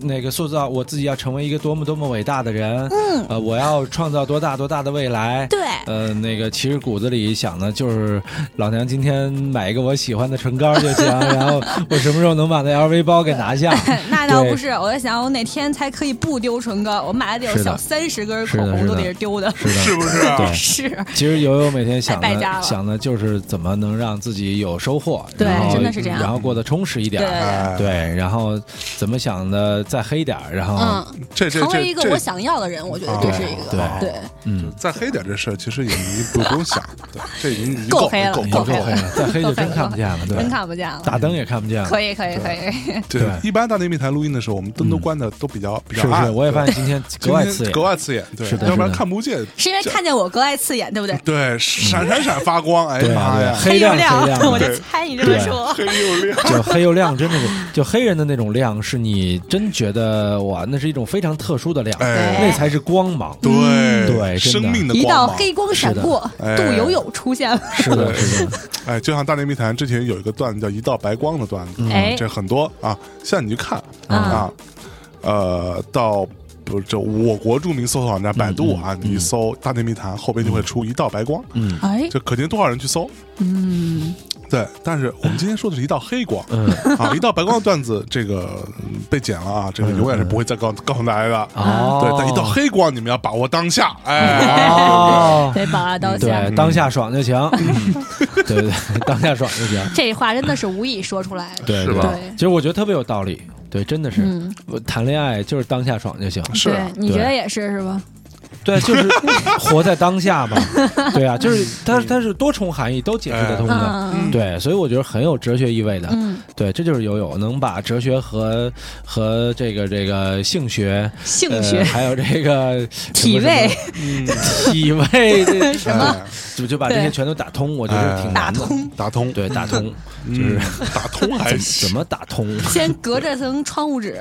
Speaker 1: 那个塑造我自己要成为一个多么多么伟大的人，嗯，呃，我要创造多大多大的未来，
Speaker 4: (laughs) 对
Speaker 1: 呃，那个其实骨子里想的就是，老娘今天买一个我喜欢的唇膏就
Speaker 4: (laughs)
Speaker 1: 行，然后我什么时候能把那 LV 包给拿
Speaker 2: (laughs)
Speaker 1: 下？
Speaker 4: 嗯那倒
Speaker 1: 对
Speaker 4: 不是，我在想我哪天才可以不丢唇膏？我买了得有
Speaker 1: 是的
Speaker 4: 小三十根
Speaker 1: 是
Speaker 4: 口
Speaker 1: 的
Speaker 4: 红
Speaker 1: 是
Speaker 4: 都
Speaker 1: 的
Speaker 4: 得是丢的，
Speaker 1: 是的，
Speaker 2: 是不是啊？
Speaker 1: 对
Speaker 4: (laughs) 是
Speaker 1: 其实悠悠每天想
Speaker 4: 太败家
Speaker 1: 的
Speaker 4: 了
Speaker 1: 想的就是怎么能让自己有收获，
Speaker 4: 对
Speaker 1: 然后
Speaker 4: 真的是这样
Speaker 1: 然后过得充实一点
Speaker 4: 对
Speaker 1: 儿，
Speaker 2: 哎，
Speaker 1: 对，然后怎么想的再黑点儿，然后
Speaker 4: 嗯，
Speaker 2: 这这
Speaker 4: 成为
Speaker 2: 这
Speaker 4: 一个
Speaker 2: 这
Speaker 4: 我想要的人，我觉得这是一个
Speaker 1: 哦对
Speaker 4: 对
Speaker 1: 嗯，
Speaker 2: 再黑点这事儿，其实也已经不不用想，对，这已经已经
Speaker 4: 够黑
Speaker 2: 黑
Speaker 4: 了
Speaker 2: 够
Speaker 4: 够
Speaker 1: 黑
Speaker 4: 黑 (laughs)
Speaker 1: 了，再黑就真看不见了，对，
Speaker 4: 真看不见了，
Speaker 1: 打灯也看不见了，
Speaker 4: 可以可以
Speaker 1: (laughs)
Speaker 4: 可以，
Speaker 2: 对
Speaker 1: 对，嗯
Speaker 2: 一般大内密谈录音的时候，我们灯都关的都比较比
Speaker 1: 是
Speaker 2: 较
Speaker 1: 不是？
Speaker 2: 暗，
Speaker 1: 我也发现今天格外
Speaker 2: 今天
Speaker 1: 刺眼
Speaker 2: 格，外刺眼，对
Speaker 1: 是，的
Speaker 2: 要不然
Speaker 1: 是的嗯
Speaker 2: 看不见，
Speaker 4: 是因为看见我格外刺眼，对不对？
Speaker 2: 对，闪闪闪发光，哎呀
Speaker 1: 对啊
Speaker 2: 妈
Speaker 1: 对啊
Speaker 2: 呀，
Speaker 1: 黑
Speaker 4: 又
Speaker 1: 亮
Speaker 4: 亮
Speaker 1: 黑，亮
Speaker 4: (laughs) 我就
Speaker 2: 对
Speaker 4: 猜你这么
Speaker 1: 对
Speaker 4: 说。
Speaker 2: 黑又
Speaker 1: (laughs)
Speaker 2: 亮，
Speaker 1: 就黑又亮，真的是就黑人的那种亮，是你真觉得哇，那是一种非常特殊的亮，
Speaker 2: 哎
Speaker 1: 那才是光芒。
Speaker 2: 对
Speaker 1: 嗯对真的
Speaker 2: 哎生命的
Speaker 4: 一道
Speaker 2: 光芒，
Speaker 4: 黑光闪
Speaker 1: 是的
Speaker 4: 过，
Speaker 2: 哎
Speaker 4: 杜友友出
Speaker 1: (laughs)
Speaker 4: 现了。
Speaker 1: 是的，是的，
Speaker 2: 哎，就像大内密谈之前有一个段子叫“一道白光”的段子，
Speaker 1: 嗯
Speaker 4: 哎
Speaker 2: 这很多啊，像你去看
Speaker 4: 嗯
Speaker 2: 啊，呃，到。不，这我国著名搜索网站百度啊，你搜“大内密谈”，后边就会出一道白光，
Speaker 4: (laughs)
Speaker 1: 嗯
Speaker 4: 哎，
Speaker 2: 就可见多少人去搜。
Speaker 4: 嗯，
Speaker 2: 对，但是我们今天说的是一道黑光，
Speaker 1: 嗯
Speaker 2: 啊，一道白光的段子，这个嗯被剪了啊，这个永远是不会再告告诉大家
Speaker 4: 啊
Speaker 2: 的。
Speaker 1: 嗯哦，
Speaker 2: 对，但一道黑光，你们要把握当下，哎，
Speaker 4: (laughs)
Speaker 1: 哦，
Speaker 4: 得把握当下。
Speaker 1: 对，当下爽
Speaker 4: (laughs)
Speaker 1: 就行。嗯对对 (laughs) 对，当下爽就行。
Speaker 4: 这话真的是无意说出来的。
Speaker 1: 对，
Speaker 2: 是吧
Speaker 1: 对其实我觉得特别有道理。对，真的是，
Speaker 4: 嗯
Speaker 1: 我谈恋爱就是当下爽就行。
Speaker 2: 是啊
Speaker 4: 对，你觉得也是是吧？
Speaker 1: 对，啊就是
Speaker 4: (laughs)
Speaker 1: 活在当下嘛。对啊，就是它它是多重含义都解释得通的。
Speaker 4: 嗯
Speaker 1: 对，所以我觉得很有哲学意味的。
Speaker 4: 嗯，
Speaker 1: 对，这就是游泳能把哲学和和这个这个性学、
Speaker 4: 性
Speaker 1: 呃
Speaker 4: 学、
Speaker 1: 还有这个
Speaker 4: 体位、
Speaker 2: 嗯，
Speaker 1: 哦体位
Speaker 4: (laughs)
Speaker 1: 这
Speaker 2: 什么
Speaker 1: 就就把这些
Speaker 4: 对
Speaker 1: 全都打通，我觉得挺
Speaker 4: 打
Speaker 1: 难的。
Speaker 4: 通，
Speaker 2: 哎打通，
Speaker 1: 对，打通就是
Speaker 2: 嗯，打通还
Speaker 1: 怎
Speaker 2: 行
Speaker 1: 怎么打
Speaker 2: (laughs)
Speaker 1: 通？
Speaker 4: 先隔着层窗户
Speaker 1: (laughs)
Speaker 4: 纸，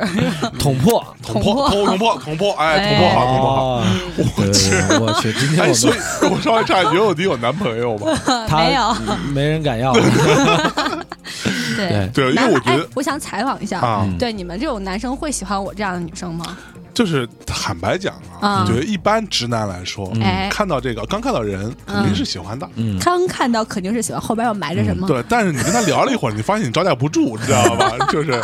Speaker 1: 捅破。
Speaker 2: 捅破，捅捅
Speaker 4: 捅破
Speaker 2: 破，捅破，哎，
Speaker 4: 哎
Speaker 2: 捅破好，捅破好。
Speaker 1: 哦，我去，我去！今天
Speaker 2: 哎，
Speaker 1: 我
Speaker 2: 所以
Speaker 1: 们
Speaker 2: 我稍微差点，游泳，你有男朋友
Speaker 4: (laughs)
Speaker 2: 吗？
Speaker 1: 他
Speaker 4: 没有。
Speaker 1: 没人敢要，对
Speaker 4: 对
Speaker 2: 对因为
Speaker 4: 男
Speaker 2: 我觉得
Speaker 4: 哎我想采访一下
Speaker 2: 啊
Speaker 1: 嗯
Speaker 4: 对你们这种男生会喜欢我这样的女生吗？
Speaker 2: 就是坦白讲啊，
Speaker 4: 啊
Speaker 2: 我觉得一般直男来说
Speaker 4: 哎，
Speaker 2: 看到这个刚看到人肯定是喜欢的，
Speaker 1: 嗯，
Speaker 4: 刚看到肯定是喜欢，后边要埋着什么？
Speaker 2: 嗯对。但是你跟他聊了一会儿，你发现你招架不住，你知道
Speaker 4: (laughs)
Speaker 2: 吧？就是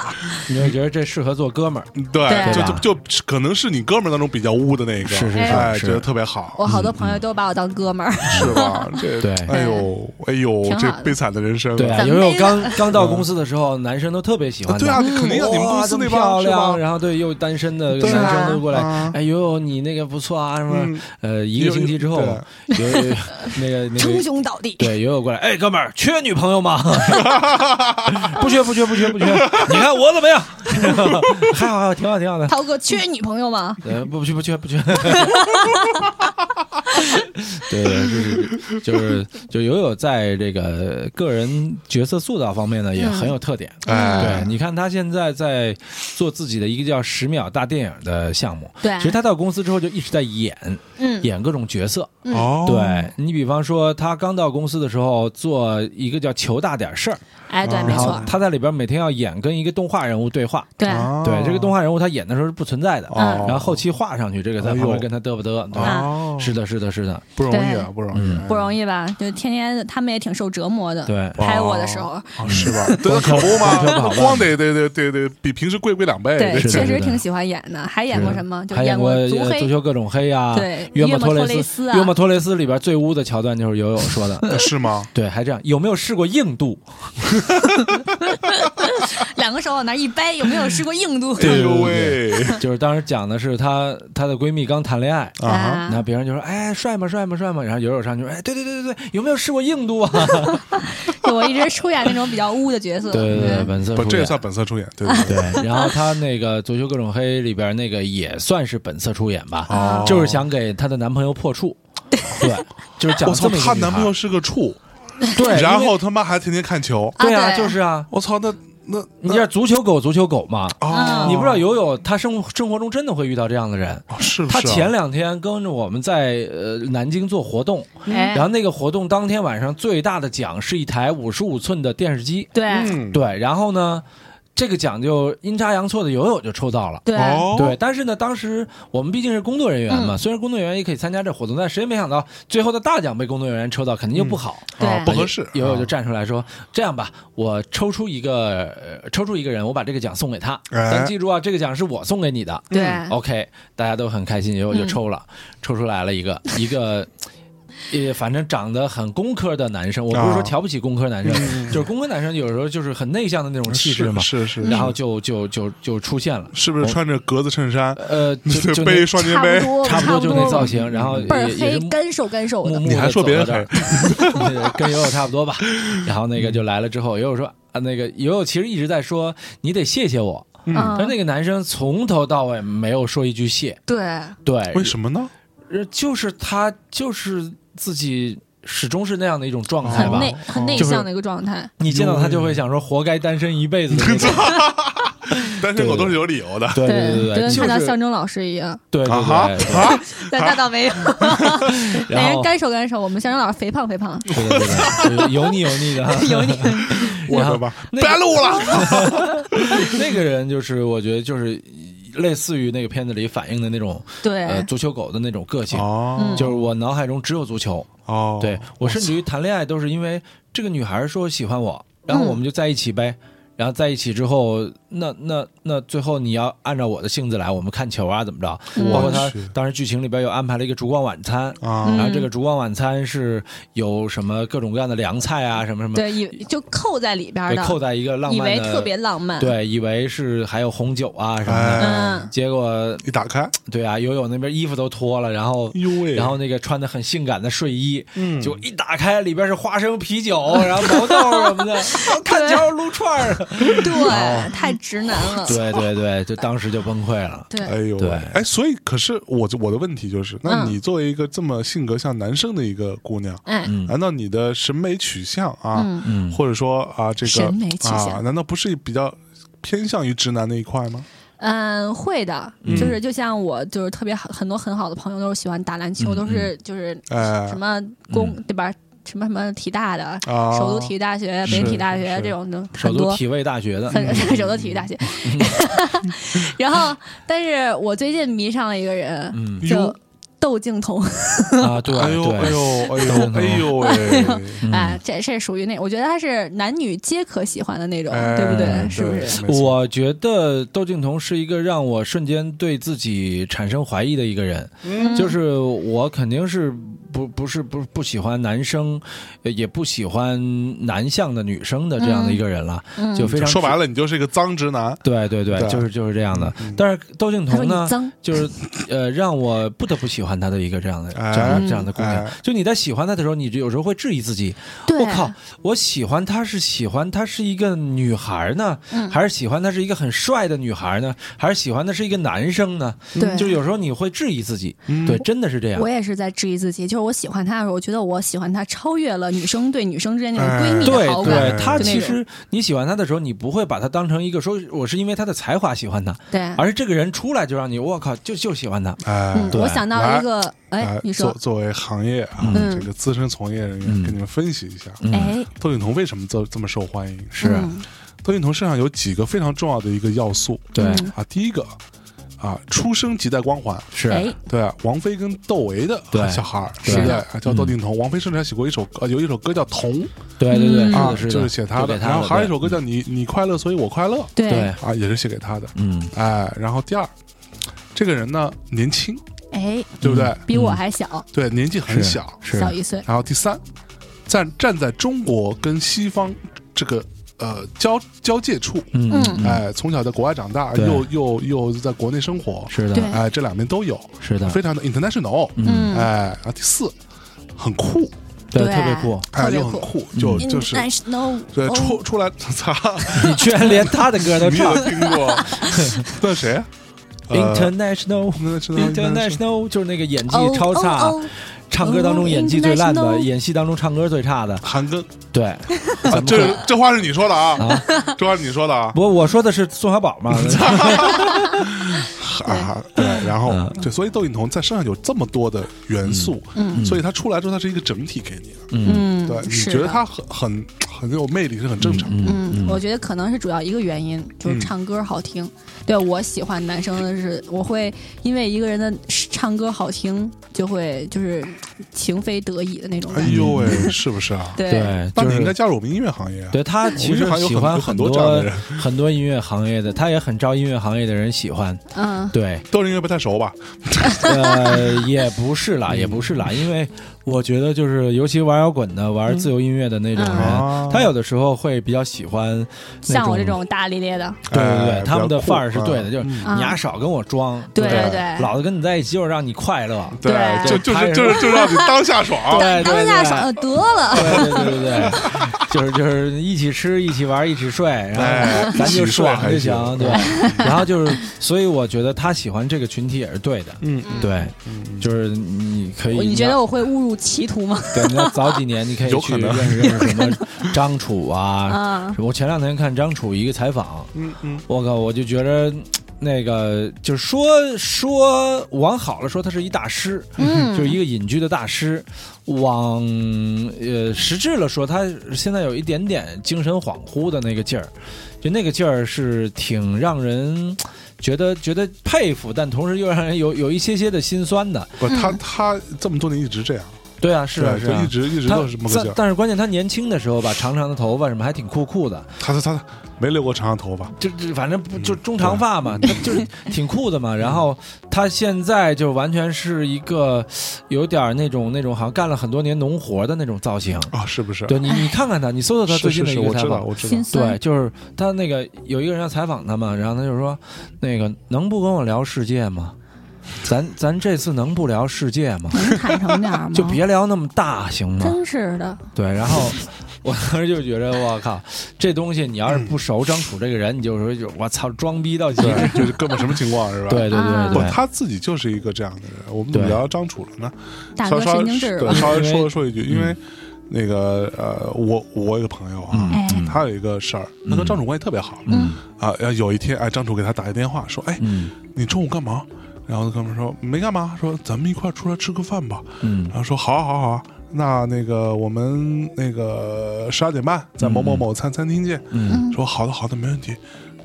Speaker 1: 你会觉得这适合做哥们儿，
Speaker 2: 对，
Speaker 4: 对
Speaker 2: 就
Speaker 1: 吧
Speaker 2: 就就可能是你哥们儿当中比较污的那个，
Speaker 1: 是是是
Speaker 2: 哎，
Speaker 1: 是
Speaker 2: 觉得特别好，
Speaker 4: 我好多
Speaker 1: 嗯
Speaker 4: 朋友都把我当哥们儿，
Speaker 2: 是吧？这
Speaker 1: 对
Speaker 2: 哎呦，哎呦
Speaker 4: 挺，好
Speaker 2: 这
Speaker 4: 的
Speaker 2: 悲惨的人生，
Speaker 1: 对啊，
Speaker 4: 咱
Speaker 1: 尤
Speaker 4: 们
Speaker 1: 尤
Speaker 4: 那个
Speaker 1: 刚刚到公司的时候，男生都特别喜欢
Speaker 2: 对啊，
Speaker 1: 他。
Speaker 2: 肯定要你们公
Speaker 1: 哇这
Speaker 2: 司
Speaker 1: 么
Speaker 2: 那
Speaker 1: 漂
Speaker 2: 帮是吧
Speaker 1: 亮，？然后对又单身的
Speaker 2: 对
Speaker 1: 男生
Speaker 2: 啊
Speaker 1: 都过来
Speaker 2: 啊，
Speaker 1: 哎呦呦，你那个不错啊，什么
Speaker 2: 嗯
Speaker 1: 呃，一个星期之后，有有那个
Speaker 4: (laughs)
Speaker 1: 那
Speaker 4: 称
Speaker 1: 个
Speaker 4: 兄道弟。
Speaker 1: 对，也有过来，哎，哥们儿，缺女朋友 (laughs) 吗？不缺，不缺，不缺， (laughs) 不缺。你看我怎么样？ (laughs) 还好，还好，挺好，挺好的。
Speaker 4: 涛哥缺女朋友吗？
Speaker 1: 呃，不不缺，不缺，不 (laughs) 缺。对，就是就是就友友在这个个人角色塑造方面呢，也很有特点。
Speaker 4: 嗯
Speaker 2: 哎
Speaker 1: 对，你看他现在在做自己的一个叫“十秒大电影”的项目。
Speaker 4: 对
Speaker 1: 其实他到公司之后就一直在演
Speaker 4: 嗯，
Speaker 1: 演各种角色。
Speaker 4: 嗯
Speaker 2: 哦，
Speaker 1: 对你比方说，他刚到公司的时候做一个叫“求大点事儿”，
Speaker 4: 哎，
Speaker 2: 嗯
Speaker 4: 对，没
Speaker 1: 然后
Speaker 4: 错，
Speaker 1: 他在里边每天要演跟一个动画人物对话。
Speaker 4: 对，
Speaker 2: 哦，
Speaker 1: 对，这个动画人物他演的时候是不存在的，
Speaker 2: 哦，
Speaker 4: 嗯
Speaker 1: 然后后期画上去，这个在旁
Speaker 2: 哎
Speaker 1: 边
Speaker 2: 呦
Speaker 1: 跟他嘚不嘚？对，
Speaker 2: 哦，
Speaker 1: 是的，是的，是的，
Speaker 4: 嗯
Speaker 2: 不容易啊，不容易
Speaker 1: 嗯
Speaker 2: 啊，
Speaker 4: 啊不容易吧？就天天他们也挺受折磨的。
Speaker 1: 对
Speaker 4: 拍我的时候，嗯
Speaker 2: 哦，是吧？对，
Speaker 1: 嗯光
Speaker 2: 可不嘛
Speaker 1: 光挑不好，办
Speaker 2: 光得得得得得比平时贵贵两倍，
Speaker 4: 对，
Speaker 1: 是的
Speaker 4: 确
Speaker 1: 是
Speaker 4: 实
Speaker 1: 的
Speaker 4: 挺喜欢演的，还演过什么？就
Speaker 1: 还演
Speaker 4: 过
Speaker 1: 呃
Speaker 4: 足
Speaker 1: 足
Speaker 4: 黑，
Speaker 1: 球各种黑啊，
Speaker 4: 对
Speaker 1: 约莫
Speaker 4: 约莫托
Speaker 1: 雷
Speaker 4: 雷斯啊
Speaker 1: 约莫托雷斯里边最污的桥段就是友友说的。
Speaker 2: (laughs) 对是吗？
Speaker 1: 对，还这样，有没有试过硬度？
Speaker 4: 两个手往那一掰，有没有试过硬度？
Speaker 2: 哎
Speaker 4: (laughs)
Speaker 1: 对
Speaker 2: 呦喂，
Speaker 1: 就是当时讲的是她她的闺蜜刚谈恋爱，
Speaker 2: 啊哈，
Speaker 1: 那别人就说，哎，帅吗？帅吗？帅吗？然后友友上去说，哎，对对对对对，有没有试过硬度啊？
Speaker 4: (laughs) 就我一直出演那种比较污的角色。
Speaker 1: 对 (laughs) 对对对，本色
Speaker 2: 不，
Speaker 1: 出
Speaker 2: 这也
Speaker 1: 演。
Speaker 2: 算本色出演，对对对，
Speaker 1: 嗯对，然后她那个《足球各种黑》里边那个也算是本色出演吧，
Speaker 4: 啊
Speaker 2: 哦
Speaker 1: 就是想给她的男朋友破 (laughs) 处。对，就是讲
Speaker 2: 我操，
Speaker 1: 这么一个
Speaker 2: 她
Speaker 1: 女
Speaker 2: 男
Speaker 1: 孩
Speaker 2: 朋友是个处，
Speaker 1: 对，
Speaker 2: 然
Speaker 1: 因为
Speaker 2: 后他妈还天天看球，
Speaker 4: 啊
Speaker 1: 对啊，
Speaker 4: 对
Speaker 1: 就是啊，
Speaker 2: 我操，那那
Speaker 1: 你这足球狗，足球狗嘛。
Speaker 2: 呃哦，
Speaker 4: 嗯
Speaker 1: 你不知道友友他生生活中真的会遇到这样的人。
Speaker 2: 哦是不是
Speaker 1: 他
Speaker 2: 啊？
Speaker 1: 前两天跟着我们在呃南京做活动，
Speaker 6: 哎
Speaker 1: 然后那个活动当天晚上最大的奖是一台五十五寸的电视机，
Speaker 4: 哎对
Speaker 2: 嗯，
Speaker 1: 对，然后呢，这个奖就阴差阳错的友友就抽到了。
Speaker 4: 对
Speaker 2: 哦，
Speaker 1: 对，但是呢，当时我们毕竟是工作人员
Speaker 4: 嗯
Speaker 1: 嘛，虽然工作人员也可以参加这活动，但谁也没想到最后的大奖被工作人员抽到，肯定就不好。
Speaker 4: 嗯对
Speaker 2: 啊不合适，
Speaker 1: 友友
Speaker 2: 啊
Speaker 1: 就站出来说：“这样吧，我抽出一个，呃抽出一个人，我把这个奖送给他。
Speaker 2: 哎
Speaker 1: 但记住啊，这个奖是我送给你的。嗯
Speaker 4: 对，嗯
Speaker 1: OK，大家都很开心，友友就抽了，抽出来了一个一个。也反正长得很工科的男生，我不是说
Speaker 2: 啊嗯
Speaker 1: 瞧不起工科男生，就是工科男生有时候就是很内向的那种气质嘛，
Speaker 2: 是是，是
Speaker 1: 然后就就就就出现了，
Speaker 2: 是不是穿着格子衬衫，
Speaker 1: 呃，就
Speaker 2: 对
Speaker 1: 就
Speaker 2: 背
Speaker 1: 那
Speaker 2: 双肩
Speaker 4: 差
Speaker 2: 背
Speaker 4: 不？多，
Speaker 1: 差不
Speaker 4: 不
Speaker 1: 多就那造，型，然后
Speaker 4: 倍儿
Speaker 1: 也也
Speaker 4: 黑
Speaker 1: 是，
Speaker 4: 干瘦干瘦
Speaker 1: 木
Speaker 4: 的。
Speaker 1: 木
Speaker 2: 你还
Speaker 1: 地
Speaker 2: 说
Speaker 1: 走到
Speaker 2: 别人
Speaker 1: 这儿对跟友友差不多吧。然后那个就来了之后，友友说啊，那个友友其实一直在说你得谢谢我，
Speaker 4: 嗯
Speaker 1: 但那个男生从头到尾没有说一句谢，
Speaker 4: 对，
Speaker 1: 对，
Speaker 2: 为什么呢？
Speaker 1: 么？就是他就是自己始终是那样的一种状态
Speaker 2: 哦
Speaker 1: 吧
Speaker 4: 很。
Speaker 2: 累
Speaker 4: 内很内
Speaker 1: 嗯就是
Speaker 4: 向的一个状态。
Speaker 1: 你见到他就会想说，活该单身一辈子的那种。
Speaker 2: (laughs) 单身狗都是有理由的。
Speaker 1: 对对对
Speaker 4: 就
Speaker 1: 对，
Speaker 4: 跟
Speaker 1: 就
Speaker 4: 看到
Speaker 1: 是
Speaker 4: 象征老师一样，
Speaker 1: 对对
Speaker 2: 啊哈
Speaker 1: 对对，
Speaker 2: 啊！
Speaker 4: 但那倒没有，每
Speaker 1: 嗯然后
Speaker 4: 人干瘦干瘦，我们象征老师肥胖肥胖。 (laughs)
Speaker 1: 对对对对，油腻油腻的，油腻。(laughs)
Speaker 2: 我
Speaker 1: 然后
Speaker 2: 的妈，
Speaker 1: 那
Speaker 2: 别录了。
Speaker 1: (laughs) 那个人就是我觉得就是类似于那个片子里反映的那种呃
Speaker 4: 对，
Speaker 1: 足球狗的那种个性，
Speaker 2: 哦
Speaker 1: 就是我脑海中只有足球。
Speaker 2: 哦，
Speaker 1: 对我甚至于谈恋爱都是因为这个女孩说喜欢我，
Speaker 2: 嗯
Speaker 1: 然后我们就在一起呗。然后在一起之后，那那那最后你要按照我的性子来，我们看球啊，怎么着？
Speaker 2: 嗯
Speaker 1: 包括他
Speaker 2: 去
Speaker 1: 当时剧情里边有安排了一个烛光晚餐，
Speaker 4: 嗯
Speaker 2: 啊，
Speaker 1: 然后这个烛光晚餐是有什么各种各样的凉菜啊，什么什么，
Speaker 4: 对，以就扣在里边
Speaker 1: 对，
Speaker 4: 的，
Speaker 1: 扣在一个浪
Speaker 4: 以
Speaker 1: 漫的，
Speaker 4: 为特别浪漫。，
Speaker 1: 对，以为是还有红酒啊什么的，
Speaker 2: 哎
Speaker 4: 嗯，
Speaker 1: 结果
Speaker 2: 一打开，
Speaker 1: 对啊，友友那边衣服都脱了，然后
Speaker 2: 呦喂
Speaker 1: 然后那个穿的很性感的睡衣，嗯，就一打开里边是花生啤酒，然后毛豆什
Speaker 2: (laughs)
Speaker 1: 么的，然后看球撸串儿，
Speaker 4: 对，太直男了。
Speaker 1: 对对对，就当时就崩溃了。
Speaker 2: 哎
Speaker 4: 对，
Speaker 2: 呦
Speaker 1: 对
Speaker 2: 喂，哎，所以可是我我的问题就是，那
Speaker 4: 嗯
Speaker 2: 你作为一个这么性格像男生的一个姑娘，
Speaker 4: 哎，
Speaker 1: 嗯
Speaker 2: 难道你的审美取向啊，
Speaker 4: 嗯
Speaker 1: 嗯，
Speaker 2: 或者说啊这个
Speaker 4: 审美取向
Speaker 2: 啊，难道不是比较偏向于直男那一块吗？
Speaker 4: 嗯，会的，
Speaker 1: 嗯
Speaker 4: 就是就像我，就是特别好很多很好的朋友都是喜欢打篮球，
Speaker 1: 嗯
Speaker 4: 都是就是
Speaker 2: 哎
Speaker 4: 什么工对吧？什么什么体大的，
Speaker 2: 啊，
Speaker 4: 首都体育大学、北
Speaker 2: 是
Speaker 4: 京体育大学
Speaker 2: 是
Speaker 4: 这种的
Speaker 1: 首
Speaker 4: 很
Speaker 1: 都
Speaker 4: 多。
Speaker 1: 体卫大学的，
Speaker 4: 很 (laughs) 首都体育大学，然后，但是我最近迷上了一个人，
Speaker 1: 嗯
Speaker 4: 就窦靖童，
Speaker 1: 啊，对
Speaker 2: 哎呦哎
Speaker 1: 对，
Speaker 2: 呦哎
Speaker 1: 真
Speaker 2: 呦
Speaker 1: 的
Speaker 2: 哎呦
Speaker 1: (laughs)
Speaker 2: 喂！
Speaker 4: (laughs) 哎，这这属于那，我觉得他是男女皆可喜欢的那种，
Speaker 2: 哎
Speaker 4: 对不对？是不
Speaker 2: 对
Speaker 4: 是？
Speaker 2: 没错
Speaker 1: 我觉得窦靖童是一个让我瞬间对自己产生怀疑的一个人，
Speaker 4: 嗯
Speaker 1: 就是我肯定是不不是不不喜欢男生，呃也不喜欢男相的女生的这样的一个人了，
Speaker 4: 嗯
Speaker 1: 就非常
Speaker 2: 说白
Speaker 1: 了，
Speaker 2: 了，你就是一个脏直男。
Speaker 1: 对对对，
Speaker 2: 对嗯
Speaker 1: 就是就是这样的。但是窦靖
Speaker 4: 他说
Speaker 1: 童
Speaker 4: 你
Speaker 1: 呢，
Speaker 4: 脏，
Speaker 1: 就是呃让我不得不喜欢他的一个这样的这
Speaker 2: 哎
Speaker 1: 样的这样的姑娘
Speaker 2: 哎。
Speaker 1: 就你在喜欢他的时候，你有时候会质疑自己，
Speaker 4: 对，
Speaker 1: 我靠，我喜欢她是喜欢她是一个女孩呢，
Speaker 4: 嗯
Speaker 1: 还是喜欢她是一个很帅的女孩呢，还是喜欢的是一个男生呢？
Speaker 4: 对
Speaker 1: 就有时候你会质疑自己，
Speaker 2: 嗯
Speaker 1: 对，真的是这样
Speaker 4: 我。也是在质疑自己，就是我喜欢他的时候，我觉得我喜欢他超越了女生对女生之间那
Speaker 2: 哎
Speaker 4: 种闺蜜
Speaker 1: 对
Speaker 4: 的好感，
Speaker 1: 对，她
Speaker 4: 就那
Speaker 1: 其
Speaker 4: 种
Speaker 1: 实你喜欢她的时候，你不会把她当成一个说我是因为她的才华喜欢她，
Speaker 4: 对，
Speaker 1: 而是这个人出来就让你我靠就就喜欢她。
Speaker 2: 哎，
Speaker 4: 嗯，
Speaker 1: 对
Speaker 4: 我想到一个，哎
Speaker 2: 来，
Speaker 4: 你
Speaker 2: 作
Speaker 4: 说，
Speaker 2: 作为行业啊，
Speaker 4: 嗯
Speaker 2: 这个资深从业人员，
Speaker 1: 嗯
Speaker 2: 给你们分析一下，
Speaker 1: 嗯
Speaker 4: 哎，
Speaker 2: 窦靖童为什么这这么受欢迎？
Speaker 1: 是
Speaker 4: 嗯
Speaker 2: 窦靖童身上有几个非常重要的一个要素，
Speaker 1: 对
Speaker 4: 嗯
Speaker 2: 啊，第一个啊，出生即带光环，
Speaker 1: 是，
Speaker 4: 哎，
Speaker 2: 对啊，王菲跟窦唯的
Speaker 1: 对嗯
Speaker 2: 小孩儿，
Speaker 1: 对
Speaker 2: 是的，啊叫窦靖童。王菲甚至还写过一首歌，有一首歌叫《童》
Speaker 1: 对对对，
Speaker 4: 嗯
Speaker 2: 啊，
Speaker 1: 是的，
Speaker 2: 就是是
Speaker 1: 的
Speaker 2: 写他
Speaker 1: 就
Speaker 2: 的。
Speaker 1: 给她
Speaker 2: 然后还有一首歌
Speaker 1: 对嗯
Speaker 2: 叫《你你快乐所以我快乐》
Speaker 1: 对，
Speaker 2: 啊，也是写给他的。
Speaker 1: 嗯，
Speaker 2: 哎，然后第二，这个人呢年轻，
Speaker 4: 哎，
Speaker 2: 对不对？
Speaker 4: 比我还小，
Speaker 2: 对，年纪很
Speaker 1: 嗯是
Speaker 2: 小。
Speaker 1: 是
Speaker 4: 小一岁，
Speaker 2: 然后第三，站站在中国跟西方这个呃交交界处，
Speaker 1: 嗯
Speaker 4: 嗯
Speaker 1: 嗯
Speaker 2: 哎，从小在国外长大，
Speaker 1: 对
Speaker 2: 又又又在国内生活，
Speaker 1: 是的
Speaker 4: 对，
Speaker 2: 哎，这两边都有，
Speaker 1: 是的，
Speaker 2: 非常的 international，
Speaker 4: 嗯，
Speaker 2: 哎，然后第四，很酷，
Speaker 1: 对，
Speaker 4: 对
Speaker 1: 特别酷。
Speaker 2: 哎，
Speaker 4: 特别嗯
Speaker 2: 又很酷，就就是
Speaker 4: international，
Speaker 2: 对
Speaker 4: 哦
Speaker 2: 出出来， (laughs) 操，
Speaker 1: 你居然连他的歌都
Speaker 2: (laughs) 你
Speaker 1: 唱
Speaker 2: 有听过？那谁呃 (laughs)
Speaker 1: ，International。
Speaker 2: 那是
Speaker 1: International 就是那个演技
Speaker 4: 哦
Speaker 1: 超差，
Speaker 4: 哦哦
Speaker 1: 唱歌当中演技最烂的，
Speaker 4: International
Speaker 1: 演戏当中唱歌最差的，
Speaker 2: 韩庚，
Speaker 1: 对，
Speaker 2: 啊这这话是你说的啊， (laughs) 这话是你说的啊
Speaker 1: 不，我说的是宋小宝
Speaker 2: (laughs)
Speaker 1: 嘛，
Speaker 2: 啊，对，然后对，所以窦靖童在身上有这么多的元素，所以他出来之后，他是一个整体给你的，
Speaker 4: 嗯，
Speaker 2: 对，你
Speaker 4: 是
Speaker 2: 觉得
Speaker 4: 的
Speaker 2: 他很很很有魅力是很正常的，
Speaker 4: 嗯，我觉得可能是主要一个原因，就是
Speaker 2: 嗯
Speaker 4: 唱歌好听。对我喜欢男生的是，我会因为一个人的唱歌好听，就会就是情非得已的那种
Speaker 2: 哎
Speaker 4: 感觉。
Speaker 2: 呦喂，是不是啊？
Speaker 4: 对，
Speaker 1: 对，
Speaker 2: 那
Speaker 1: 哎就
Speaker 2: 你应该
Speaker 1: 是。
Speaker 2: 加入我们音乐行业啊。
Speaker 1: 对他其实喜欢多
Speaker 2: 我们这行有很有很多这样的人
Speaker 1: 很多音乐行业的，他也很招音乐行业的人喜欢。
Speaker 4: 嗯，
Speaker 1: 对，
Speaker 2: 窦靖童应该不太熟吧？
Speaker 1: 呃， (laughs) 也不是
Speaker 2: 嗯
Speaker 1: 啦，也不是啦，因为我觉得就是，尤其玩摇滚的、玩自由音乐的那种人，
Speaker 2: 嗯
Speaker 1: 他有的时候会比较喜欢那
Speaker 4: 像我这种大咧咧的，
Speaker 1: 对对
Speaker 2: 哎
Speaker 1: 对，他们的
Speaker 2: 比较酷
Speaker 1: 范儿是对的，
Speaker 2: 嗯
Speaker 1: 就是你丫少跟我装，
Speaker 4: 对
Speaker 1: 对
Speaker 4: 嗯对对
Speaker 1: 老子跟你在一起就是让你快乐，
Speaker 4: 对
Speaker 2: 就
Speaker 1: 他
Speaker 2: 就是
Speaker 1: 是
Speaker 2: 就是就让你当下爽。
Speaker 1: (laughs) 对对
Speaker 4: 当
Speaker 1: 对
Speaker 4: 下爽就呃得了。
Speaker 1: 对对对对对，就是就是一起吃，一起玩，一起睡，然
Speaker 2: 哎
Speaker 1: 后咱就爽就
Speaker 2: 一起睡还
Speaker 1: 行，
Speaker 2: 行嗯
Speaker 1: 对。 (laughs) 然后就是，所以我觉得他喜欢这个群体也是对的，
Speaker 2: 嗯，
Speaker 1: 对，就是你可以，
Speaker 4: 我你觉得我会误入歧途吗？
Speaker 1: 对，你要早几年，你可以
Speaker 2: 有
Speaker 1: 去
Speaker 2: 可能
Speaker 1: 认识认识什么张楚
Speaker 4: (laughs)
Speaker 1: 啊
Speaker 4: 啊。
Speaker 1: 我前两天看张楚一个采访，
Speaker 2: 嗯嗯
Speaker 1: 我靠，我就觉得。嗯那个就是说说往好了说，他是一大师，(laughs)
Speaker 4: 嗯
Speaker 1: 就是一个隐居的大师。往呃实质了说，他现在有一点点精神恍惚的那个劲儿，就那个劲儿是挺让人觉得觉得佩服，但同时又让人有有一些些的心酸的。
Speaker 2: 不，他他这么多年一直这样，
Speaker 1: 对啊，是啊，
Speaker 2: 对
Speaker 1: 是
Speaker 2: 就
Speaker 1: 啊
Speaker 2: 一。直一直
Speaker 1: 他
Speaker 2: 都是这么个
Speaker 1: 但
Speaker 2: 劲儿。
Speaker 1: 但是关键他年轻的时候吧，长长的头发什么还挺酷酷的，
Speaker 2: 他他他没留过长长头发，
Speaker 1: 就就反正不
Speaker 2: 嗯
Speaker 1: 就中长发嘛，他就是 (laughs) 挺酷的嘛。然后他现在就完全是一个有点儿那种那种好像干了很多年农活的那种造型。
Speaker 2: 啊，是不是？
Speaker 1: 对你你看看他，你搜搜他
Speaker 2: 是
Speaker 1: 最近
Speaker 2: 是
Speaker 1: 的一
Speaker 2: 是，
Speaker 1: 个
Speaker 2: 我
Speaker 1: 采
Speaker 2: 知道
Speaker 1: 访。
Speaker 2: 我知道
Speaker 3: 心。酸
Speaker 1: 对，就是他那个有一个人要采访他嘛，然后他就说，那个能不跟我聊世界吗？咱咱这次能不聊世界吗？
Speaker 4: 能坦诚点吗？
Speaker 1: (laughs) 就别聊那么大，行吗？
Speaker 4: 真是的，
Speaker 1: 对，然后我当时就觉得，我靠，这东西你要是不熟张楚这个人，你就说就我操，装逼到极致。
Speaker 2: 对，就是哥们儿什么情况是吧？
Speaker 1: (laughs) 对对
Speaker 4: 啊
Speaker 1: 对
Speaker 2: 不，
Speaker 1: 对，
Speaker 2: 他自己就是一个这样的人。我们怎么
Speaker 1: 对
Speaker 2: 聊到张楚了呢？
Speaker 4: 大
Speaker 2: 稍
Speaker 4: 哥
Speaker 2: 稍
Speaker 4: 神
Speaker 2: 微
Speaker 4: 经质
Speaker 2: 对
Speaker 4: 吧。
Speaker 2: 稍微
Speaker 1: 因为嗯
Speaker 2: 说说一句，因为那个呃，我我有个朋友啊，
Speaker 4: 哎，
Speaker 2: 他有一个事儿，他跟张楚关系特别好。
Speaker 4: 嗯
Speaker 2: 啊，然后有一天，哎，张楚给他打一电话，说，哎，
Speaker 1: 嗯
Speaker 2: 你中午干嘛？然后那哥们儿说没干嘛，说咱们一块儿出来吃个饭吧。
Speaker 1: 嗯
Speaker 2: 然后说好啊好啊好啊，那那个我们那个十二点半在某某某餐餐厅见。
Speaker 1: 嗯
Speaker 2: 说好的好的没问题。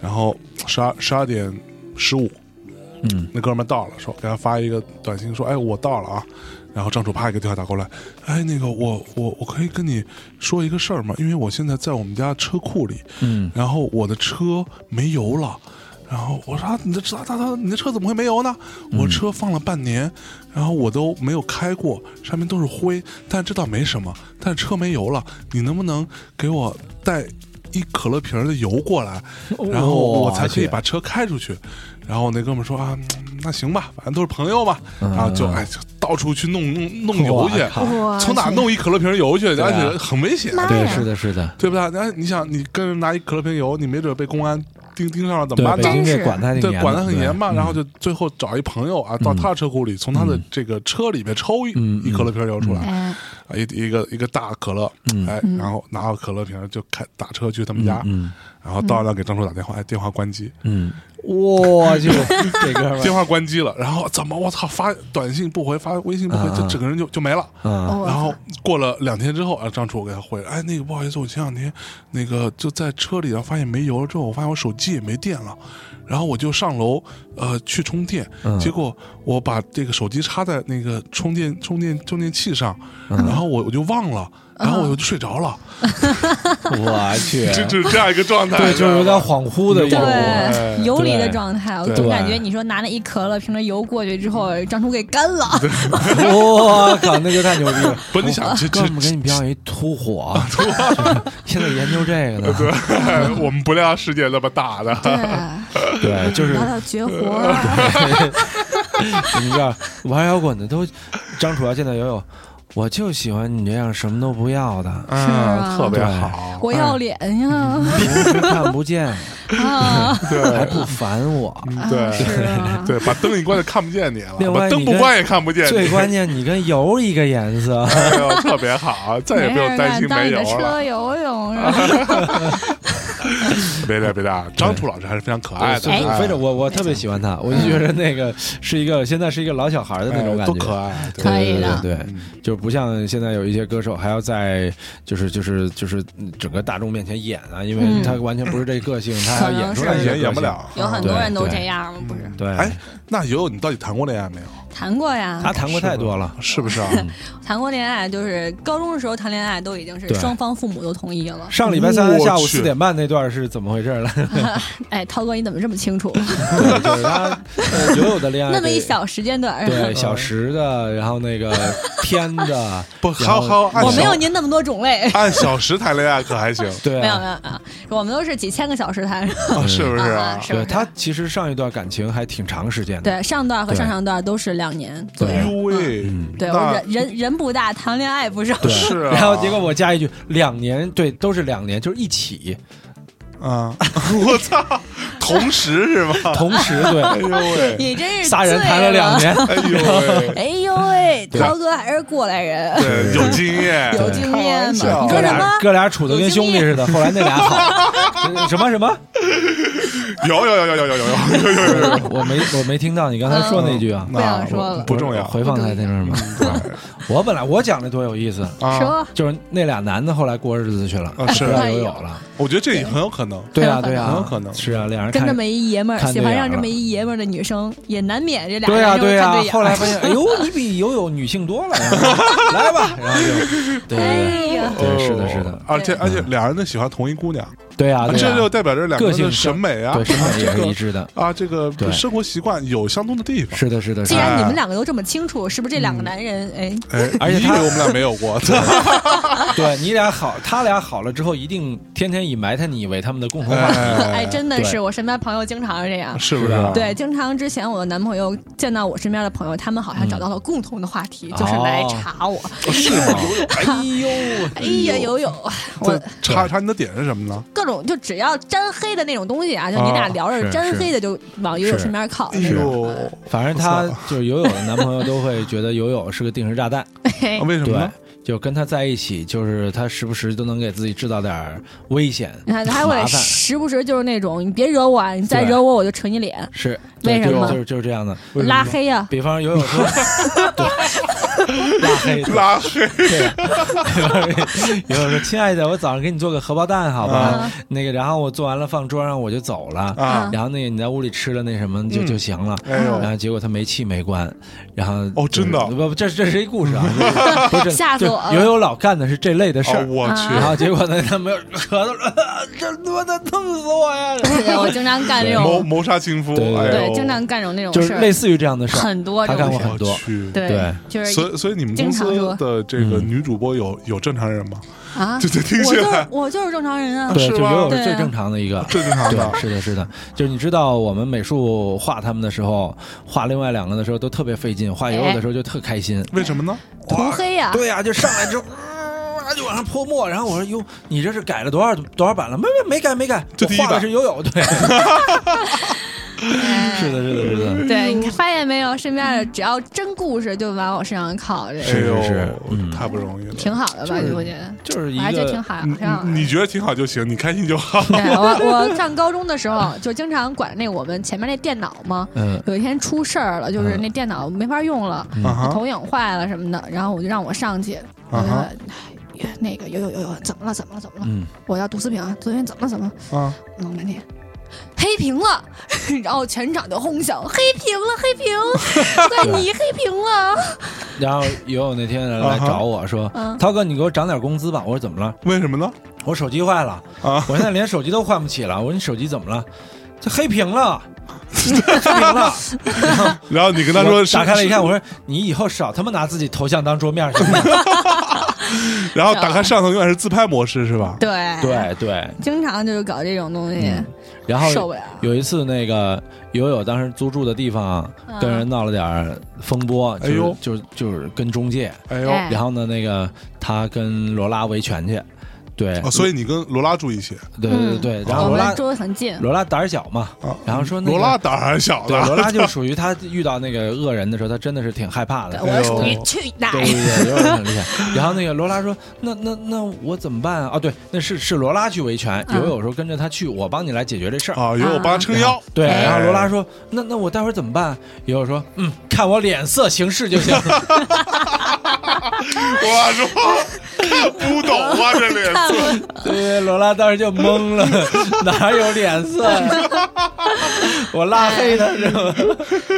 Speaker 2: 然后十二十二点十五，
Speaker 1: 嗯，
Speaker 2: 那哥们儿到了，说给他发一个短信说，哎，我到了啊。然后张楚啪一个电话打过来，哎，那个我我我可以跟你说一个事儿吗？因为我现在在我们家车库里，
Speaker 1: 嗯，
Speaker 2: 然后我的车没油了。然后我说啊：“你的车，他他你的车怎么会没油呢？我车放了半年，然后我都没有开过，上面都是灰，但这倒没什么。但是车没油了，你能不能给我带一可乐瓶儿的油过来，然后我才可以把车开出去？”然后那哥们说：“啊，嗯那行吧，反正都是朋友嘛。”然后就哎，就到处去弄弄弄油去，
Speaker 4: 嗯哇
Speaker 2: 从哪
Speaker 4: 塞
Speaker 2: 弄一可乐瓶儿油去？
Speaker 1: 啊
Speaker 2: 而且很危险。
Speaker 4: 妈
Speaker 1: 对，
Speaker 4: 呀
Speaker 1: 是的，是的，
Speaker 2: 对不对？那你想，你跟人拿一可乐瓶油，你没准被公安盯盯上了，怎么
Speaker 1: 对，
Speaker 2: 办
Speaker 1: 北京？
Speaker 2: 呢
Speaker 1: 嗯
Speaker 4: 真
Speaker 1: 这
Speaker 4: 是
Speaker 1: 管他挺
Speaker 2: 对
Speaker 1: 严的，，
Speaker 2: 管得很严嘛。
Speaker 1: 对
Speaker 2: 然后就最后找一朋友啊，到他的车库里，从他的这个车里面抽一
Speaker 1: 嗯
Speaker 2: 一可乐瓶油出来，
Speaker 4: 哎，
Speaker 2: 啊一一个一个大可乐，哎，然后拿到可乐瓶就开打车去他们家，
Speaker 1: 嗯
Speaker 2: 然后到那给张叔打电话，哎，电话关机，
Speaker 1: 嗯，我
Speaker 2: (laughs)
Speaker 1: 去，这哥们
Speaker 2: 电
Speaker 1: 儿，
Speaker 2: 话关机了，然后怎么我操发短信不回，发微信不回，
Speaker 1: 啊
Speaker 2: 就整个人就就没了。
Speaker 1: 嗯
Speaker 2: 然后过了两天之后啊，张楚我给他回了，哎，那个不好意思，我前两天那个就在车里，然后发现没油了之后，我发现我手机也没电了，然后我就上楼呃去充电，结果我把这个手机插在那个充电充电充电器上，然后我我就忘了，
Speaker 4: 嗯
Speaker 2: 然后我就睡着了，
Speaker 1: 我去，
Speaker 2: 就就是这样一个状态，
Speaker 1: 对，就是有
Speaker 2: 知道
Speaker 1: 点
Speaker 2: (laughs) 吗
Speaker 1: 恍惚的一种，
Speaker 4: 对，游离的
Speaker 1: 对
Speaker 4: 状态，我
Speaker 2: 对
Speaker 4: 总感觉你说拿那一可乐瓶的油过去之后，张楚给干了。
Speaker 1: 我靠，那就太牛逼了。
Speaker 2: (laughs) 不，你想，这
Speaker 1: 哥
Speaker 2: 这
Speaker 1: 们儿给你表演一突火，
Speaker 2: (laughs)
Speaker 1: 现在研究这个呢，
Speaker 2: 对， (laughs) 我们不料世界那么大的，
Speaker 4: 对，
Speaker 1: 对，哎就是
Speaker 4: 聊到绝活儿，
Speaker 1: 你知道玩摇滚的都，张楚要啊见到游泳，我就喜欢你这样什么都不要的，
Speaker 2: 啊嗯，特别好，
Speaker 4: 我要脸呀！
Speaker 1: 平时看不见，
Speaker 4: 啊，
Speaker 1: 还
Speaker 2: 对
Speaker 1: 不烦我。
Speaker 2: 嗯
Speaker 4: 啊是
Speaker 2: 对
Speaker 4: 啊，
Speaker 2: 对，把灯一关就看不见你了，
Speaker 1: 另
Speaker 2: 把
Speaker 1: 外
Speaker 2: 灯
Speaker 1: 你
Speaker 2: 不
Speaker 1: 跟
Speaker 2: 关也看不见你，
Speaker 1: 最关键，你跟油一个颜色，
Speaker 2: 哎呦，特别 (laughs) 好，再也
Speaker 4: 没
Speaker 2: 不用
Speaker 4: 人
Speaker 2: 担
Speaker 4: 敢
Speaker 2: 心
Speaker 4: 当
Speaker 2: 没
Speaker 4: 你
Speaker 2: 油
Speaker 4: 的
Speaker 2: 了
Speaker 4: 车。游泳是吧？
Speaker 2: 别的别的，张楚老师还是非常可爱的，
Speaker 1: 对
Speaker 2: 哎嗯
Speaker 1: 非得我我特别喜欢他，我就觉得那个是一个现在是一个老小孩的那种
Speaker 2: 哎
Speaker 1: 感觉，
Speaker 2: 多可爱，嗯对
Speaker 1: 对
Speaker 4: 可以
Speaker 1: 对
Speaker 4: 的
Speaker 1: 对对，就是不像现在有一些歌手还要在就是就是就是整个大众面前演啊，因为
Speaker 4: 嗯
Speaker 1: 他完全不是这个性，他还要演出来
Speaker 4: 可能
Speaker 1: 这
Speaker 4: 是
Speaker 1: 个
Speaker 2: 演演不
Speaker 1: 个性。
Speaker 2: 了。
Speaker 4: 有很多
Speaker 1: 对
Speaker 4: 人都
Speaker 1: 对嗯
Speaker 4: 这样嘛，不是？
Speaker 1: 对，
Speaker 2: 哎，那友友，你到底谈过恋爱没有？
Speaker 4: 谈过呀，
Speaker 1: 他谈过太多了，
Speaker 2: 是不是啊？
Speaker 4: 谈过恋爱，就是高中的时候谈恋爱，都已经是
Speaker 1: 对
Speaker 4: 双方父母都同意了。
Speaker 1: 上礼拜三下午
Speaker 2: 我去
Speaker 1: 四点半那段是怎么回事儿了？
Speaker 4: (laughs) 哎，涛哥你怎么这么清楚？
Speaker 1: (laughs) 对就是
Speaker 2: (laughs)
Speaker 1: 他呃友友的恋爱，
Speaker 4: 那么一小时间 (laughs) 段，
Speaker 1: 对小时的，然后
Speaker 4: (laughs)
Speaker 1: 那个天的，
Speaker 2: 嗯不，还有
Speaker 1: 然
Speaker 2: 还
Speaker 1: 后
Speaker 2: 有按
Speaker 4: 我没有
Speaker 2: 小
Speaker 4: 您那么多种类，
Speaker 2: 按哎小时谈恋爱可还行，
Speaker 1: 对
Speaker 4: 没有
Speaker 1: 啊
Speaker 4: 没有啊，我们都是几千个小时谈。
Speaker 2: 啊是不是啊？
Speaker 4: 啊是
Speaker 1: 对他其实上一段感情还挺长时间的，
Speaker 4: 对，上段和
Speaker 1: 对
Speaker 4: 上上段都是两年左右。
Speaker 2: 哎呦喂，
Speaker 4: 对我
Speaker 2: 那
Speaker 4: 人人人不大，谈恋爱不少。
Speaker 2: 是啊
Speaker 1: 然后结果我加一句，两年，对，都是两年，就是一起，
Speaker 2: 啊， (laughs) 我操，同时是吧？
Speaker 1: 同时
Speaker 2: 哎呦
Speaker 1: 对，
Speaker 2: 喂，
Speaker 4: 你真 (laughs) 是
Speaker 1: 仨人谈了
Speaker 4: 醉
Speaker 1: 两。年，
Speaker 2: 哎呦喂，
Speaker 4: 哎呦喂，
Speaker 1: (laughs) 对
Speaker 4: 涛哥还是过来人，
Speaker 2: 对，有经验，
Speaker 4: 有经验
Speaker 2: 开玩笑
Speaker 4: (laughs) 嘛？你
Speaker 1: 哥
Speaker 4: 说什
Speaker 1: 俩
Speaker 4: 么？
Speaker 1: 哥俩处的跟兄弟似的，后来那俩
Speaker 4: (laughs)
Speaker 1: 好，什么什么，
Speaker 2: 有有有有有有有有有 (laughs) 有有。
Speaker 1: 我没我没听到你刚才说那句啊，
Speaker 4: 嗯不想说了
Speaker 2: 不重要。嗯
Speaker 1: 回放在那边吗？我本来我讲的多有意思，
Speaker 2: 啊
Speaker 4: 说
Speaker 1: 就是那俩男的后来过日子去了，
Speaker 2: 啊是
Speaker 1: 不要游泳了，
Speaker 2: 我觉得这也很有可能。
Speaker 1: 对啊对啊，
Speaker 2: 很有可能
Speaker 1: 是啊，俩人
Speaker 4: 跟
Speaker 1: 看
Speaker 4: 这么一爷们儿，
Speaker 1: 看
Speaker 4: 喜
Speaker 1: 对
Speaker 4: 欢
Speaker 1: 眼
Speaker 4: 上这
Speaker 1: 了
Speaker 4: 么一爷们儿的女生，也难免这俩
Speaker 1: 对呀、啊
Speaker 4: 人
Speaker 1: 对
Speaker 4: 就
Speaker 1: 呀、
Speaker 4: 看对眼
Speaker 1: 后
Speaker 4: 了
Speaker 1: 来发现，哎呦，你比游泳女性多了，
Speaker 4: (laughs)
Speaker 1: 然后来吧，然后就，对
Speaker 4: 哎
Speaker 1: 对
Speaker 4: 呀
Speaker 1: 对，对，是的，是的
Speaker 2: 哦，而且
Speaker 4: 对
Speaker 2: 而且俩人都喜欢同一姑娘，
Speaker 1: 对呀、对
Speaker 2: 啊这
Speaker 1: 呀、
Speaker 2: 就代表着两
Speaker 1: 个
Speaker 2: 个人
Speaker 1: 性
Speaker 2: 的审美啊
Speaker 1: 对，审美也
Speaker 2: 这
Speaker 1: 是一
Speaker 2: 个
Speaker 1: 致的，
Speaker 2: 啊，这
Speaker 1: 对
Speaker 2: 个生活习惯有相通的地方。
Speaker 1: 是的，是的，是
Speaker 4: 既
Speaker 1: 的。
Speaker 4: 然你们两个都这么清楚，是不是这两
Speaker 1: 嗯
Speaker 4: 个男人？哎，
Speaker 2: 哎，
Speaker 1: 而且
Speaker 2: 你以
Speaker 1: 他
Speaker 2: 为我们俩没有
Speaker 1: (laughs)
Speaker 2: 过，
Speaker 1: 对你俩好，他俩好了之后，一定天天以埋汰你为他们的共同话题。
Speaker 4: 哎，
Speaker 2: 哎，
Speaker 4: 真的是，
Speaker 1: 对
Speaker 4: 我身边朋友经常是这样。
Speaker 2: 是不是
Speaker 1: 是
Speaker 2: 啊
Speaker 1: 吧？
Speaker 4: 对，经常之前我的男朋友见到我身边的朋友，他们好
Speaker 1: 嗯
Speaker 4: 像找到了共同的话
Speaker 1: 哦
Speaker 4: 题，就是来查我。
Speaker 1: 是 (laughs) 吗？哎呦，
Speaker 4: 哎呀，游泳，我
Speaker 2: 这查查你的点是什么呢？
Speaker 4: 各种就只要沾黑的那种东西啊，就你俩
Speaker 2: 哦
Speaker 4: 聊着
Speaker 1: 是
Speaker 4: 沾
Speaker 1: 是
Speaker 4: 黑的，就往游泳身边靠。
Speaker 2: 哎呦，
Speaker 1: 反正他就是游泳的男朋友都会觉得游泳是个定时炸弹，
Speaker 2: (laughs)
Speaker 4: 嘿
Speaker 2: 啊为什么
Speaker 1: 对
Speaker 2: 呢？，
Speaker 1: 就跟他在一起，就是他时不时都能给自己制造点儿危险，
Speaker 4: 你看，他
Speaker 1: 麻
Speaker 4: 会
Speaker 1: 烦
Speaker 4: 时不时就是那种，你别惹我，啊，你再
Speaker 1: 对
Speaker 4: 惹我我就捶你脸，
Speaker 1: 是
Speaker 4: 为
Speaker 1: 对就
Speaker 4: 什么
Speaker 1: 就是就是这样的，
Speaker 4: 拉黑啊呀、
Speaker 1: 比方游泳说，对，拉黑，
Speaker 2: 拉黑，
Speaker 1: 对，比方说，亲爱的，我早上给你做个荷包蛋，好吧？那个，然后我做完了放桌上，我就走了。
Speaker 2: 啊
Speaker 1: 然后那个你在屋里吃了那什么就就行了。
Speaker 2: 哎呦
Speaker 1: 然后结果他煤气没关，然后
Speaker 2: 哦真的
Speaker 1: 不不，这这是一故事
Speaker 2: (laughs)
Speaker 1: 啊，就是不是
Speaker 4: 吓死我了
Speaker 1: 就友友老干的是这类的事
Speaker 2: 哦
Speaker 1: 儿。
Speaker 4: 啊
Speaker 2: 我
Speaker 1: 然
Speaker 2: 去，
Speaker 1: 后结果呢，他没有咳嗽， (laughs) 啊这他妈的弄死我呀！
Speaker 4: (laughs) 对，我经常干这
Speaker 2: 谋
Speaker 4: 种，
Speaker 2: 谋杀亲夫，
Speaker 1: 对对
Speaker 2: 哎
Speaker 4: 对，
Speaker 2: 呦哎
Speaker 4: 经常干这种那种
Speaker 1: 就是
Speaker 4: 事儿，
Speaker 1: 类似于这样的事儿，
Speaker 4: 很多
Speaker 1: 他
Speaker 4: 这
Speaker 1: 干
Speaker 4: 种
Speaker 1: 过
Speaker 4: 事儿，
Speaker 1: 很多
Speaker 2: 我。去
Speaker 4: 对
Speaker 1: 对，
Speaker 4: 就是
Speaker 2: 所以，所以你们公司
Speaker 4: 经常说
Speaker 2: 的这个
Speaker 1: 嗯
Speaker 2: 女主播有有正常人吗？
Speaker 4: 啊，
Speaker 2: 就就听
Speaker 4: 我
Speaker 2: 起
Speaker 4: 就是
Speaker 2: 来
Speaker 4: 我就是正常人啊，
Speaker 1: 对，
Speaker 2: 是
Speaker 1: 就
Speaker 2: 吧
Speaker 1: 游泳
Speaker 4: 对啊
Speaker 1: 是最正常的一个，
Speaker 2: 最正常的
Speaker 1: 对，是的，是的，就是你知道，我们美术画他们的时候，画另外两个的时候都特别费劲，画游泳的时候就特开心。
Speaker 2: 为什么呢？
Speaker 4: 哎涂黑呀、
Speaker 1: 对呀、就上来之后，啊就往上泼墨，然后我说哟，你这是改了多少多少版了？没没没改没改，
Speaker 2: 就
Speaker 1: 我
Speaker 2: 第一
Speaker 1: 画的
Speaker 2: 版
Speaker 1: 是游泳，
Speaker 4: (laughs)
Speaker 1: 对，
Speaker 4: 哎
Speaker 1: 是的，是的，是的，
Speaker 4: 对，你发现没有，身边的只要真故事就往我身上靠，这
Speaker 2: 哎呦，
Speaker 1: 是是嗯
Speaker 2: 太不容易了。
Speaker 4: 挺好的
Speaker 1: 就
Speaker 4: 吧？
Speaker 1: 是
Speaker 4: 我觉得，
Speaker 1: 就是一
Speaker 4: 我还觉得挺
Speaker 1: 个
Speaker 4: 好，
Speaker 2: 你
Speaker 4: 挺好的。
Speaker 2: 你你觉得挺好就行，你开心就好。
Speaker 4: 对我我上高中的时候就经常管那我们前面那电脑嘛，
Speaker 1: 嗯
Speaker 4: 有一天出事儿了，就是
Speaker 1: 嗯
Speaker 4: 那电脑没法用了，
Speaker 2: 啊哈
Speaker 4: 投影坏了什么的，然后我就让我上去，我
Speaker 2: 啊
Speaker 4: 就说
Speaker 2: 哈
Speaker 4: 哎那个有有有有，怎么了怎么了怎么了？
Speaker 1: 嗯，
Speaker 4: 我要读四平，昨天怎么了怎么了？
Speaker 2: 啊！
Speaker 4: 弄半天。黑屏了， (laughs) 然后全场就哄笑，黑屏了，黑
Speaker 1: (laughs)
Speaker 4: 屏，怪你黑屏了。
Speaker 1: 然后游泳那天来
Speaker 2: 啊哈
Speaker 1: 找我说
Speaker 4: 嗯，
Speaker 1: 涛哥，你给我涨点工资吧。我说怎么了？
Speaker 2: 为什么呢？
Speaker 1: 我手机坏了，
Speaker 2: 啊
Speaker 1: 我现在连手机都换不起了。我说你手机怎么了？这黑屏
Speaker 2: (laughs)
Speaker 1: 了，黑屏了。
Speaker 2: 然后你跟他说
Speaker 1: 我
Speaker 2: 是
Speaker 1: 打开了一看，我说你以后少他妈拿自己头像当桌面行吗？
Speaker 2: 然后打开摄像头永远是自拍模式是吧？
Speaker 4: (laughs) 对，
Speaker 1: 对对，嗯
Speaker 4: 经常就是搞这种东西，
Speaker 1: 然
Speaker 4: 受不
Speaker 1: 后
Speaker 4: 了。
Speaker 1: 有一次那个友友当时租住的地方啊
Speaker 4: 嗯
Speaker 1: 跟人闹了点儿风波，就
Speaker 2: 哎呦
Speaker 1: 是就是就是跟中介，
Speaker 2: 哎呦，
Speaker 4: 哎
Speaker 1: 然后呢那个他跟罗拉维权去。对
Speaker 2: 哦，所以你跟罗拉住一起
Speaker 1: 对对对，然后
Speaker 4: 嗯我
Speaker 1: 罗拉
Speaker 4: 们住的
Speaker 1: (laughs)
Speaker 4: 很近，
Speaker 1: 罗拉胆儿小嘛
Speaker 2: 啊，
Speaker 1: 然后说那
Speaker 2: 罗
Speaker 1: 个
Speaker 2: 拉胆儿还小
Speaker 1: 对
Speaker 2: 呢，
Speaker 1: 罗拉就属于他遇到那个恶人的时候，他真的是挺害怕的。
Speaker 4: 我
Speaker 2: 哎
Speaker 4: 是属于
Speaker 1: 呦
Speaker 4: 去哪
Speaker 1: 对对对，有点很厉害。然后那个罗拉说：“那那那我怎么办啊？哦，对，那是是罗拉去维权，
Speaker 4: 嗯
Speaker 1: 有有时候跟着他去，我帮你来解决这事儿。
Speaker 2: 啊，有我帮撑腰，
Speaker 1: 哦对，
Speaker 2: 哎
Speaker 1: 然后罗拉说：“那那我待会儿怎么办？”也有说：“嗯，看我脸色行事
Speaker 4: (laughs)
Speaker 1: 就行。
Speaker 2: 我说看不懂啊，这
Speaker 4: (laughs)
Speaker 2: 脸色，
Speaker 1: 对”罗拉当时就懵了， (laughs) 哪有脸色呀？
Speaker 4: (laughs)
Speaker 1: 我拉黑他是吗？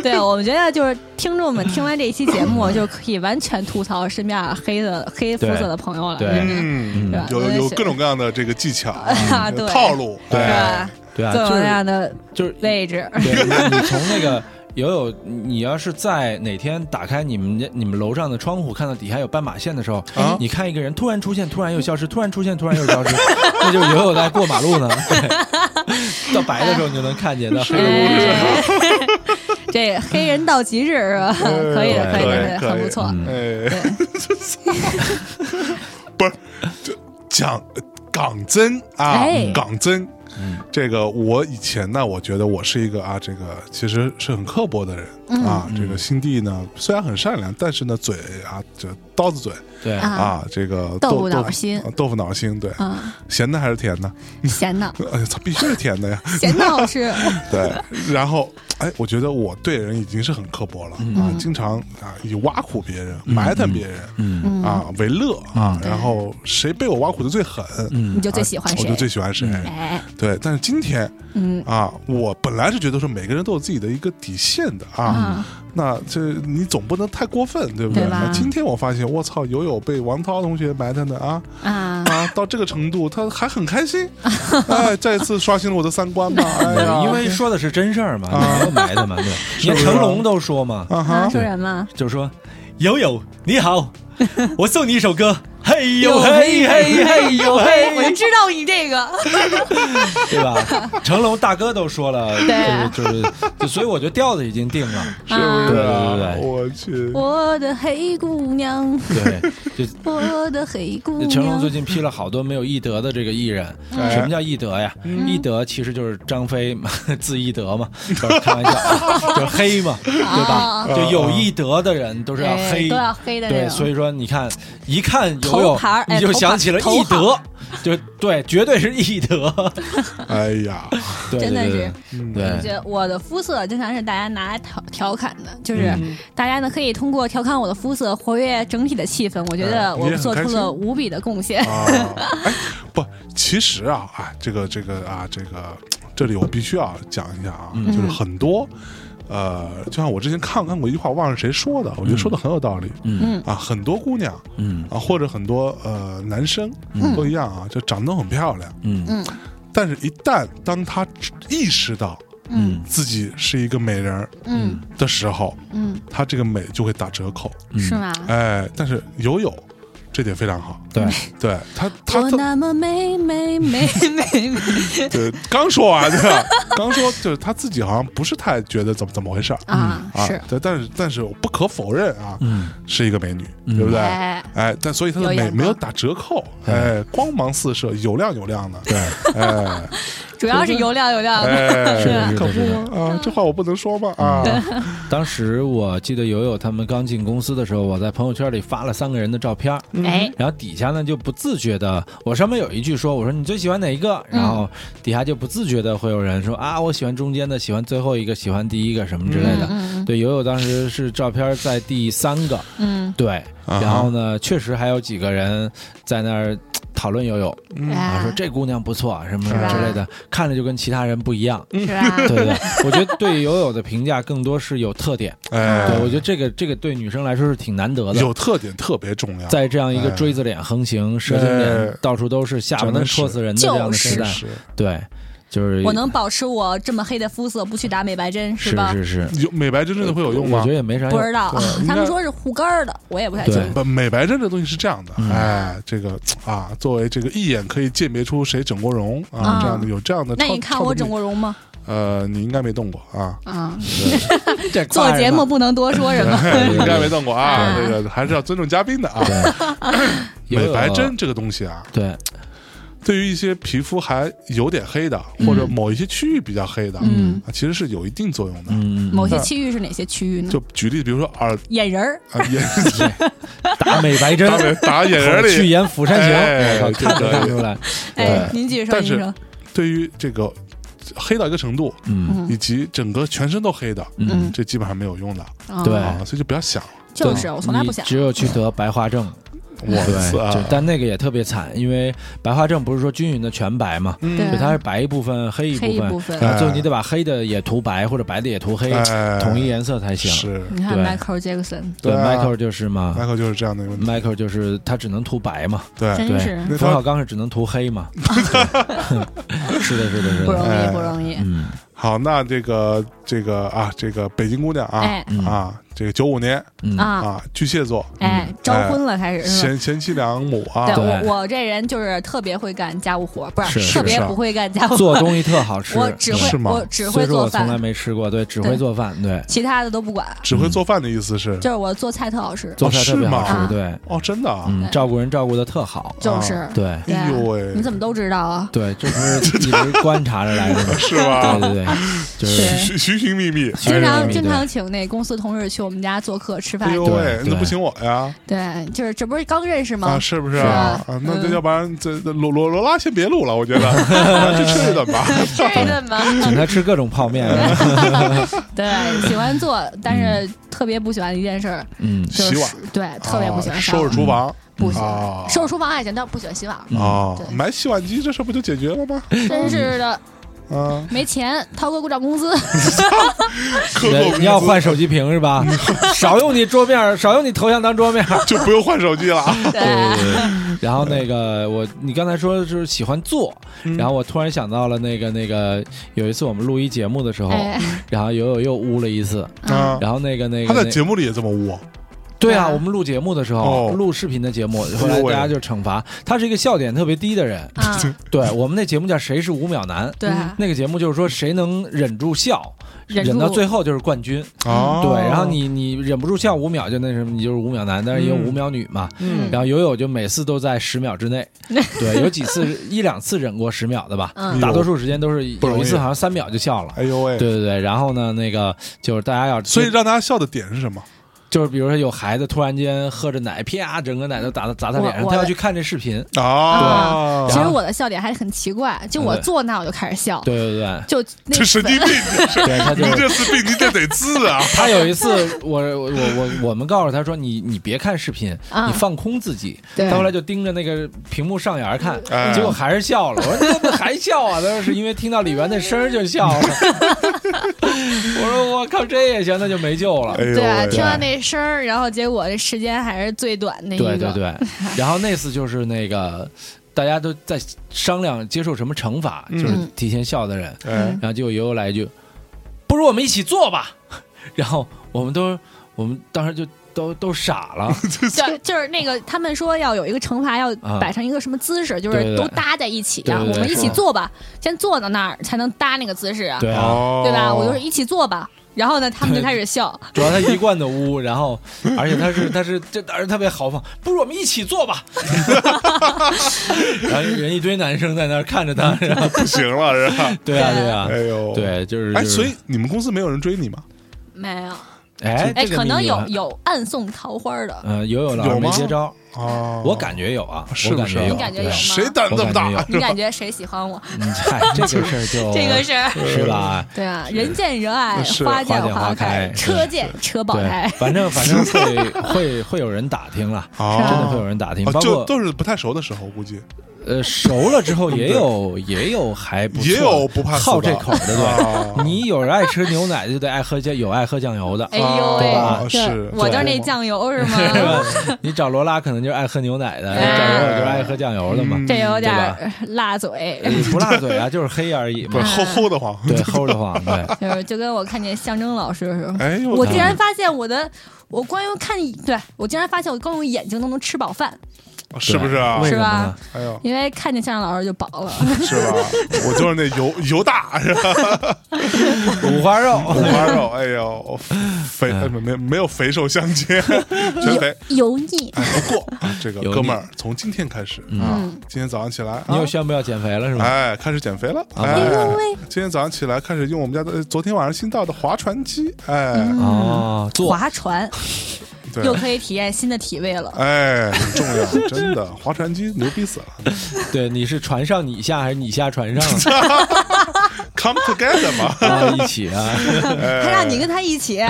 Speaker 4: 对，我们觉得就是听众们听完这一期节
Speaker 1: (laughs)
Speaker 4: 目，就可以完全吐槽身边黑的黑肤色的朋友了， (laughs)
Speaker 1: 对
Speaker 2: 嗯
Speaker 4: 对吧
Speaker 2: 有有有各种各样的这个技巧啊
Speaker 4: 对
Speaker 2: 套路，
Speaker 4: 是
Speaker 2: 哎
Speaker 4: 吧？
Speaker 1: 对啊，
Speaker 4: 各
Speaker 1: 就
Speaker 4: 种各
Speaker 1: 是
Speaker 4: 样的
Speaker 1: 就是
Speaker 4: 位置，
Speaker 1: 对，
Speaker 2: (laughs)
Speaker 1: 你你从那个友友，你要是在哪天打开你们家你们楼上的窗户，看到底下有斑马线的时候，
Speaker 2: 啊
Speaker 1: 你看一个人突然出现，突然又消失，突然出现，突然又
Speaker 2: (laughs)
Speaker 1: 消失，那就是友友在过马路呢。对到白的时候你 (laughs) 就能看见，到黑的时候就
Speaker 4: 哎
Speaker 1: 啊
Speaker 4: (laughs) 这黑人到极致是吧？可以的，可以的，
Speaker 2: 可以
Speaker 4: 很不错。
Speaker 1: 嗯
Speaker 2: 哎，不是，这讲港真啊
Speaker 4: 哎，
Speaker 2: 港真。这个我以前呢，我觉得我是一个啊，这个其实是很刻薄的人、
Speaker 4: 嗯
Speaker 2: 啊。这个心地呢，虽然很善良，但是呢，嘴啊，这刀子嘴
Speaker 1: 对
Speaker 4: 啊
Speaker 2: 啊，这个
Speaker 4: 豆
Speaker 2: 豆
Speaker 4: 腐脑心
Speaker 2: 豆腐脑心，对，
Speaker 4: 嗯，
Speaker 2: 咸的还是甜的？ (laughs)
Speaker 4: 咸的，
Speaker 2: 哎呀，操，必须是甜的呀。
Speaker 4: 咸的好吃。
Speaker 2: 对， (laughs) 然后哎，我觉得我对人已经是很刻薄了、
Speaker 4: 嗯
Speaker 2: 啊，经常啊以挖苦别人、埋汰别人，嗯啊为乐啊，然后谁被我挖苦的最狠，嗯，
Speaker 4: 你就最喜欢谁
Speaker 2: 我就最喜欢谁。
Speaker 4: 哎，
Speaker 2: 对，但是今天，嗯啊，我本来是觉得说每个人都有自己的一个底线的啊，那这你总不能太过分，对不对？
Speaker 4: 对吧
Speaker 2: 那今天我发现，我操，友友被王涛同学埋汰的
Speaker 4: (laughs)
Speaker 2: 啊，
Speaker 4: 啊，
Speaker 2: 啊，到这个程度，他还很开心，哎，再次刷新了我的三观
Speaker 4: (laughs)
Speaker 2: 吧，哎呀，
Speaker 1: 因为说的是真事儿嘛，
Speaker 2: 啊
Speaker 1: 没有埋的嘛，对，连
Speaker 2: (laughs) 是不是
Speaker 1: 成龙都说嘛，
Speaker 2: 啊
Speaker 4: 啊，
Speaker 2: 哈，
Speaker 4: 说什么？
Speaker 1: 就说友友你好，我送你一首
Speaker 2: (laughs)
Speaker 1: 歌，嘿呦
Speaker 4: 呦
Speaker 1: 嘿嘿嘿呦嘿，
Speaker 4: 我就知道你这个，
Speaker 1: 对
Speaker 4: (laughs)
Speaker 1: 吧？成龙大哥都说了，
Speaker 4: 对
Speaker 1: 就是就是就，所以我觉得调子已经定了，
Speaker 2: 是不是
Speaker 1: 对
Speaker 2: 啊？
Speaker 1: 对对对
Speaker 2: 我去，
Speaker 4: 我的黑姑娘，
Speaker 1: 对，就
Speaker 4: 我的黑姑娘。
Speaker 1: 成龙最近批了好多没有艺德的这个艺人，
Speaker 2: 哎
Speaker 1: 什么叫艺德呀？
Speaker 4: 嗯
Speaker 1: 艺德其实就是张飞 (laughs) 字艺德嘛，就是开玩
Speaker 4: (laughs)
Speaker 1: 笑，啊就是黑嘛，对吧？
Speaker 4: 啊
Speaker 1: 就有艺德的人都是要
Speaker 4: 哎
Speaker 1: 黑，
Speaker 4: 都要黑的那
Speaker 1: 对，
Speaker 4: 种
Speaker 1: 所以说你看，一看友
Speaker 4: 头
Speaker 1: 友
Speaker 4: 牌儿，哎
Speaker 1: 你就想起了
Speaker 4: 头牌
Speaker 1: 艺德，就对，绝对是艺德，
Speaker 2: 哎呀，
Speaker 1: 对
Speaker 4: 真的是，
Speaker 1: 对对
Speaker 4: 我
Speaker 1: 对
Speaker 4: 觉
Speaker 1: 对，
Speaker 4: 得我的肤色经常是大家拿来调调侃的，就是大家呢可以通过调侃我的肤色活跃整体的气氛，我觉
Speaker 2: 哎
Speaker 4: 得
Speaker 2: 你
Speaker 4: 我
Speaker 2: 也很
Speaker 4: 做
Speaker 2: 开
Speaker 4: 出
Speaker 2: 心
Speaker 4: 了无比的贡献。
Speaker 2: 啊，哎，不，其实啊，啊，这个这个啊，这个这里我必须要讲一下啊，就是很多。呃，就像我之前看看过一句话，忘了谁说的，我觉得说的很有道理。嗯啊，很多姑娘，
Speaker 1: 嗯
Speaker 2: 啊，或者很多呃男生、都一样啊，就长得很漂亮，
Speaker 1: 嗯嗯
Speaker 2: 但是一旦当她意识到
Speaker 1: 嗯，
Speaker 2: 自己是一个美人儿
Speaker 4: 嗯
Speaker 2: 的时候，
Speaker 4: 嗯，
Speaker 2: 她这个美就会打折扣。
Speaker 1: 嗯
Speaker 4: 是吗？
Speaker 2: 哎，但是友友这点非常好，
Speaker 1: 对，
Speaker 2: 对他他
Speaker 4: 我
Speaker 2: 他
Speaker 4: 那么美美美美美，
Speaker 2: (laughs) 对刚说完的，刚说就是他自己好像不是太觉得怎么怎么回事儿
Speaker 4: 啊
Speaker 2: 啊
Speaker 4: 是，
Speaker 2: 对，但是但是我不可否认啊，
Speaker 1: 嗯
Speaker 2: 是一个美女，对不对？
Speaker 4: 哎
Speaker 2: 哎，但所以她的
Speaker 4: 有眼
Speaker 2: 美
Speaker 4: 光
Speaker 2: 没有打折扣，哎，光芒四射，有亮有亮的，对，哎
Speaker 4: 主要是油亮油亮的，
Speaker 2: 哎，
Speaker 1: 是的是的
Speaker 2: 可不
Speaker 1: 是的
Speaker 2: 吗
Speaker 4: 嗯
Speaker 2: 啊，这话我不能说吧啊，
Speaker 1: 当时我记得友友他们刚进公司的时候，我在朋友圈里发了三个人的照片儿，
Speaker 4: 哎
Speaker 1: 然后底下呢就不自觉的，我上面有一句说，我说你最喜欢哪一个？
Speaker 4: 嗯
Speaker 1: 然后底下就不自觉的会有人说啊，我喜欢中间的，喜欢最后一个，喜欢第一个什
Speaker 4: 嗯
Speaker 1: 么之类的。嗯对，友友当时是照片在第三个，
Speaker 4: 嗯
Speaker 1: 对，
Speaker 2: 啊哈
Speaker 1: 然后呢，确实还有几个人在那儿。嘖讨论友友啊，
Speaker 4: 哎
Speaker 1: 说这姑娘不错，什么
Speaker 4: 是吧
Speaker 1: 之类的，看着就跟其他人不一
Speaker 4: (laughs)
Speaker 1: 样。
Speaker 4: 是吧？
Speaker 1: (laughs) 对对，对我觉得对友友的评价更多是有特点， (laughs) 对
Speaker 4: 嗯
Speaker 1: 我
Speaker 2: 哎，
Speaker 1: 觉得这个这个对女生来说是挺难得的。
Speaker 2: 有特点特别重要，
Speaker 1: 在这样一个锥子脸横行、蛇形
Speaker 2: 哎
Speaker 1: 脸到处都是、下巴
Speaker 2: 真的
Speaker 1: 能
Speaker 2: 是
Speaker 1: 戳死人的这样的
Speaker 4: 就是
Speaker 1: 时代，
Speaker 2: 是
Speaker 1: 对，就是
Speaker 4: 我能保持我这么黑的肤色不去打美白针
Speaker 1: 是
Speaker 4: 吧？
Speaker 1: 是是，
Speaker 2: 有美白针真的会有用
Speaker 1: 我
Speaker 2: 吗
Speaker 1: 觉？得也没啥
Speaker 4: 不
Speaker 1: 用
Speaker 4: 知。道
Speaker 2: 对应，该
Speaker 4: 他们说是护肝儿的，我也不太
Speaker 1: 对
Speaker 4: 清楚。
Speaker 2: 不，美白针这东西是这样的，
Speaker 1: 嗯
Speaker 2: 哎，这个啊，作为这个一眼可以鉴别出谁整过容啊，
Speaker 4: 啊
Speaker 2: 这样的有这样的超。
Speaker 4: 那你看
Speaker 2: 超能
Speaker 4: 我
Speaker 2: 力
Speaker 4: 整？过容吗？
Speaker 2: 呃，你应该没动过啊，
Speaker 4: (laughs) 啊，
Speaker 1: 这
Speaker 4: 做
Speaker 1: 夸人
Speaker 4: 节
Speaker 1: 呢
Speaker 4: 目不能多说什么。
Speaker 2: 你应该没动过啊，
Speaker 4: 啊
Speaker 2: 这个还是要尊重嘉宾的啊。
Speaker 1: 对
Speaker 2: 美白
Speaker 1: 有
Speaker 2: 针这个东西啊，
Speaker 1: 对
Speaker 2: 对于一些皮肤还有点黑的，或者某一些区域比较黑的，
Speaker 4: 嗯
Speaker 2: 啊，其实是有一定作用的。
Speaker 1: 嗯，
Speaker 4: 某些
Speaker 2: 那
Speaker 4: 区域是哪些区域呢？
Speaker 2: 就举例，比如说耳
Speaker 4: 眼仁儿，
Speaker 2: 啊
Speaker 1: (laughs)
Speaker 2: 眼
Speaker 1: 打美白针，
Speaker 2: 打眼打眼仁儿
Speaker 1: 去
Speaker 2: 里，
Speaker 1: 演《釜山行》
Speaker 2: 哎
Speaker 1: 我靠，看都
Speaker 2: 对
Speaker 1: 看出来，
Speaker 4: 哎，您继续说，
Speaker 2: 但
Speaker 4: 您继续
Speaker 2: 是
Speaker 4: 说，
Speaker 2: 对于这个黑到一个程度，
Speaker 1: 嗯
Speaker 2: 以及整个全身都黑的，
Speaker 4: 嗯
Speaker 2: 这基本上没有用的
Speaker 4: 啊
Speaker 1: 对
Speaker 2: 啊，所以就不要想了。
Speaker 4: 就是我从来不
Speaker 1: 你
Speaker 4: 想，
Speaker 1: 只有去得白化
Speaker 2: (laughs)
Speaker 1: 症，对，
Speaker 2: 哇
Speaker 1: 就
Speaker 2: 塞，
Speaker 1: 但那个也特别惨，因为白化症不是说均匀的全白嘛，
Speaker 2: 嗯
Speaker 4: 对
Speaker 1: 就它是白一部分，黑一
Speaker 4: 黑一
Speaker 1: 部
Speaker 4: 部
Speaker 1: 分，
Speaker 4: 分
Speaker 1: 然后最后你得把黑的也涂白，或者白的也涂黑，
Speaker 2: 哎
Speaker 1: 统一颜色才行。
Speaker 2: 是
Speaker 4: 你看
Speaker 1: 对
Speaker 4: Michael Jackson，
Speaker 1: 对
Speaker 2: 对啊
Speaker 1: ，Michael 就是嘛
Speaker 2: Michael 就是这样的一个问题。
Speaker 1: ，Michael 就是他只能涂白嘛，
Speaker 2: 对，
Speaker 4: 真
Speaker 1: 对
Speaker 4: 哎是
Speaker 2: 那
Speaker 1: 冯
Speaker 2: 他
Speaker 1: 小刚是只能涂黑
Speaker 2: (laughs)
Speaker 1: 嘛，是的，是的，是
Speaker 4: 不容
Speaker 1: 的，
Speaker 4: 易，不容易。
Speaker 1: 嗯，
Speaker 2: 好，那这个这个啊，这个北京姑娘啊
Speaker 4: 哎
Speaker 2: 啊，这个九五年
Speaker 1: 嗯
Speaker 4: 啊，
Speaker 2: 啊，巨蟹座，
Speaker 4: 哎，招婚了开始是吧？
Speaker 2: 贤贤妻良母啊
Speaker 4: 对，
Speaker 1: 对
Speaker 4: 我我这人就是特别会干家务活，不
Speaker 1: 是
Speaker 4: 特别
Speaker 2: 是
Speaker 4: 不会干家务
Speaker 1: 做
Speaker 4: 活，
Speaker 1: 东西特好吃，
Speaker 4: (laughs) 我只
Speaker 2: 是
Speaker 4: 会
Speaker 2: 吗
Speaker 4: 我只
Speaker 1: 所
Speaker 4: 会
Speaker 1: 以说
Speaker 4: 做
Speaker 1: 我从来
Speaker 4: 饭，
Speaker 1: 没吃过，对，只会
Speaker 4: 对
Speaker 1: 做饭，对，
Speaker 4: 其他的都不管。
Speaker 2: 只会做饭的意思是
Speaker 4: 就是我做菜特好吃，
Speaker 1: 做菜特别好
Speaker 2: 是
Speaker 4: 吗
Speaker 1: 吃，对，
Speaker 2: 哦，真的啊，
Speaker 1: 嗯，照顾人照顾的特好，
Speaker 4: 就是
Speaker 1: 哦对，
Speaker 4: (laughs) 对啊
Speaker 2: 哎呦喂
Speaker 4: 你怎么都知道啊？
Speaker 1: 对，这不是一直观察着来的
Speaker 2: (laughs)
Speaker 1: 吗？
Speaker 2: 是吧
Speaker 1: 对对对，就是
Speaker 4: 对
Speaker 2: 寻寻寻觅觅，
Speaker 1: 对
Speaker 4: 经常
Speaker 1: 对
Speaker 4: 经常请那公司同事去我们家做客吃
Speaker 2: 哎
Speaker 4: 饭
Speaker 2: 呦，
Speaker 1: 对
Speaker 2: 喂，你怎么不
Speaker 1: 对
Speaker 2: 请我呀？
Speaker 4: 对，就是这不是刚认识吗
Speaker 2: 啊，？是不是
Speaker 4: 是
Speaker 2: 啊
Speaker 4: 啊？
Speaker 2: 啊那这
Speaker 4: 嗯
Speaker 2: 要不然这这罗罗罗拉先别录了，我觉
Speaker 4: (laughs)
Speaker 2: 得咱去吃一顿吧。
Speaker 4: 吃一顿吗？
Speaker 1: 请他吃各种泡
Speaker 4: (laughs)
Speaker 1: 面，
Speaker 4: 对，喜欢做，但是特别不喜欢一件事儿，
Speaker 1: 嗯，
Speaker 4: 就
Speaker 2: 嗯洗
Speaker 4: 是
Speaker 2: 碗，
Speaker 4: 对，特别不喜欢
Speaker 2: 啊
Speaker 4: 刷
Speaker 2: 收拾
Speaker 4: 碗，
Speaker 2: 厨房
Speaker 4: 不喜
Speaker 2: 啊
Speaker 4: 欢嗯收拾嗯厨房还行，但不喜欢洗碗，
Speaker 2: 啊，
Speaker 4: 对
Speaker 2: 买洗碗机这事不就解决了吗？
Speaker 4: 真是的，
Speaker 2: 啊，
Speaker 4: 没钱，涛哥给我涨工资，
Speaker 2: 克扣
Speaker 1: 你要
Speaker 2: 工资
Speaker 1: 换手机屏是
Speaker 4: (laughs)
Speaker 1: 吧？少用你桌面儿，少用你头像当桌面儿。
Speaker 2: 就不用换手机
Speaker 1: (laughs)
Speaker 2: 了。
Speaker 4: 对，
Speaker 1: 然后那个我，你刚才说就是喜欢做，
Speaker 2: 嗯
Speaker 1: 然后我突然想到了那个那个，有一次我们录一节目的时候，
Speaker 4: 哎，
Speaker 1: 然后友友又污了一次，
Speaker 2: 啊，
Speaker 1: 然后那个那个
Speaker 2: 他在
Speaker 1: 那
Speaker 2: 节目里也这么污，
Speaker 1: 对啊，
Speaker 4: 对啊
Speaker 1: 我们录节目的时候，
Speaker 2: 哦
Speaker 1: 录视频的节目，后来
Speaker 2: 哎呦喂
Speaker 1: 大家就惩罚他是一个笑点特别低的人。
Speaker 4: 啊，
Speaker 1: 对我们那节目叫《谁是五秒男》，
Speaker 4: 对，
Speaker 1: 那个节目就是说谁能忍住笑，
Speaker 4: 啊忍
Speaker 1: 嗯忍
Speaker 4: 住
Speaker 1: 到最后就是冠军。
Speaker 2: 哦
Speaker 1: 嗯对，然后你你忍不住笑五秒就那什么，你就是五秒男，但是也有
Speaker 2: 嗯
Speaker 1: 五秒女嘛。
Speaker 4: 嗯
Speaker 1: 然后友友就每次都在十秒之
Speaker 2: (laughs)
Speaker 1: 内，对，有几次一两次忍过十秒的吧，
Speaker 4: 嗯
Speaker 1: 大多数时间都是
Speaker 2: 不容易
Speaker 1: 有一次好像三秒就笑了。
Speaker 2: 哎呦喂
Speaker 1: 对，对对，然后呢，那个就是大家要，
Speaker 2: 所以让大家笑的点是什么？
Speaker 1: 就是比如说有孩子突然间喝着奶，啪，整个奶都打砸他脸上，
Speaker 4: 我我
Speaker 1: 他要去看这视频。
Speaker 2: 啊，嗯
Speaker 4: 其实我的笑点还很奇怪，就我
Speaker 1: 对
Speaker 4: 坐那我就开始笑，
Speaker 1: 对对对
Speaker 4: 就那
Speaker 2: 这神经病，
Speaker 1: 对，他就
Speaker 2: 你这次病你这得治啊！
Speaker 1: 他有一次，我我我我们告诉他说，你你别看视频，
Speaker 4: 啊
Speaker 1: 你放空自己。
Speaker 4: 对
Speaker 1: 他后来就盯着那个屏幕上沿儿看
Speaker 2: 哎，
Speaker 1: 结果还是笑了。我说你怎么还笑啊？他说是因为听到里边那声儿就笑了。 (laughs) 我说我靠，这也行，那就没救了
Speaker 2: 哎。呦
Speaker 4: 对啊，
Speaker 2: 喂，
Speaker 4: 听到那声儿，然后结果这时间还是最短的一个，
Speaker 1: 对对
Speaker 4: (laughs)
Speaker 1: 对，然后那次就是那个大家都在商量接受什么惩罚，
Speaker 2: 嗯
Speaker 1: 就是提前笑的人，
Speaker 2: 哎
Speaker 4: 嗯
Speaker 1: 然后结果悠悠来一句：“不如我们一起做吧。” (laughs) 然后我们都我们当时就都都傻了。
Speaker 4: 就就是那个，他们说要有一个惩罚，要
Speaker 1: 啊
Speaker 4: 摆成一个什么姿势，就
Speaker 1: 对对
Speaker 4: 是
Speaker 1: 对
Speaker 4: 都搭在一起，
Speaker 1: 对对
Speaker 4: 啊，
Speaker 1: 对
Speaker 4: 我们一起
Speaker 1: 是
Speaker 4: 坐吧，先坐到那儿才能搭那个姿势啊，
Speaker 1: 对啊，
Speaker 2: 哦，
Speaker 4: 对吧？我就是一起坐吧，然后呢，他们就开始笑，
Speaker 1: 主要他一贯的污，然后而且他是他是这而且特别豪放，不如我们一起做 (laughs) 吧。然后人一堆男生在那儿看着他，然后
Speaker 2: 不行了是吧？
Speaker 1: (laughs) 对啊对啊 (laughs)
Speaker 2: 哎，呦，。
Speaker 1: 对就是
Speaker 2: 哎，
Speaker 1: 就是
Speaker 2: 所以你们公司没有人追你吗？
Speaker 4: 没有，
Speaker 1: 哎
Speaker 4: 哎，
Speaker 1: 这个
Speaker 4: 可能
Speaker 1: 秘密
Speaker 4: 有
Speaker 1: 啊
Speaker 4: 有暗送桃花
Speaker 1: (laughs)
Speaker 4: 的，
Speaker 1: 呃有有
Speaker 2: 有
Speaker 1: 了没
Speaker 2: 吗
Speaker 1: 接招，
Speaker 2: 啊，
Speaker 1: 我感觉有啊，
Speaker 2: 是
Speaker 1: 我
Speaker 2: 不
Speaker 1: 感
Speaker 2: 是
Speaker 1: 觉有，
Speaker 4: 哦你感觉
Speaker 1: 对啊
Speaker 4: 有吗
Speaker 2: 谁胆子这么大
Speaker 1: 我？感
Speaker 4: 你感觉谁喜欢我？
Speaker 1: 嗯
Speaker 4: (laughs)
Speaker 1: 嗨，这个事儿就
Speaker 4: 这个事儿。
Speaker 1: 哦是吧？
Speaker 4: (laughs) 对啊，人见人爱，
Speaker 2: 是
Speaker 4: 花见
Speaker 1: 花见花开
Speaker 4: 开，车见车爆
Speaker 1: 对，，
Speaker 4: 胎
Speaker 1: 啊反正反正会会会有人打听了，
Speaker 4: 哦
Speaker 2: 啊，
Speaker 1: 真的会有人打听，
Speaker 2: 啊
Speaker 1: 包
Speaker 2: 就
Speaker 1: 括
Speaker 2: 都是不太熟的时候，估计
Speaker 1: 呃熟了之
Speaker 2: (laughs)
Speaker 1: 后也有也有还不错
Speaker 2: 也有不怕死
Speaker 1: 好
Speaker 2: 的
Speaker 1: 这口的，对。
Speaker 4: (laughs) 嗯
Speaker 2: 啊
Speaker 1: 你有人爱吃牛奶的就得爱喝酱，有爱喝酱油的。
Speaker 4: (laughs) 哎呦喂
Speaker 2: 啊，
Speaker 4: 对
Speaker 2: 是
Speaker 4: 我就是那
Speaker 2: 对
Speaker 4: 酱油
Speaker 1: (laughs)
Speaker 4: 是
Speaker 1: 是
Speaker 4: 吗？
Speaker 1: 吧你找罗拉可能就是爱喝牛奶的，
Speaker 4: 哎
Speaker 1: 找友友就是爱喝酱油的嘛
Speaker 2: 嗯，
Speaker 4: 这有点
Speaker 1: 对
Speaker 4: 儿辣嘴，
Speaker 1: 呃不辣嘴啊，就是黑而已
Speaker 2: 不
Speaker 1: 嘛
Speaker 2: 是。齁齁的慌。
Speaker 1: 对，齁得慌。对，
Speaker 4: (laughs) 就是就跟我看见象征老师似的。
Speaker 2: 哎呦，
Speaker 4: 我
Speaker 2: 天
Speaker 4: 竟然发现我的，我光用看，对我竟然发现我光用眼睛都能吃饱饭，
Speaker 2: 是不是啊
Speaker 1: 为？
Speaker 4: 是
Speaker 1: 什么
Speaker 4: 吧
Speaker 1: 呢？
Speaker 2: 哎呦，
Speaker 4: 因为看见相声老师就饱
Speaker 1: (laughs)
Speaker 4: 了。
Speaker 2: 是吧？我就是那油油大是吧？
Speaker 1: 五花
Speaker 2: (laughs)
Speaker 1: 肉，
Speaker 2: 五花肉，哎呦，肥
Speaker 1: 嗯
Speaker 2: 哎没没有肥瘦相
Speaker 4: (laughs)
Speaker 2: 间，全肥。
Speaker 4: 油腻，
Speaker 2: 哎，不过啊这个
Speaker 1: 油腻
Speaker 2: 哥们儿从今天开始啊，
Speaker 4: 嗯
Speaker 2: 今天早上起来啊
Speaker 1: 嗯你又宣布要减肥了是吧？
Speaker 2: 哎，开始减肥了。
Speaker 1: 啊
Speaker 2: 哎
Speaker 1: 呦，
Speaker 2: 今天早上起来开始用我们家的呃昨天晚上新到的划船机。哎，
Speaker 1: 哦，做
Speaker 4: 划船
Speaker 2: 对
Speaker 4: 又，可以体验新的体味了。
Speaker 2: 哎，很重要，真的，划船机牛逼死了。
Speaker 1: 对，你是船上你下还是你下船
Speaker 4: (laughs)
Speaker 1: 上
Speaker 2: Come together 嘛，
Speaker 1: 啊？一起啊？
Speaker 2: 嗯哎
Speaker 4: 还让你跟他一起，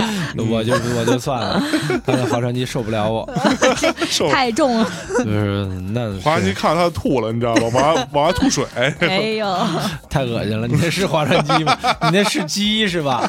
Speaker 1: 我就我就算
Speaker 4: (laughs)
Speaker 1: 了，他那划船机受不了我，
Speaker 2: 受不了
Speaker 4: 太重了。
Speaker 1: 就是那
Speaker 2: 嗯划船机
Speaker 1: 是
Speaker 2: 看到他吐了，你知道吧？往下往下吐水，
Speaker 4: 哎呦，
Speaker 1: 太恶心了。你那是划船机吗？你那是鸡是吧？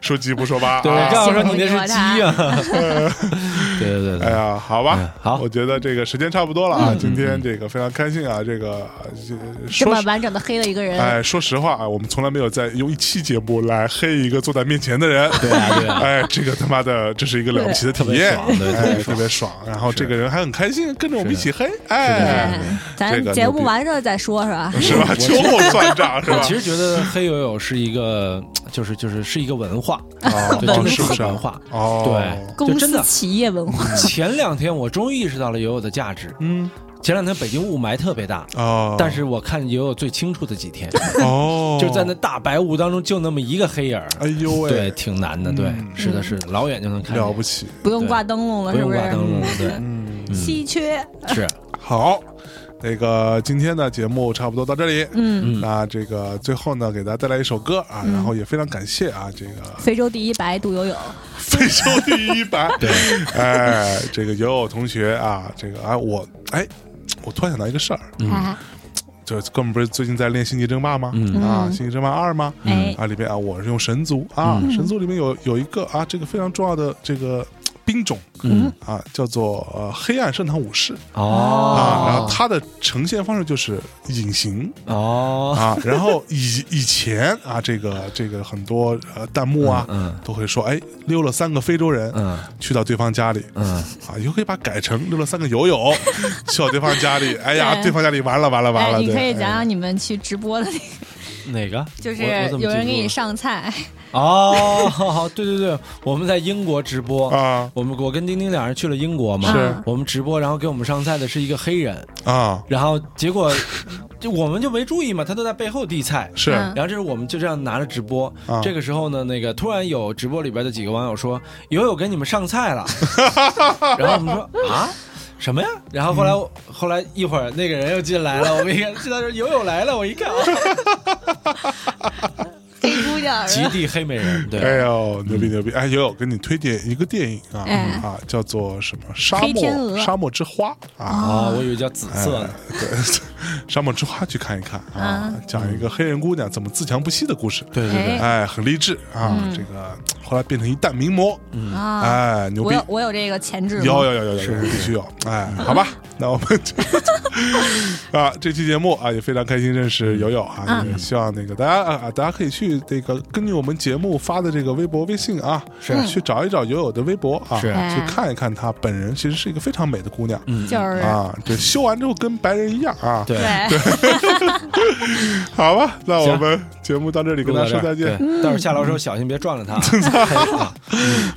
Speaker 2: 说鸡不说八
Speaker 1: 对，
Speaker 2: 啊
Speaker 1: 我。告诉说你那是鸡呀、啊。 (laughs) 对对对对，
Speaker 2: 哎呀，好吧，
Speaker 1: 嗯好
Speaker 2: 我觉得这个时间差不多了啊，今天这个非常开心啊，这个呃
Speaker 4: 这
Speaker 2: 说
Speaker 4: 么
Speaker 2: 实
Speaker 4: 完整的黑了一个人，
Speaker 2: 哎，说实话啊，我们从来没有在用一期节目来黑一个坐在面前的人，对
Speaker 1: 啊对啊
Speaker 2: 哎，这个他妈的，这是一个了不起的体
Speaker 1: 对
Speaker 2: 验，
Speaker 1: 特别爽对特别爽
Speaker 2: 哎，特别爽，然后这个人还很开心，跟着我们一起黑，
Speaker 4: 哎
Speaker 2: 哎，这
Speaker 4: 咱
Speaker 2: 个
Speaker 4: 节
Speaker 2: 牛逼
Speaker 4: 目完了再说，是
Speaker 1: 嗯
Speaker 4: 吧？
Speaker 2: 是吧？秋后算账是吧
Speaker 1: 我？其实觉得黑友友是一个，就是就是是一个文化，
Speaker 2: 哦
Speaker 1: 对，真的
Speaker 2: 是不
Speaker 1: 个
Speaker 2: 是啊
Speaker 1: 文化。
Speaker 2: 哦，
Speaker 1: 对，就
Speaker 4: 公
Speaker 1: 真
Speaker 4: 司
Speaker 1: 的。
Speaker 4: 企业文化，
Speaker 1: 前两天我终于意识到了友友的价值。
Speaker 2: 嗯，
Speaker 1: 前两天北京雾霾特别大，
Speaker 2: 哦，
Speaker 1: 但是我看友友最清楚的几天，
Speaker 2: 哦，
Speaker 1: 就在那，大白雾当中，就那么一个黑影儿。
Speaker 2: 哎呦喂，嗯
Speaker 1: 对，挺难的，对，是的，是的，老远就能看见，
Speaker 2: 了不起，
Speaker 4: 不用挂灯笼了，
Speaker 1: 不
Speaker 4: 是
Speaker 1: 用
Speaker 4: 是
Speaker 1: 挂？灯笼，对，
Speaker 2: 嗯，
Speaker 4: 稀缺，
Speaker 1: 是，
Speaker 2: 好。那个今天的节目差不多到这里，
Speaker 4: 嗯
Speaker 2: 那这个最后呢，给大家带来一首歌啊，然后也非常感谢啊，这个
Speaker 4: 非洲第一白杜友友，
Speaker 2: 非洲第
Speaker 1: (laughs)
Speaker 2: 一白。对，哎，这个友友同学啊，这个啊，我哎，我突然想到一个事儿，
Speaker 1: 嗯
Speaker 4: 哎
Speaker 2: 就是哥们不是最近在练《星际争霸》吗？
Speaker 1: 嗯
Speaker 2: 啊，《星际争霸二》吗？
Speaker 4: 嗯哎
Speaker 2: 啊，里边啊，我是用神族啊，
Speaker 1: 嗯
Speaker 2: 神族里面有有一个啊，这个非常重要的这个呃兵种
Speaker 1: 嗯，
Speaker 2: 啊，叫做呃黑暗圣堂武士啊，然后
Speaker 1: 哦，
Speaker 2: 它的呈现方式就是隐形，
Speaker 1: 哦，
Speaker 2: 啊，然后以以前啊，这个这个很多呃弹幕啊，
Speaker 1: 嗯嗯
Speaker 2: 都会说，哎，溜了三个非洲人，
Speaker 1: 嗯
Speaker 2: 去到对方家里，
Speaker 1: 嗯，
Speaker 2: 啊，以后可以把它改成溜了三个友
Speaker 4: (laughs)
Speaker 2: 友，去到对方家里，哎呀，
Speaker 4: 对
Speaker 2: 对方家里完了完了完
Speaker 4: 哎，
Speaker 2: 了，
Speaker 4: 你
Speaker 2: 对，
Speaker 4: 可以讲
Speaker 2: 哎
Speaker 4: 讲你们去直播的那个，
Speaker 1: 哪个？
Speaker 4: 就是
Speaker 1: 我我怎么
Speaker 4: 有人
Speaker 1: 记
Speaker 4: 给
Speaker 1: 住
Speaker 4: 你
Speaker 1: 了
Speaker 4: 上菜，
Speaker 1: 哦， (laughs) 好好对对对，我们在英国直播
Speaker 2: 啊
Speaker 1: 我们我跟丁丁两人去了英国嘛，
Speaker 4: 是
Speaker 1: 我们直播，然后给我们上菜的是一个黑人，
Speaker 2: 啊，
Speaker 1: 然后结果就我们就没注意嘛，他都在背后递菜。
Speaker 2: 是
Speaker 4: 嗯
Speaker 1: 然后这是我们就这样拿着直播，
Speaker 2: 啊
Speaker 1: 这个时候呢，那个突然有直播里边的几个网友说友友给你们上菜
Speaker 2: (laughs)
Speaker 1: 了，然后我们说啊什么呀？然后后
Speaker 2: 嗯
Speaker 1: 来、后来一会儿那个人又进来了，我们一看，他说友友来了，我
Speaker 2: (laughs)
Speaker 1: 一看啊
Speaker 4: 黑姑娘是
Speaker 1: 极
Speaker 4: 吧？
Speaker 1: 地黑美人，对，
Speaker 2: 哎呦，牛逼牛逼！哎，友友，给你推荐一个电影啊
Speaker 4: 哎
Speaker 2: 啊，叫做什么《沙
Speaker 4: 黑天
Speaker 2: 漠
Speaker 4: 鹅哦
Speaker 2: 沙漠之花》啊，
Speaker 1: 啊，我以为叫紫色呢，
Speaker 2: 对，《沙漠之花》去看一看啊，讲一个黑人姑娘怎么自强不息的故事。
Speaker 1: 对对对，
Speaker 4: 哎
Speaker 2: 哎，很励志啊！
Speaker 4: 嗯
Speaker 2: 这个后来变成一代名模，
Speaker 4: 啊，
Speaker 2: 哎，牛
Speaker 4: 我
Speaker 2: 逼！
Speaker 4: 有我有这个潜质吗，
Speaker 2: 有有有有有，必须有！哎，好
Speaker 1: (laughs)
Speaker 2: 吧，那我们就 (laughs) 啊，这期节目啊也非常开心认
Speaker 1: 嗯
Speaker 2: 识友友啊，也希望那个大家啊，大家可以去这个根据我们节目发的这个微博、微信啊，
Speaker 1: 是
Speaker 2: 去找一找友友的微博啊，
Speaker 1: 是嗯
Speaker 2: 去看一看她本人，其实是一个非常美的姑娘
Speaker 4: 就是
Speaker 2: 啊，对，修完之后跟白人一样啊， (laughs)
Speaker 1: 对，
Speaker 4: 对，
Speaker 2: 好吧，那我
Speaker 1: 行
Speaker 2: 们节目到这里，跟大家说再见，
Speaker 1: 对待会儿下楼的时候小心别撞着他
Speaker 2: (laughs)
Speaker 1: 啊。 (laughs)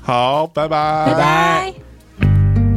Speaker 2: 好，拜拜
Speaker 4: 拜拜。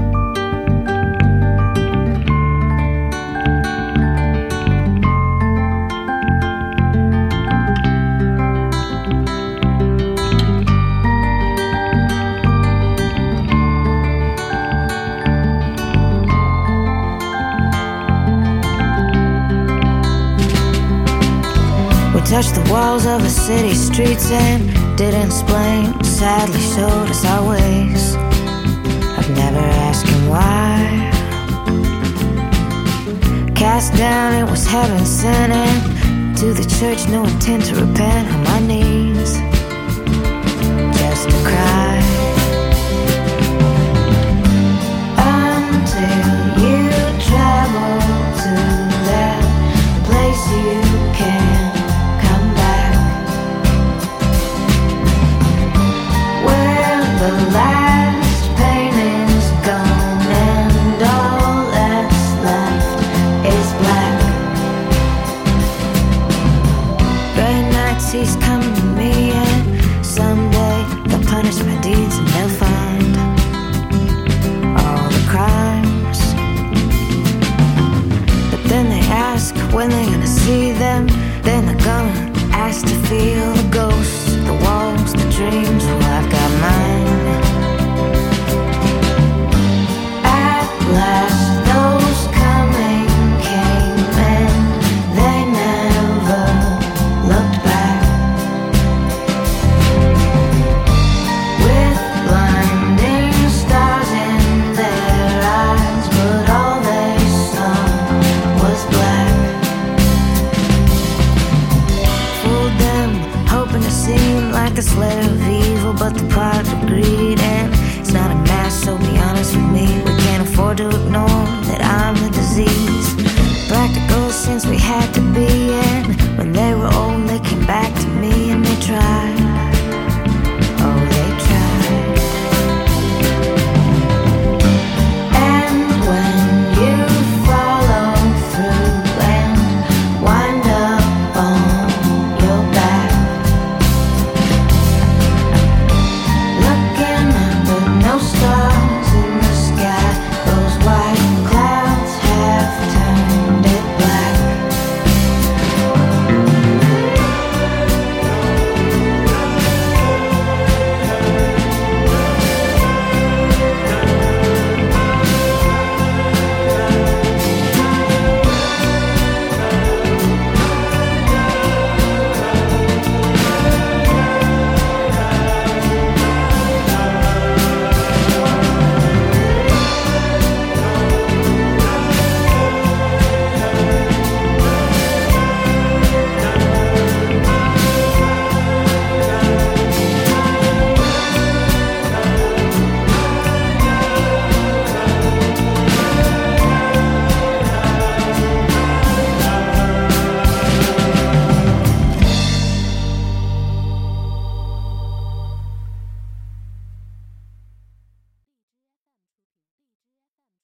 Speaker 6: We touched the walls of a city streets and didn't explain. Sadly, showed us our ways. I've never asked him why. Cast down, it was heaven sent, and to the church, no intent to repent. On my knees, just to cry. Until you travel to that place you can't come back, where the last pain is gone and all that's left. sees coming to me, and someday they'll punish my deeds and they'll find all the crimes. But then they ask when they're gonna see them. Then they're gonna ask to feel the ghosts, the walls, the dreams. Well, I've got mine. At last, those coming came and they never looked back. With blinding stars in their eyes, but all they saw was black. Fooled them, hoping to seem like a slave of evil, but the product of greed and it's not a match. So be honest with me, we can't afford to ignore